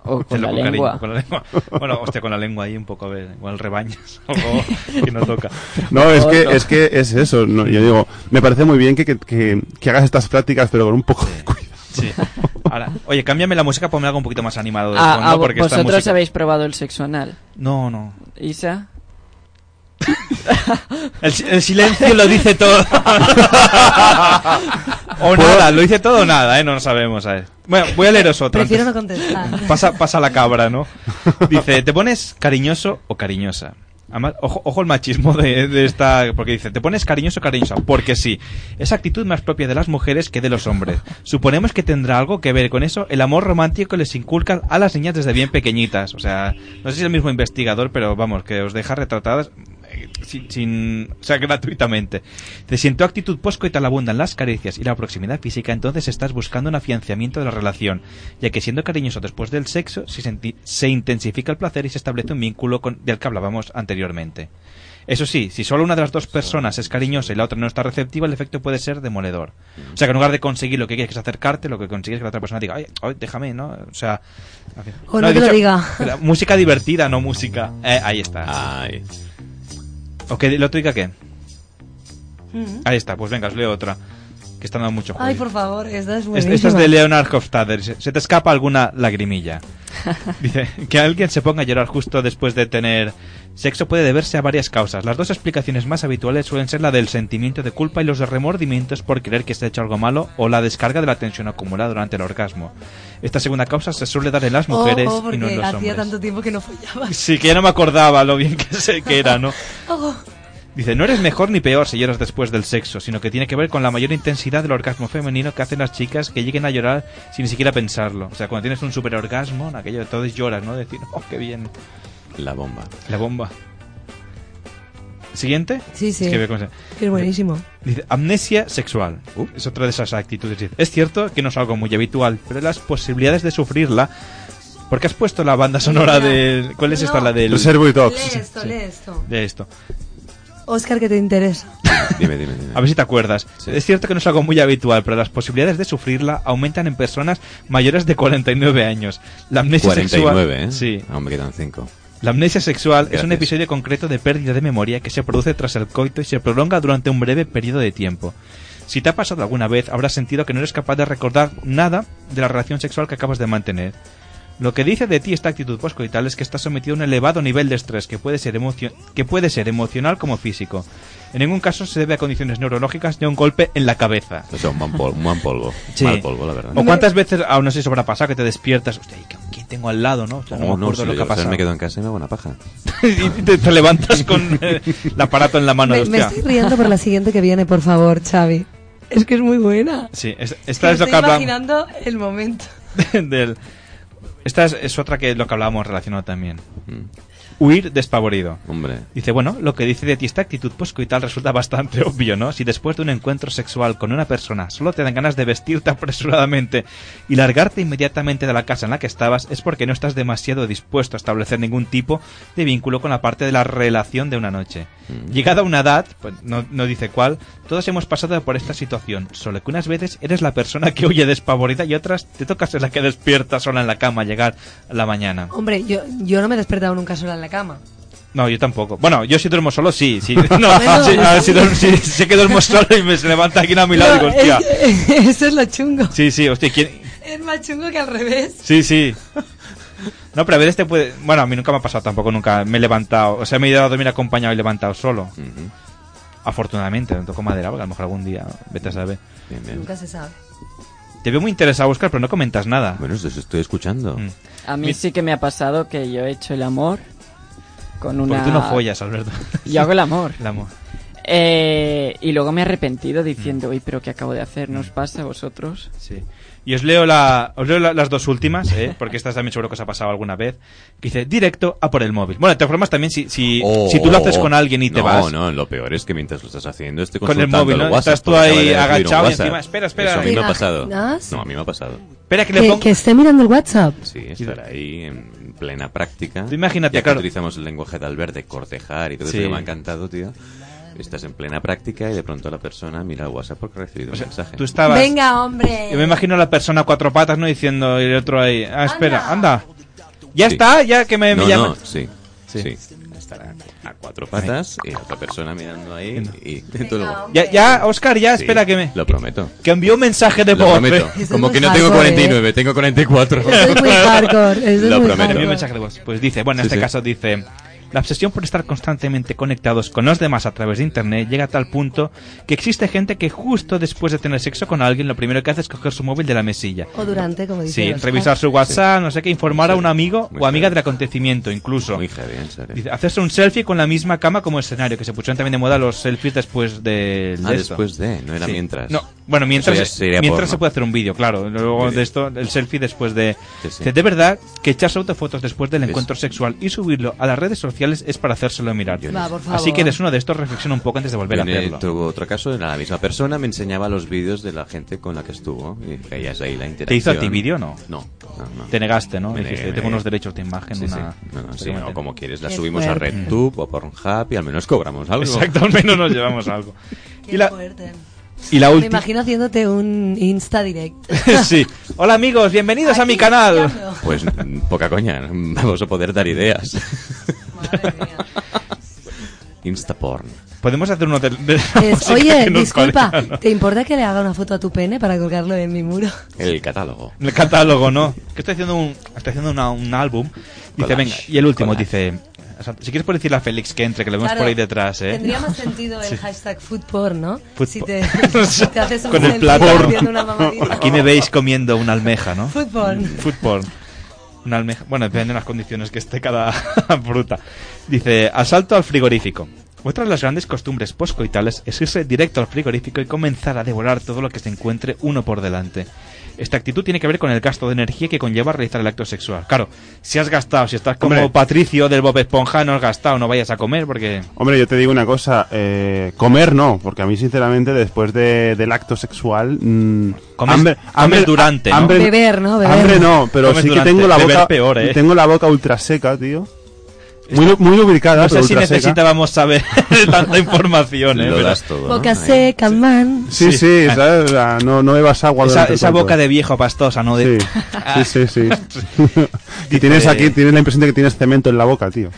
O con hacerlo la cariño, lengua. con la lengua. Bueno, hostia, con la lengua ahí un poco, a ver, igual rebañas algo que no toca. No, es que, es que es eso. no, yo digo, me parece muy bien que, que- que- que hagas estas prácticas, pero con un poco de cuidado. Sí. Ahora, oye, cámbiame la música, ponme algo un poquito más animado de Ah, fondo, ah, porque esta ¿Vosotros música... habéis probado el sexo anal? No, no. ¿Isa? El, si- el silencio lo dice todo. o nada, lo dice todo o nada, ¿eh? No lo sabemos, ¿sabes? Bueno, voy a leeros otra. antes. Prefiero no contestar. Pasa, pasa la cabra, ¿no? Dice, ¿te pones cariñoso o cariñosa? Además, ojo, ojo el machismo de, de esta, porque dice, ¿te pones cariñoso o cariñosa? Porque sí, esa actitud más propia de las mujeres que de los hombres. Suponemos que tendrá algo que ver con eso el amor romántico que les inculcan a las niñas desde bien pequeñitas. O sea, no sé si es el mismo investigador, pero vamos, que os deja retratadas eh, sin, sin- o sea, gratuitamente. Te siento actitud poscoital abundan las caricias y la proximidad física, entonces estás buscando un afianzamiento de la relación, ya que siendo cariñoso después del sexo, se, senti- se intensifica el placer y se establece un vínculo con- del que hablábamos anteriormente. Eso sí, si solo una de las dos personas es cariñosa y la otra no está receptiva, el efecto puede ser demoledor. O sea, que en lugar de conseguir lo que quieres que es acercarte, lo que consigues es que la otra persona diga, ay, ay, déjame, ¿no? O sea... O no he te lo diga. Espera, música divertida, no música. Eh, ahí está. ¿O que lo diga qué? Ahí está, pues venga, os leo otra. Que están dando mucho juego. Ay, por favor, esta es Es- buenísima. Este- Esta es de Leonard Hofstadter. Se se te escapa alguna lagrimilla. Dice que alguien se ponga a llorar justo después de tener sexo puede deberse a varias causas. Las dos explicaciones más habituales suelen ser la del sentimiento de culpa y los remordimientos por creer que se ha hecho algo malo o la descarga de la tensión acumulada durante el orgasmo. Esta segunda causa se suele dar en las Oh, mujeres oh, y porque no en los hacía hombres. tanto tiempo que no follaba. Sí, que ya no me acordaba lo bien que, se, que era, ¿no? Oh. Dice, no eres mejor ni peor si lloras después del sexo, sino que tiene que ver con la mayor intensidad del orgasmo femenino que hacen las chicas que lleguen a llorar sin ni siquiera pensarlo. O sea, cuando tienes un superorgasmo, en aquello de todos lloras, ¿no? Decir, oh, qué bien. La bomba. La bomba. ¿Siguiente? Sí, sí. Es que veo cómo se- Es buenísimo. Dice, amnesia sexual. Uh. Es otra de esas actitudes. Dice, Es cierto que no es algo muy habitual, pero las posibilidades de sufrirla... Porque has puesto la banda sonora de... ¿Cuál es esta? La del... Reservoir Dogs. Lee esto, lee esto. De esto. Oscar, que te interesa. Dime, dime, dime. A ver si te acuerdas. Es cierto que no es algo muy habitual, pero las posibilidades de sufrirla aumentan en personas mayores de 49 años. La amnesia 49, sexual. ¿eh? Sí. Aún me quedan 5. La amnesia sexual es un Gracias. episodio concreto de pérdida de memoria que se produce tras el coito y se prolonga durante un breve periodo de tiempo. Si te ha pasado alguna vez, habrás sentido que no eres capaz de recordar nada de la relación sexual que acabas de mantener. Lo que dice de ti esta actitud poscoital es que estás sometido a un elevado nivel de estrés que puede ser, emocio- que puede ser emocional como físico. En ningún caso se debe a condiciones neurológicas ni a un golpe en la cabeza. O sea, Pues un mal polvo, un mal polvo. Sí. Mal polvo, la verdad. ¿O cuántas veces, aún no sé si habrá pasado, que te despiertas? Hostia, ¿y ¿quién tengo al lado, no? O sea, no Oh, me acuerdo sí, lo que yo, ha o sea, pasado. me quedo en casa y me hago una paja. y te, te levantas con eh, el aparato en la mano. Me, me hostia. estoy riendo por la siguiente que viene, por favor, Xavi. Es que es muy buena. Sí, es- esta es lo estoy que hablamos imaginando el momento. del... Esta es, es otra que lo que hablábamos relacionado también. huir despavorido. Hombre. Dice, bueno, lo que dice de ti esta actitud poscoital resulta bastante obvio, ¿no? Si después de un encuentro sexual con una persona solo te dan ganas de vestirte apresuradamente y largarte inmediatamente de la casa en la que estabas, es porque no estás demasiado dispuesto a establecer ningún tipo de vínculo con la parte de la relación de una noche. Llegada una edad, pues no, no dice cuál, todos hemos pasado por esta situación, solo que unas veces eres la persona que huye despavorida y otras te tocas ser la que despierta sola en la cama a llegar la mañana. Hombre, yo, yo no me he despertado nunca sola en la cama. No, yo tampoco. Bueno, yo si duermo solo, sí. sí. No, sí, a ver, si, duermo- si- si sé que duermo solo y me se levanta aquí a mi lado, digo, hostia. Eso es lo chungo. Sí, sí, hostia, ¿quién? Es más chungo que al revés. Sí, sí. No, pero a ver, este puede... Bueno, a mí nunca me ha pasado tampoco, nunca. Me he levantado, o sea, me he ido a dormir acompañado y levantado solo. Afortunadamente, me tocó madera, porque a lo mejor algún día, vete a saber. Nunca se sabe. Te veo muy interesado, Oscar, pero no comentas nada. Mm. Bueno, os estoy escuchando. A mí Mi- sí que me ha pasado que yo he hecho el amor con Porque una... tú no follas, Alberto. Yo hago el amor. El amor. Eh, y luego me he arrepentido Mm. diciendo, uy, pero ¿qué acabo de hacer? ¿Nos pasa a vosotros? Sí. Y os leo, la, os leo la- las dos últimas, ¿eh? porque estas también seguro que os ha pasado alguna vez. Que dice, directo a por el móvil. Bueno, te formas también si, si, Oh, si tú lo haces oh, oh. con alguien y te No, vas. No, lo peor es que mientras lo estás haciendo estoy Con el consultando móvil, ¿no? el WhatsApp. Estás tú porque acaba de ahí recibir un agachado y WhatsApp. encima, espera, espera. Eso a mí ¿Te me ha pasado. imaginas? No, a mí me ha pasado. Espera, que le Que, pongo... que esté mirando el WhatsApp. Sí, estar ahí en plena práctica. Tú imagínate, ya que claro. utilizamos el lenguaje de Albert de cortejar y todo Sí. eso que me ha encantado, tío. Estás en plena práctica y de pronto la persona mira el WhatsApp porque ha recibido un mensaje. Tú estabas... Venga, hombre. Yo me imagino a la persona a cuatro patas, ¿no? Diciendo, y el otro ahí, ah, espera, anda. Ya está, ya que me, me No, llaman. no, sí. Sí. Estará a cuatro patas y la otra persona mirando ahí y todo el- Ya, ya, Oscar, ya, Sí, espera que me... Lo prometo. Que envió un mensaje de Lo voz. prometo. ¿eh? Como que no tengo 49, tengo 44. Lo prometo. Envío mensaje de voz. Pues dice, bueno, en Sí, este sí. caso dice... La obsesión por estar constantemente conectados con los demás a través de internet llega a tal punto que existe gente que justo después de tener sexo con alguien lo primero que hace es coger su móvil de la mesilla. O durante, como dice. Sí, Oscar. revisar su WhatsApp, no sé qué, informar a un amigo o amiga del acontecimiento, incluso. Dice, hacerse un selfie con la misma cama como escenario, que se pusieron también de moda los selfies después del- de. Ah, esto. después de, no era mientras. No, bueno, Eso ya mientras, sería mientras porno. se puede hacer un vídeo, claro. Luego Vídeo. de esto, el selfie después de. sí. Dice, De verdad, que echarse autofotos después del encuentro sexual y subirlo a las redes sociales es para hacérselo mirar. Va, por favor. Así que eres uno de estos, reflexiona un poco antes de volver a Viene- hacerlo. Tuvo otro caso, era la misma persona, me enseñaba los vídeos de la gente con la que estuvo. Y dije, ya es ahí la interacción. ¿Te hizo a ti vídeo o no? No, no, no. Te negaste, ¿no? Me Dijiste, negué, tengo me unos negué. derechos de imagen, Sí, una- sí. No, no, sí, Tengo- no, como quieres, la Qué subimos a fuerte. RedTube o Pornhub y al menos cobramos algo. Exacto, al menos nos llevamos algo. Qué Y la- fuerte. y la Me última- imagino haciéndote un Insta direct. sí. Hola amigos, bienvenidos a mi canal. Pues mm, poca coña, vamos a poder dar ideas. Instaporn. Podemos hacer uno de... de la Es, música Pues, oye, que nos disculpa, parezca, ¿no? ¿te importa que le haga una foto a tu pene para colgarlo en mi muro? Eh, El catálogo. El catálogo, ¿no? Que estoy haciendo un, estoy haciendo una- un álbum. Dice, Collage. venga, y el último dice... o sea, si quieres por decirle a Félix que entre, que lo vemos Claro, por ahí detrás, ¿eh? Tendría más sentido el Sí. hashtag foodporn, ¿no? Food si por- te, si te haces un Con el selfie plátano. haciendo una mamadita. Aquí me veis comiendo una almeja, ¿no? Food porn. Mm, Food porn. Una almeja. Bueno, depende de las condiciones que esté cada fruta. Dice, asalto al frigorífico. Otra de las grandes costumbres poscoitales es irse directo al frigorífico y comenzar a devorar todo lo que se encuentre uno por delante. Esta actitud tiene que ver con el gasto de energía que conlleva realizar el acto sexual. Claro, si has gastado, si estás como Hombre. Patricio del Bob Esponja, no has gastado, no vayas a comer porque... Hombre, yo te digo una cosa, eh, comer no, porque a mí sinceramente después de- del acto sexual... mm, Comes- comes durante, ¿no? hambre- Beber, ¿no? Beber. Hambre no, pero Comes sí que durante. tengo la Beber boca... peor, ¿eh? Tengo la boca ultra seca, tío. Muy, lu- muy lubricada, No sé pero si ultra seca. necesitábamos saber tanta información, ¿eh? Lo Pero- das todo, ¿no? Boca seca, man. Sí, sí, ¿sabes? O sea, No, no bebas agua Esa, durante el esa tanto. boca de viejo pastosa, ¿no? De... eh, Sí, sí, sí. sí. y tienes aquí, tienes la impresión de que tienes cemento en la boca, tío.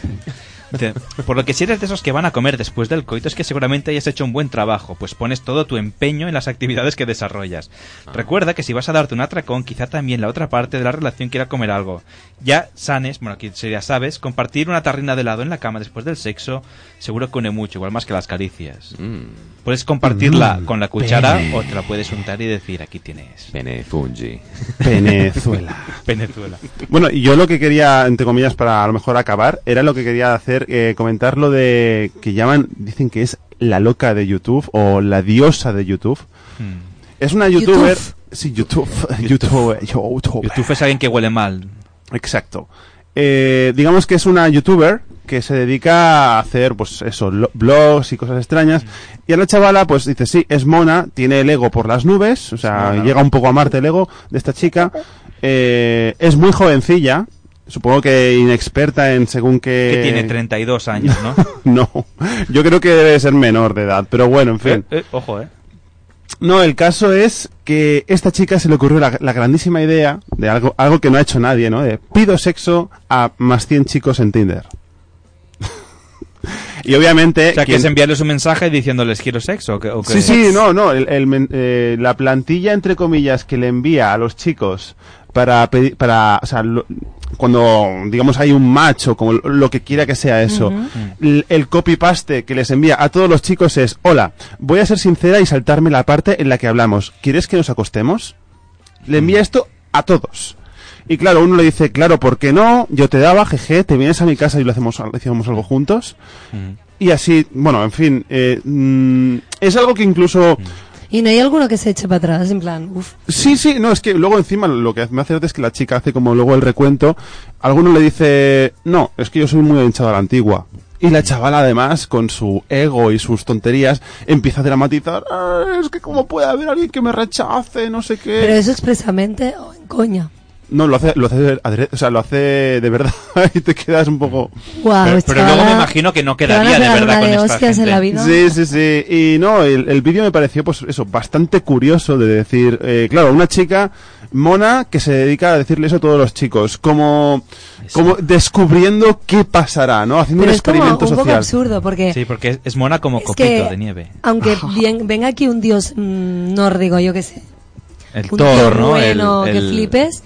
Dice, Por lo que si eres de esos que van a comer después del coito es que seguramente hayas hecho un buen trabajo, pues pones todo tu empeño en las actividades que desarrollas. Ah. Recuerda que si vas a darte un atracón, quizá también la otra parte de la relación quiera comer algo. Ya sanes, bueno, aquí sería sabes, compartir una tarrina de helado en la cama después del sexo seguro que une mucho, igual más que las caricias. Mm. Puedes compartirla con la cuchara Pene. o te la puedes untar y decir, aquí tienes. Penefungi. Venezuela. Venezuela. Bueno, y yo lo que quería, entre comillas, para a lo mejor acabar, era lo que quería hacer, eh, comentar lo de que llaman, dicen que es la loca de YouTube o la diosa de YouTube. Hmm. Es una youtuber. Sí, YouTube. YouTube. YouTube. YouTube es alguien que huele mal. Exacto. eh, digamos que es una youtuber que se dedica a hacer, pues eso, lo- blogs y cosas extrañas. Mm. Y a la chavala, pues dice, sí, es mona, tiene el ego por las nubes, o sea, mona. llega un poco a Marte el ego de esta chica. Eh, es muy jovencilla, supongo que inexperta en según qué... Que tiene 32 años, ¿no? No, yo creo que debe ser menor de edad, pero bueno, en Eh, fin. eh, ojo, ¿eh? No, el caso es que esta chica se le ocurrió la, la grandísima idea de algo, algo que no ha hecho nadie, ¿no? De pido sexo a más 100 chicos en Tinder. y obviamente... O sea, que quien- es enviarles un mensaje diciéndoles quiero sexo. ¿o qué- o qué? Sí, sí, no, no. el- el men- eh, la plantilla, entre comillas, que le envía a los chicos para pedir, para, o sea, lo- cuando, digamos, hay un macho, como lo- lo que quiera que sea eso, Ujú. el, el copy-paste que les envía a todos los chicos es, hola, voy a ser sincera y saltarme la parte en la que hablamos. ¿Quieres que nos acostemos? Le envía esto a todos. Y claro, uno le dice, claro, ¿por qué no? Yo te daba, jeje, te vienes a mi casa y lo hacemos, hacemos algo juntos. Mm. Y así, bueno, en fin, eh, mm, es algo que incluso... Y no hay alguno que se eche para atrás, en plan, uff. Sí, sí, no, es que luego encima lo que me hace gracia es que la chica hace como luego el recuento. Alguno le dice, no, es que yo soy muy hinchado a la antigua. Y la chavala además, con su ego y sus tonterías, empieza a dramatizar. "Ah, es que cómo puede haber alguien que me rechace, no sé qué. Pero eso expresamente o en coña. No, lo hace, lo hace, adre- o sea, lo hace de verdad y te quedas un poco... Guau, Pero, pero luego me chavala. imagino que no Te van a quedaría de pegar verdad una con de esta hostias gente. en la vida. Sí, sí, sí. Y no, el, el vídeo me pareció, pues eso, bastante curioso de decir, eh, claro, una chica mona que se dedica a decirle eso a todos los chicos, como, como descubriendo qué pasará, ¿no? Haciendo Pero un es como un experimento poco social. absurdo, porque Sí, porque es, es mona como Es copito que- de nieve. aunque bien, venga aquí un dios mm, nórdico, yo qué sé, El un Thor, tío ¿no? bueno, El- que el- flipes,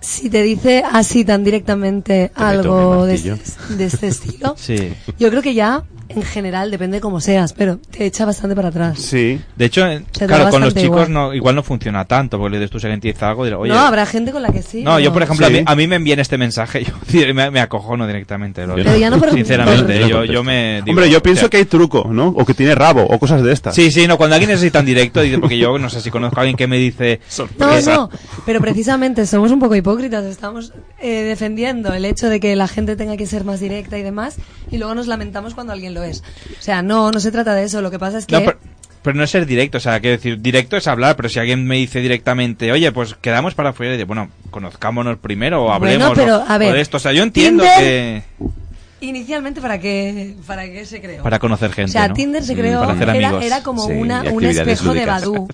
si te dice así tan directamente algo de martillo. este, de este estilo, Sí. yo creo que ya, en general, depende cómo seas, pero te echa bastante para atrás. Sí. De hecho, eh, Se da claro, con los bastante chicos igual. no igual no funciona tanto, porque le dices tú se entiendes algo y dirás, oye... no, habrá gente con la que sí. No, yo por ejemplo, a, mí, Sí. a mí me envían este mensaje, yo me, me acojono directamente. lo- Pero ya no por- Sinceramente, por- yo, yo me... digo, Hombre, yo o pienso sea, que hay truco, ¿no? O que tiene rabo, o cosas de estas. Sí, sí, no, cuando alguien es así tan directo, dice, porque yo no sé si conozco a alguien que me dice... No, que- no, pero precisamente somos un poco hipócritas, estamos eh, defendiendo el hecho de que la gente tenga que ser más directa y demás, y luego nos lamentamos cuando alguien lo es. O sea, no, no se trata de eso, lo que pasa es que... No, pero, pero no es ser directo, o sea, quiero decir, directo es hablar, pero si alguien me dice directamente, oye, pues quedamos para afuera, y digo, bueno, conozcámonos primero o hablemos Bueno, pero, o- a ver, o de esto, o sea, yo entiendo Tinder- que... Inicialmente, ¿para qué, ¿para qué se creó? Para conocer gente, O sea, ¿no? Tinder se Mm, creó, para hacer era, amigos. era como Sí, una, y un actividades espejo de lúdicas. Badú.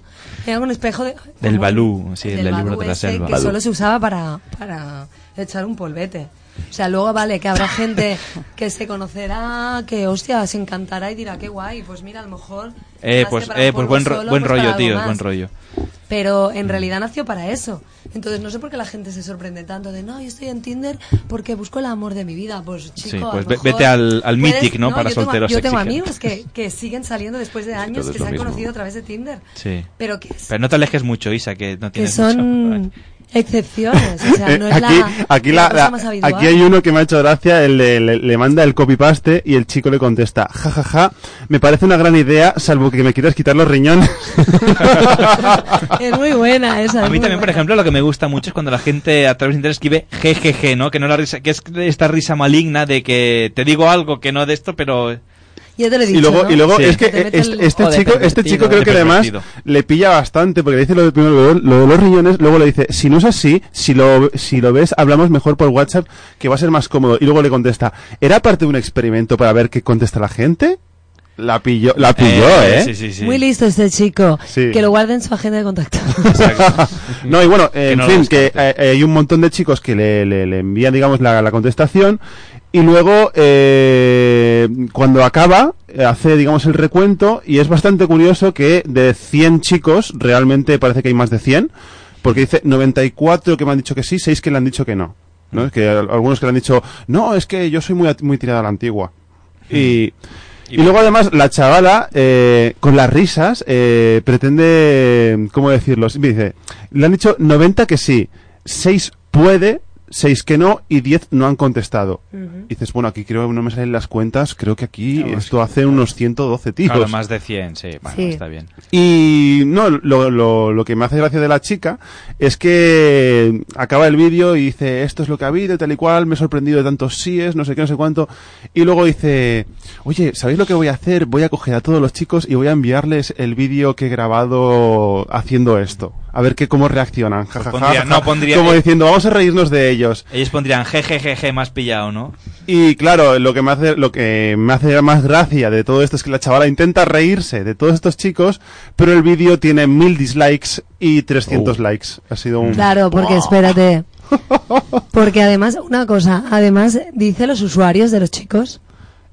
Era un espejo de... Del Balú, sí, el del del libro Badoo de la este selva. Que solo se usaba para, para echar un polvete. O sea, luego vale que habrá gente que se conocerá, que hostia, se encantará y dirá, qué guay, pues mira, a lo mejor... Eh, más que pues, para eh, un pues polvo buen, ro- solo, buen pues para rollo, algo tío, más. buen rollo. Mm. Pero en realidad nació para eso. Entonces no sé por qué la gente se sorprende tanto de, no, yo estoy en Tinder porque busco el amor de mi vida. Pues chico, Sí, a pues lo ve- mejor vete al- al puedes- Mythic, ¿no? Para yo tengo- solteros Yo tengo amigos exigentes. que, que siguen saliendo después de años, todo es que lo se han mismo. conocido a través de Tinder. Sí. Pero que, Pero no te alejes mucho, Isa, que no que tienes mucho- son excepciones. O sea, no Eh, es aquí, la, aquí, la la- cosa la- más habitual. aquí hay uno que me ha hecho gracia, el de- le, le manda el copy-paste y el chico le contesta, jajaja, me parece una gran idea, salvo que me quieras quitar los riñones. Es muy buena esa. A es mí muy también, por ejemplo, lo que me gusta mucho es cuando la gente a través de internet escribe jejeje, ¿no? Que no la risa, que es esta risa maligna de que te digo algo que no de esto, pero Ya te lo he dicho. Y luego, ¿no? y luego Sí. es que Te mete este, el- este o de chico, este pervertido. chico creo De que además pervertido. le pilla bastante, porque le dice lo de, primero, lo de- lo de los riñones, luego le dice, si no es así, si lo, si lo ves, hablamos mejor por WhatsApp, que va a ser más cómodo. Y luego le contesta, ¿era parte de un experimento para ver qué contesta la gente? La pilló, la pilló, Eh, ¿eh? sí, sí, sí. Muy listo este chico. Sí. Que lo guarde en su agenda de contacto. no, y bueno, eh, Que en no lo fin, que eh, hay un montón de chicos que le, le- le envían, digamos, la, la contestación. Y luego, eh, cuando acaba, eh, hace, digamos, el recuento. Y es bastante curioso que de 100 chicos, realmente parece que hay más de 100. Porque dice 94 que me han dicho que sí, 6 que le han dicho que no. ¿no? Es Que al- algunos que le han dicho, no, es que yo soy muy, at- muy tirada a la antigua. Y, y luego además la chavala, eh, con las risas, eh, pretende, ¿cómo decirlo? Sí, Dice, le han dicho 90 que sí, 6 puede, seis que no y diez no han contestado. Ujú. Y dices, bueno, aquí creo que no me salen las cuentas, creo que aquí esto hace unos 112 tiros. Claro, más de 100, sí. Bueno, Sí. está bien. Y no, lo, lo, lo que me hace gracia de la chica es que acaba el vídeo y dice, esto es lo que ha habido, y tal y cual, me he sorprendido de tantos síes, no sé qué, no sé cuánto. Y luego dice, oye, ¿sabéis lo que voy a hacer? Voy a coger a todos los chicos y voy a enviarles el vídeo que he grabado haciendo esto. A ver qué cómo reaccionan. Ja, ja, ja, Pues pondría- ja, no, ja. pondría- Como diciendo, vamos a reírnos de ellos. Ellos pondrían jejejeje, más pillado, ¿no? Y claro, lo que me hace, lo que me hace más gracia de todo esto es que la chavala intenta reírse de todos estos chicos, pero el vídeo tiene mil dislikes y Oh. 300 likes. Ha sido Mm. un... Claro, porque espérate. Porque además, una cosa, además dice los usuarios de los chicos.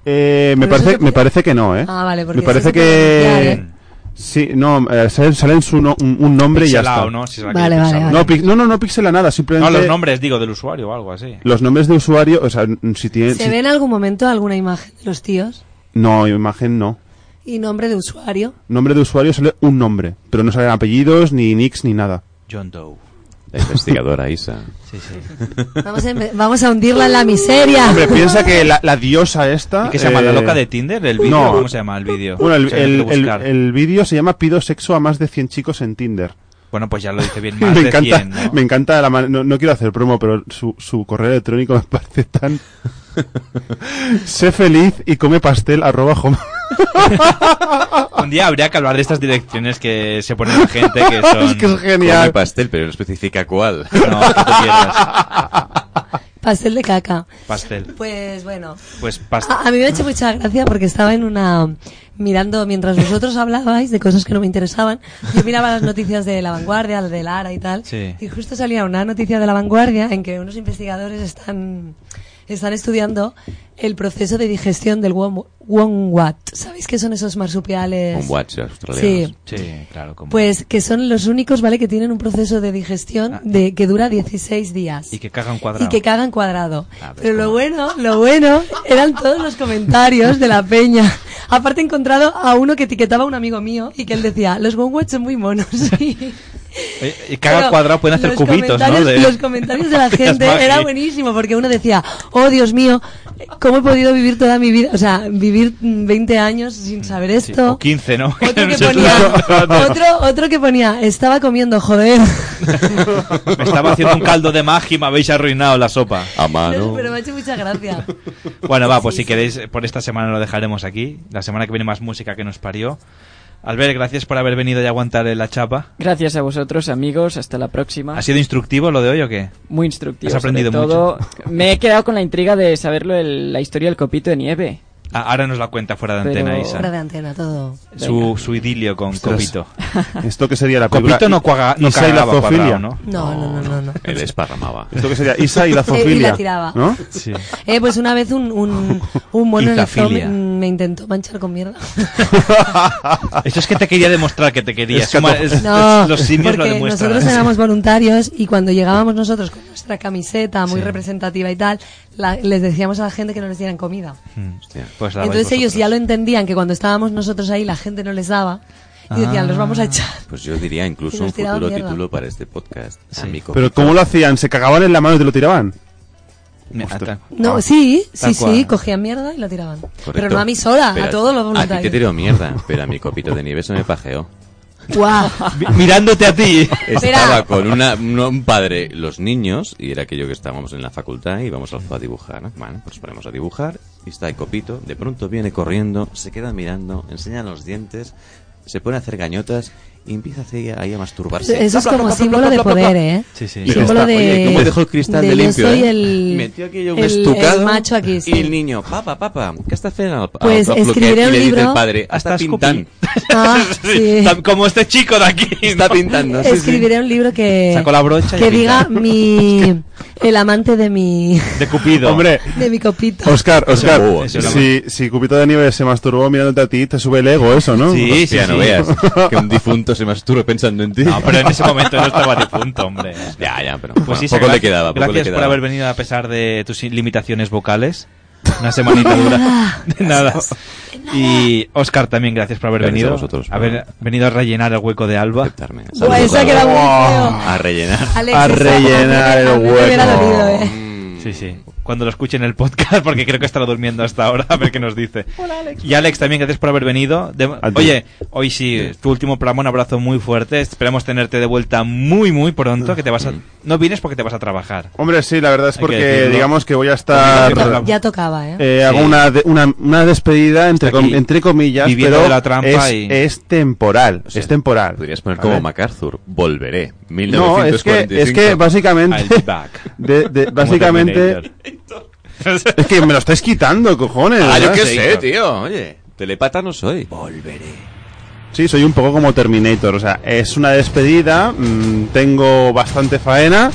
Eh, me Pero eso parece, se me parece que no, ¿eh? Ah, vale, porque Me parece eso se puede que... bloquear, Sí, no, eh, sale, sale su no- un, un nombre y ya Pixelado, está. ¿no? Si se la quiere Vale, vale, pixelar. No, pi- no, no, no pixela nada, simplemente... No, los nombres, digo, del usuario o algo así. los nombres de usuario, o sea, n- si tiene... ¿Se si- ve en algún momento alguna imagen de los tíos No, imagen no. y nombre de usuario? Nombre de usuario sale un nombre, pero no salen apellidos, ni nicks, ni nada. John Doe. La investigadora Isa. Sí, sí. Vamos a, em- vamos a hundirla en la miseria. Hombre, piensa que la, la diosa esta. eh, ¿Y qué se llama? ¿La loca de Tinder? ¿El vídeo? no. ¿Cómo se llama el vídeo? Bueno, el, Se lo el- tengo que el- buscar. el vídeo se llama Pido sexo a más de 100 chicos en Tinder. Bueno, pues ya lo dice bien, más me de encanta, 100, ¿no? me encanta la man- no, no quiero hacer promo, pero su, su correo electrónico me parece tan. sé feliz y come pastel arroba home. Un día habría que hablar de estas direcciones que se pone la gente que son... Es que es Come pastel, pero no especifica cuál. No, que tú quieras. Pastel de caca. Pastel. Pues bueno. Pues pastel. A, a mí me ha hecho mucha gracia porque estaba en una mirando mientras vosotros hablabais de cosas que no me interesaban. Yo miraba las noticias de La Vanguardia, de Lara y tal. Sí. Y justo salía una noticia de La Vanguardia en que unos investigadores están están estudiando el proceso de digestión del wom- wombat. ¿Sabéis qué son esos marsupiales? Un watch australiano. Sí. claro. Como... Pues que son los únicos, ¿vale? Que tienen un proceso de digestión de que dura 16 días. Y que cagan cuadrado. Y que cagan cuadrado. A ver, Pero lo bueno, lo bueno, eran todos los comentarios de la peña. Aparte he encontrado a uno que etiquetaba a un amigo mío y que él decía, los Womwats son muy monos. Y, Oye, Y caga claro, cuadrado, pueden hacer los cubitos, ¿no? comentarios- De- Los comentarios de la Hostias, gente Maki. era buenísimo porque uno decía, oh Dios mío, ¿cómo he podido vivir toda mi vida? O sea, vivir mm, 20 años sin saber Sí, esto. o 15, ¿no? que ponía- otro, otro que ponía, estaba comiendo, joder. Me estaba haciendo un caldo de magia y me habéis arruinado la sopa. A Pero me ha hecho mucha gracia. Bueno, va, pues si queréis, eh, por esta semana lo dejaremos aquí. La semana que viene más música que nos parió. Albert, gracias por haber venido y aguantar eh, la chapa. Gracias a vosotros, amigos. Hasta la próxima. ¿Ha sido instructivo lo de hoy o qué? Muy instructivo. Has aprendido sobre mucho. todo, Me he quedado con la intriga de saberlo el- la historia del copito de nieve. Ah, ahora nos la cuenta fuera de Pero- antena, Isa. Fuera de antena, todo. Su, su idilio con Copito. Esto que sería la película. Copito no, cuaga, no Isa y la cagaba cuadrado, zoofilia. ¿no? No, no, no, no. no. Él esparramaba. Esto que sería Isa y la Eh, zoofilia. y la tiraba. ¿No? Sí. Eh, pues una vez un, un, un mono en el zoo me, Izafilia. me intentó manchar con mierda. Eso es que te quería demostrar que te quería. Es que Suma- to- es- No, es- los simios lo porque demuestran. nosotros éramos voluntarios y cuando llegábamos nosotros con nuestra camiseta muy Sí. representativa y tal, la- les decíamos a la gente que no les dieran comida. Pues la vais Entonces ellos vosotros. ya lo entendían que cuando estábamos nosotros ahí la gente no les daba y decían, Ah. los vamos a echar. Pues yo diría incluso Nos un tiraban futuro mierda. título para este podcast. A mi Pero copito. ¿cómo lo hacían? ¿Se cagaban en la mano y te lo tiraban? Mira, tal- No, Ah, sí, tal sí, sí, cual. cogían mierda y lo tiraban. Pero Correcto. no a mí sola, Pero a todos los A ti te voluntarios. tiró mierda, pero a mi copito de nieve se me pajeó. Guau. Mirándote a ti. Estaba con una, no, un padre, los niños, y era aquello que estábamos en la facultad y íbamos al zoo a dibujar. ¿no? Bueno, pues ponemos a dibujar y está el copito. De pronto viene corriendo, se queda mirando, enseña los dientes, se pone a hacer gañotas y empieza así ahí a masturbarse. Eso es como símbolo de poder, ¿eh? Sí, sí. Símbolo de... Oye, ¿cómo dejó el cristal de, limpio? Yo soy eh? el... Metió aquello un el- estucado. el macho aquí, Y el sí. niño, papá, papá, ¿qué estás haciendo? al- al Pues Pablo escribiré Cat? un Y le dice libro. el padre, hasta pintan. Ah, sí. Como este chico de aquí. Está pintando. sí, sí. Escribiré un libro que... Sacó la brocha y pinta. Que diga mi... El amante de mi... De Cupido. Hombre, De mi copito. Oscar, Oscar, Eso es bobo, eso si, si Cupito de Nieve se masturbó mirándote a ti, te sube el ego eso, ¿no? Sí, Hostia, no veas que un difunto se masturbe pensando en ti. No, pero en ese momento no estaba difunto, hombre. Ya, ya, pero Pues bueno, sí, poco gra- le quedaba. Poco gracias le por quedaba. haber venido a pesar de tus limitaciones vocales. Una semanita dura. De nada. Y Oscar también, gracias por haber Gracias venido. a vosotros por haber venido a rellenar el hueco de Alba. Buah, esa Pues ha quedado muy feo. A rellenar. Alex, a esa rellenar el a mí me hubiera dolido, hueco. eh. Sí, sí. Mm. Cuando lo escuchen el podcast, porque creo que estará durmiendo hasta ahora, a ver qué nos dice. Y Alex, también gracias por haber venido. De- Oye, hoy sí, es tu último programa, un abrazo muy fuerte. Esperamos tenerte de vuelta muy, muy pronto. Que te vas a... No vienes porque te vas a trabajar. Hombre, sí, la verdad es Hay que porque decirlo. digamos que voy a estar... Ya toca- Ya tocaba, ¿eh? Eh, Hago Sí. una, de- una, una despedida entre, com- entre comillas, viviendo pero de la trampa es, y- es temporal, es temporal. Podrías poner ¿vale? como MacArthur. Volveré. No, es que, 1945. es que básicamente... I'll be back. de- de- Como básicamente... Es que me lo estáis quitando, cojones. Ah, yo ¿verdad? qué sé, tío. Oye, telepata no soy. Volveré. Sí, soy un poco como Terminator. O sea, es una despedida, mm, tengo bastante faena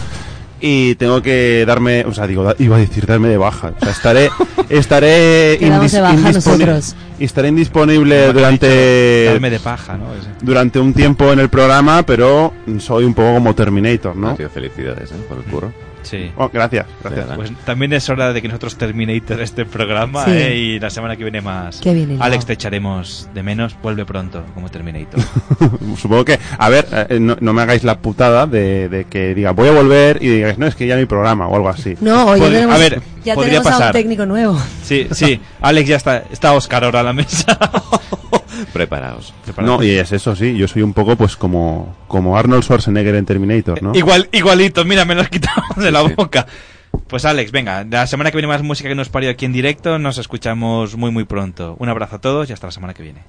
y tengo que darme, o sea, digo, da- iba a decir darme de baja. O sea, estaré, estaré, Quedamos de baja indisponi- nosotros. estaré indisponible durante, Darme de paja, ¿no? Es- durante un tiempo en el programa, pero soy un poco como Terminator, ¿no? felicidades, ¿eh? Por el curro. Sí. Oh, gracias, gracias. Pues también es hora de que nosotros terminéis este programa Sí. ¿eh? y la semana que viene más. Qué bien hilado. Alex, te echaremos de menos. Vuelve pronto, como Terminator. Supongo que, a ver, eh, no, no me hagáis la putada de, de que diga voy a volver y digáis, no, es que ya no hay programa o algo así. No, ya Podri- tenemos, a ver, ya podría tenemos a un pasar. técnico nuevo. Sí, sí. Alex ya está. Está Oscar ahora a la mesa. Preparaos. No, y es eso, sí. Yo soy un poco, pues, como, como Arnold Schwarzenegger en Terminator, ¿no? Igual, igualito, mira, me lo has quitado de la boca. Pues Alex, venga, la semana que viene más música que nos parió aquí en directo, nos escuchamos muy muy pronto. Un abrazo a todos y hasta la semana que viene.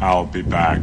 I'll be back.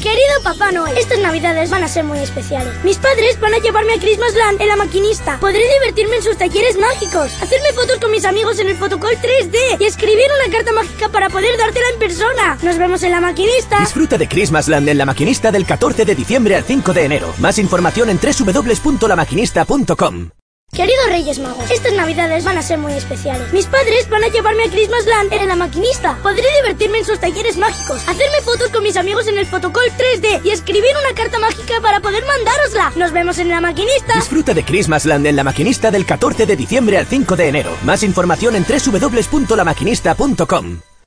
Querido Papá Noel, estas navidades van a ser muy especiales. Mis padres van a llevarme a Christmasland en la maquinista. Podré divertirme en sus talleres mágicos, hacerme fotos con mis amigos en el fotocall 3D y escribir una carta mágica para poder dártela en persona. Nos vemos en la maquinista. Disfruta de Christmasland en La Maquinista del 14 de diciembre al 5 de enero. Más información en www.lamaquinista.com. Queridos Reyes Magos, estas navidades van a ser muy especiales. Mis padres van a llevarme a Christmasland en la maquinista. Podré divertirme en sus talleres mágicos, hacerme fotos con mis amigos en el fotocall 3D y escribir una carta mágica para poder mandárosla. Nos vemos en la maquinista. Disfruta de Christmasland en La Maquinista del 14 de diciembre al 5 de enero. Más información en www.lamaquinista.com.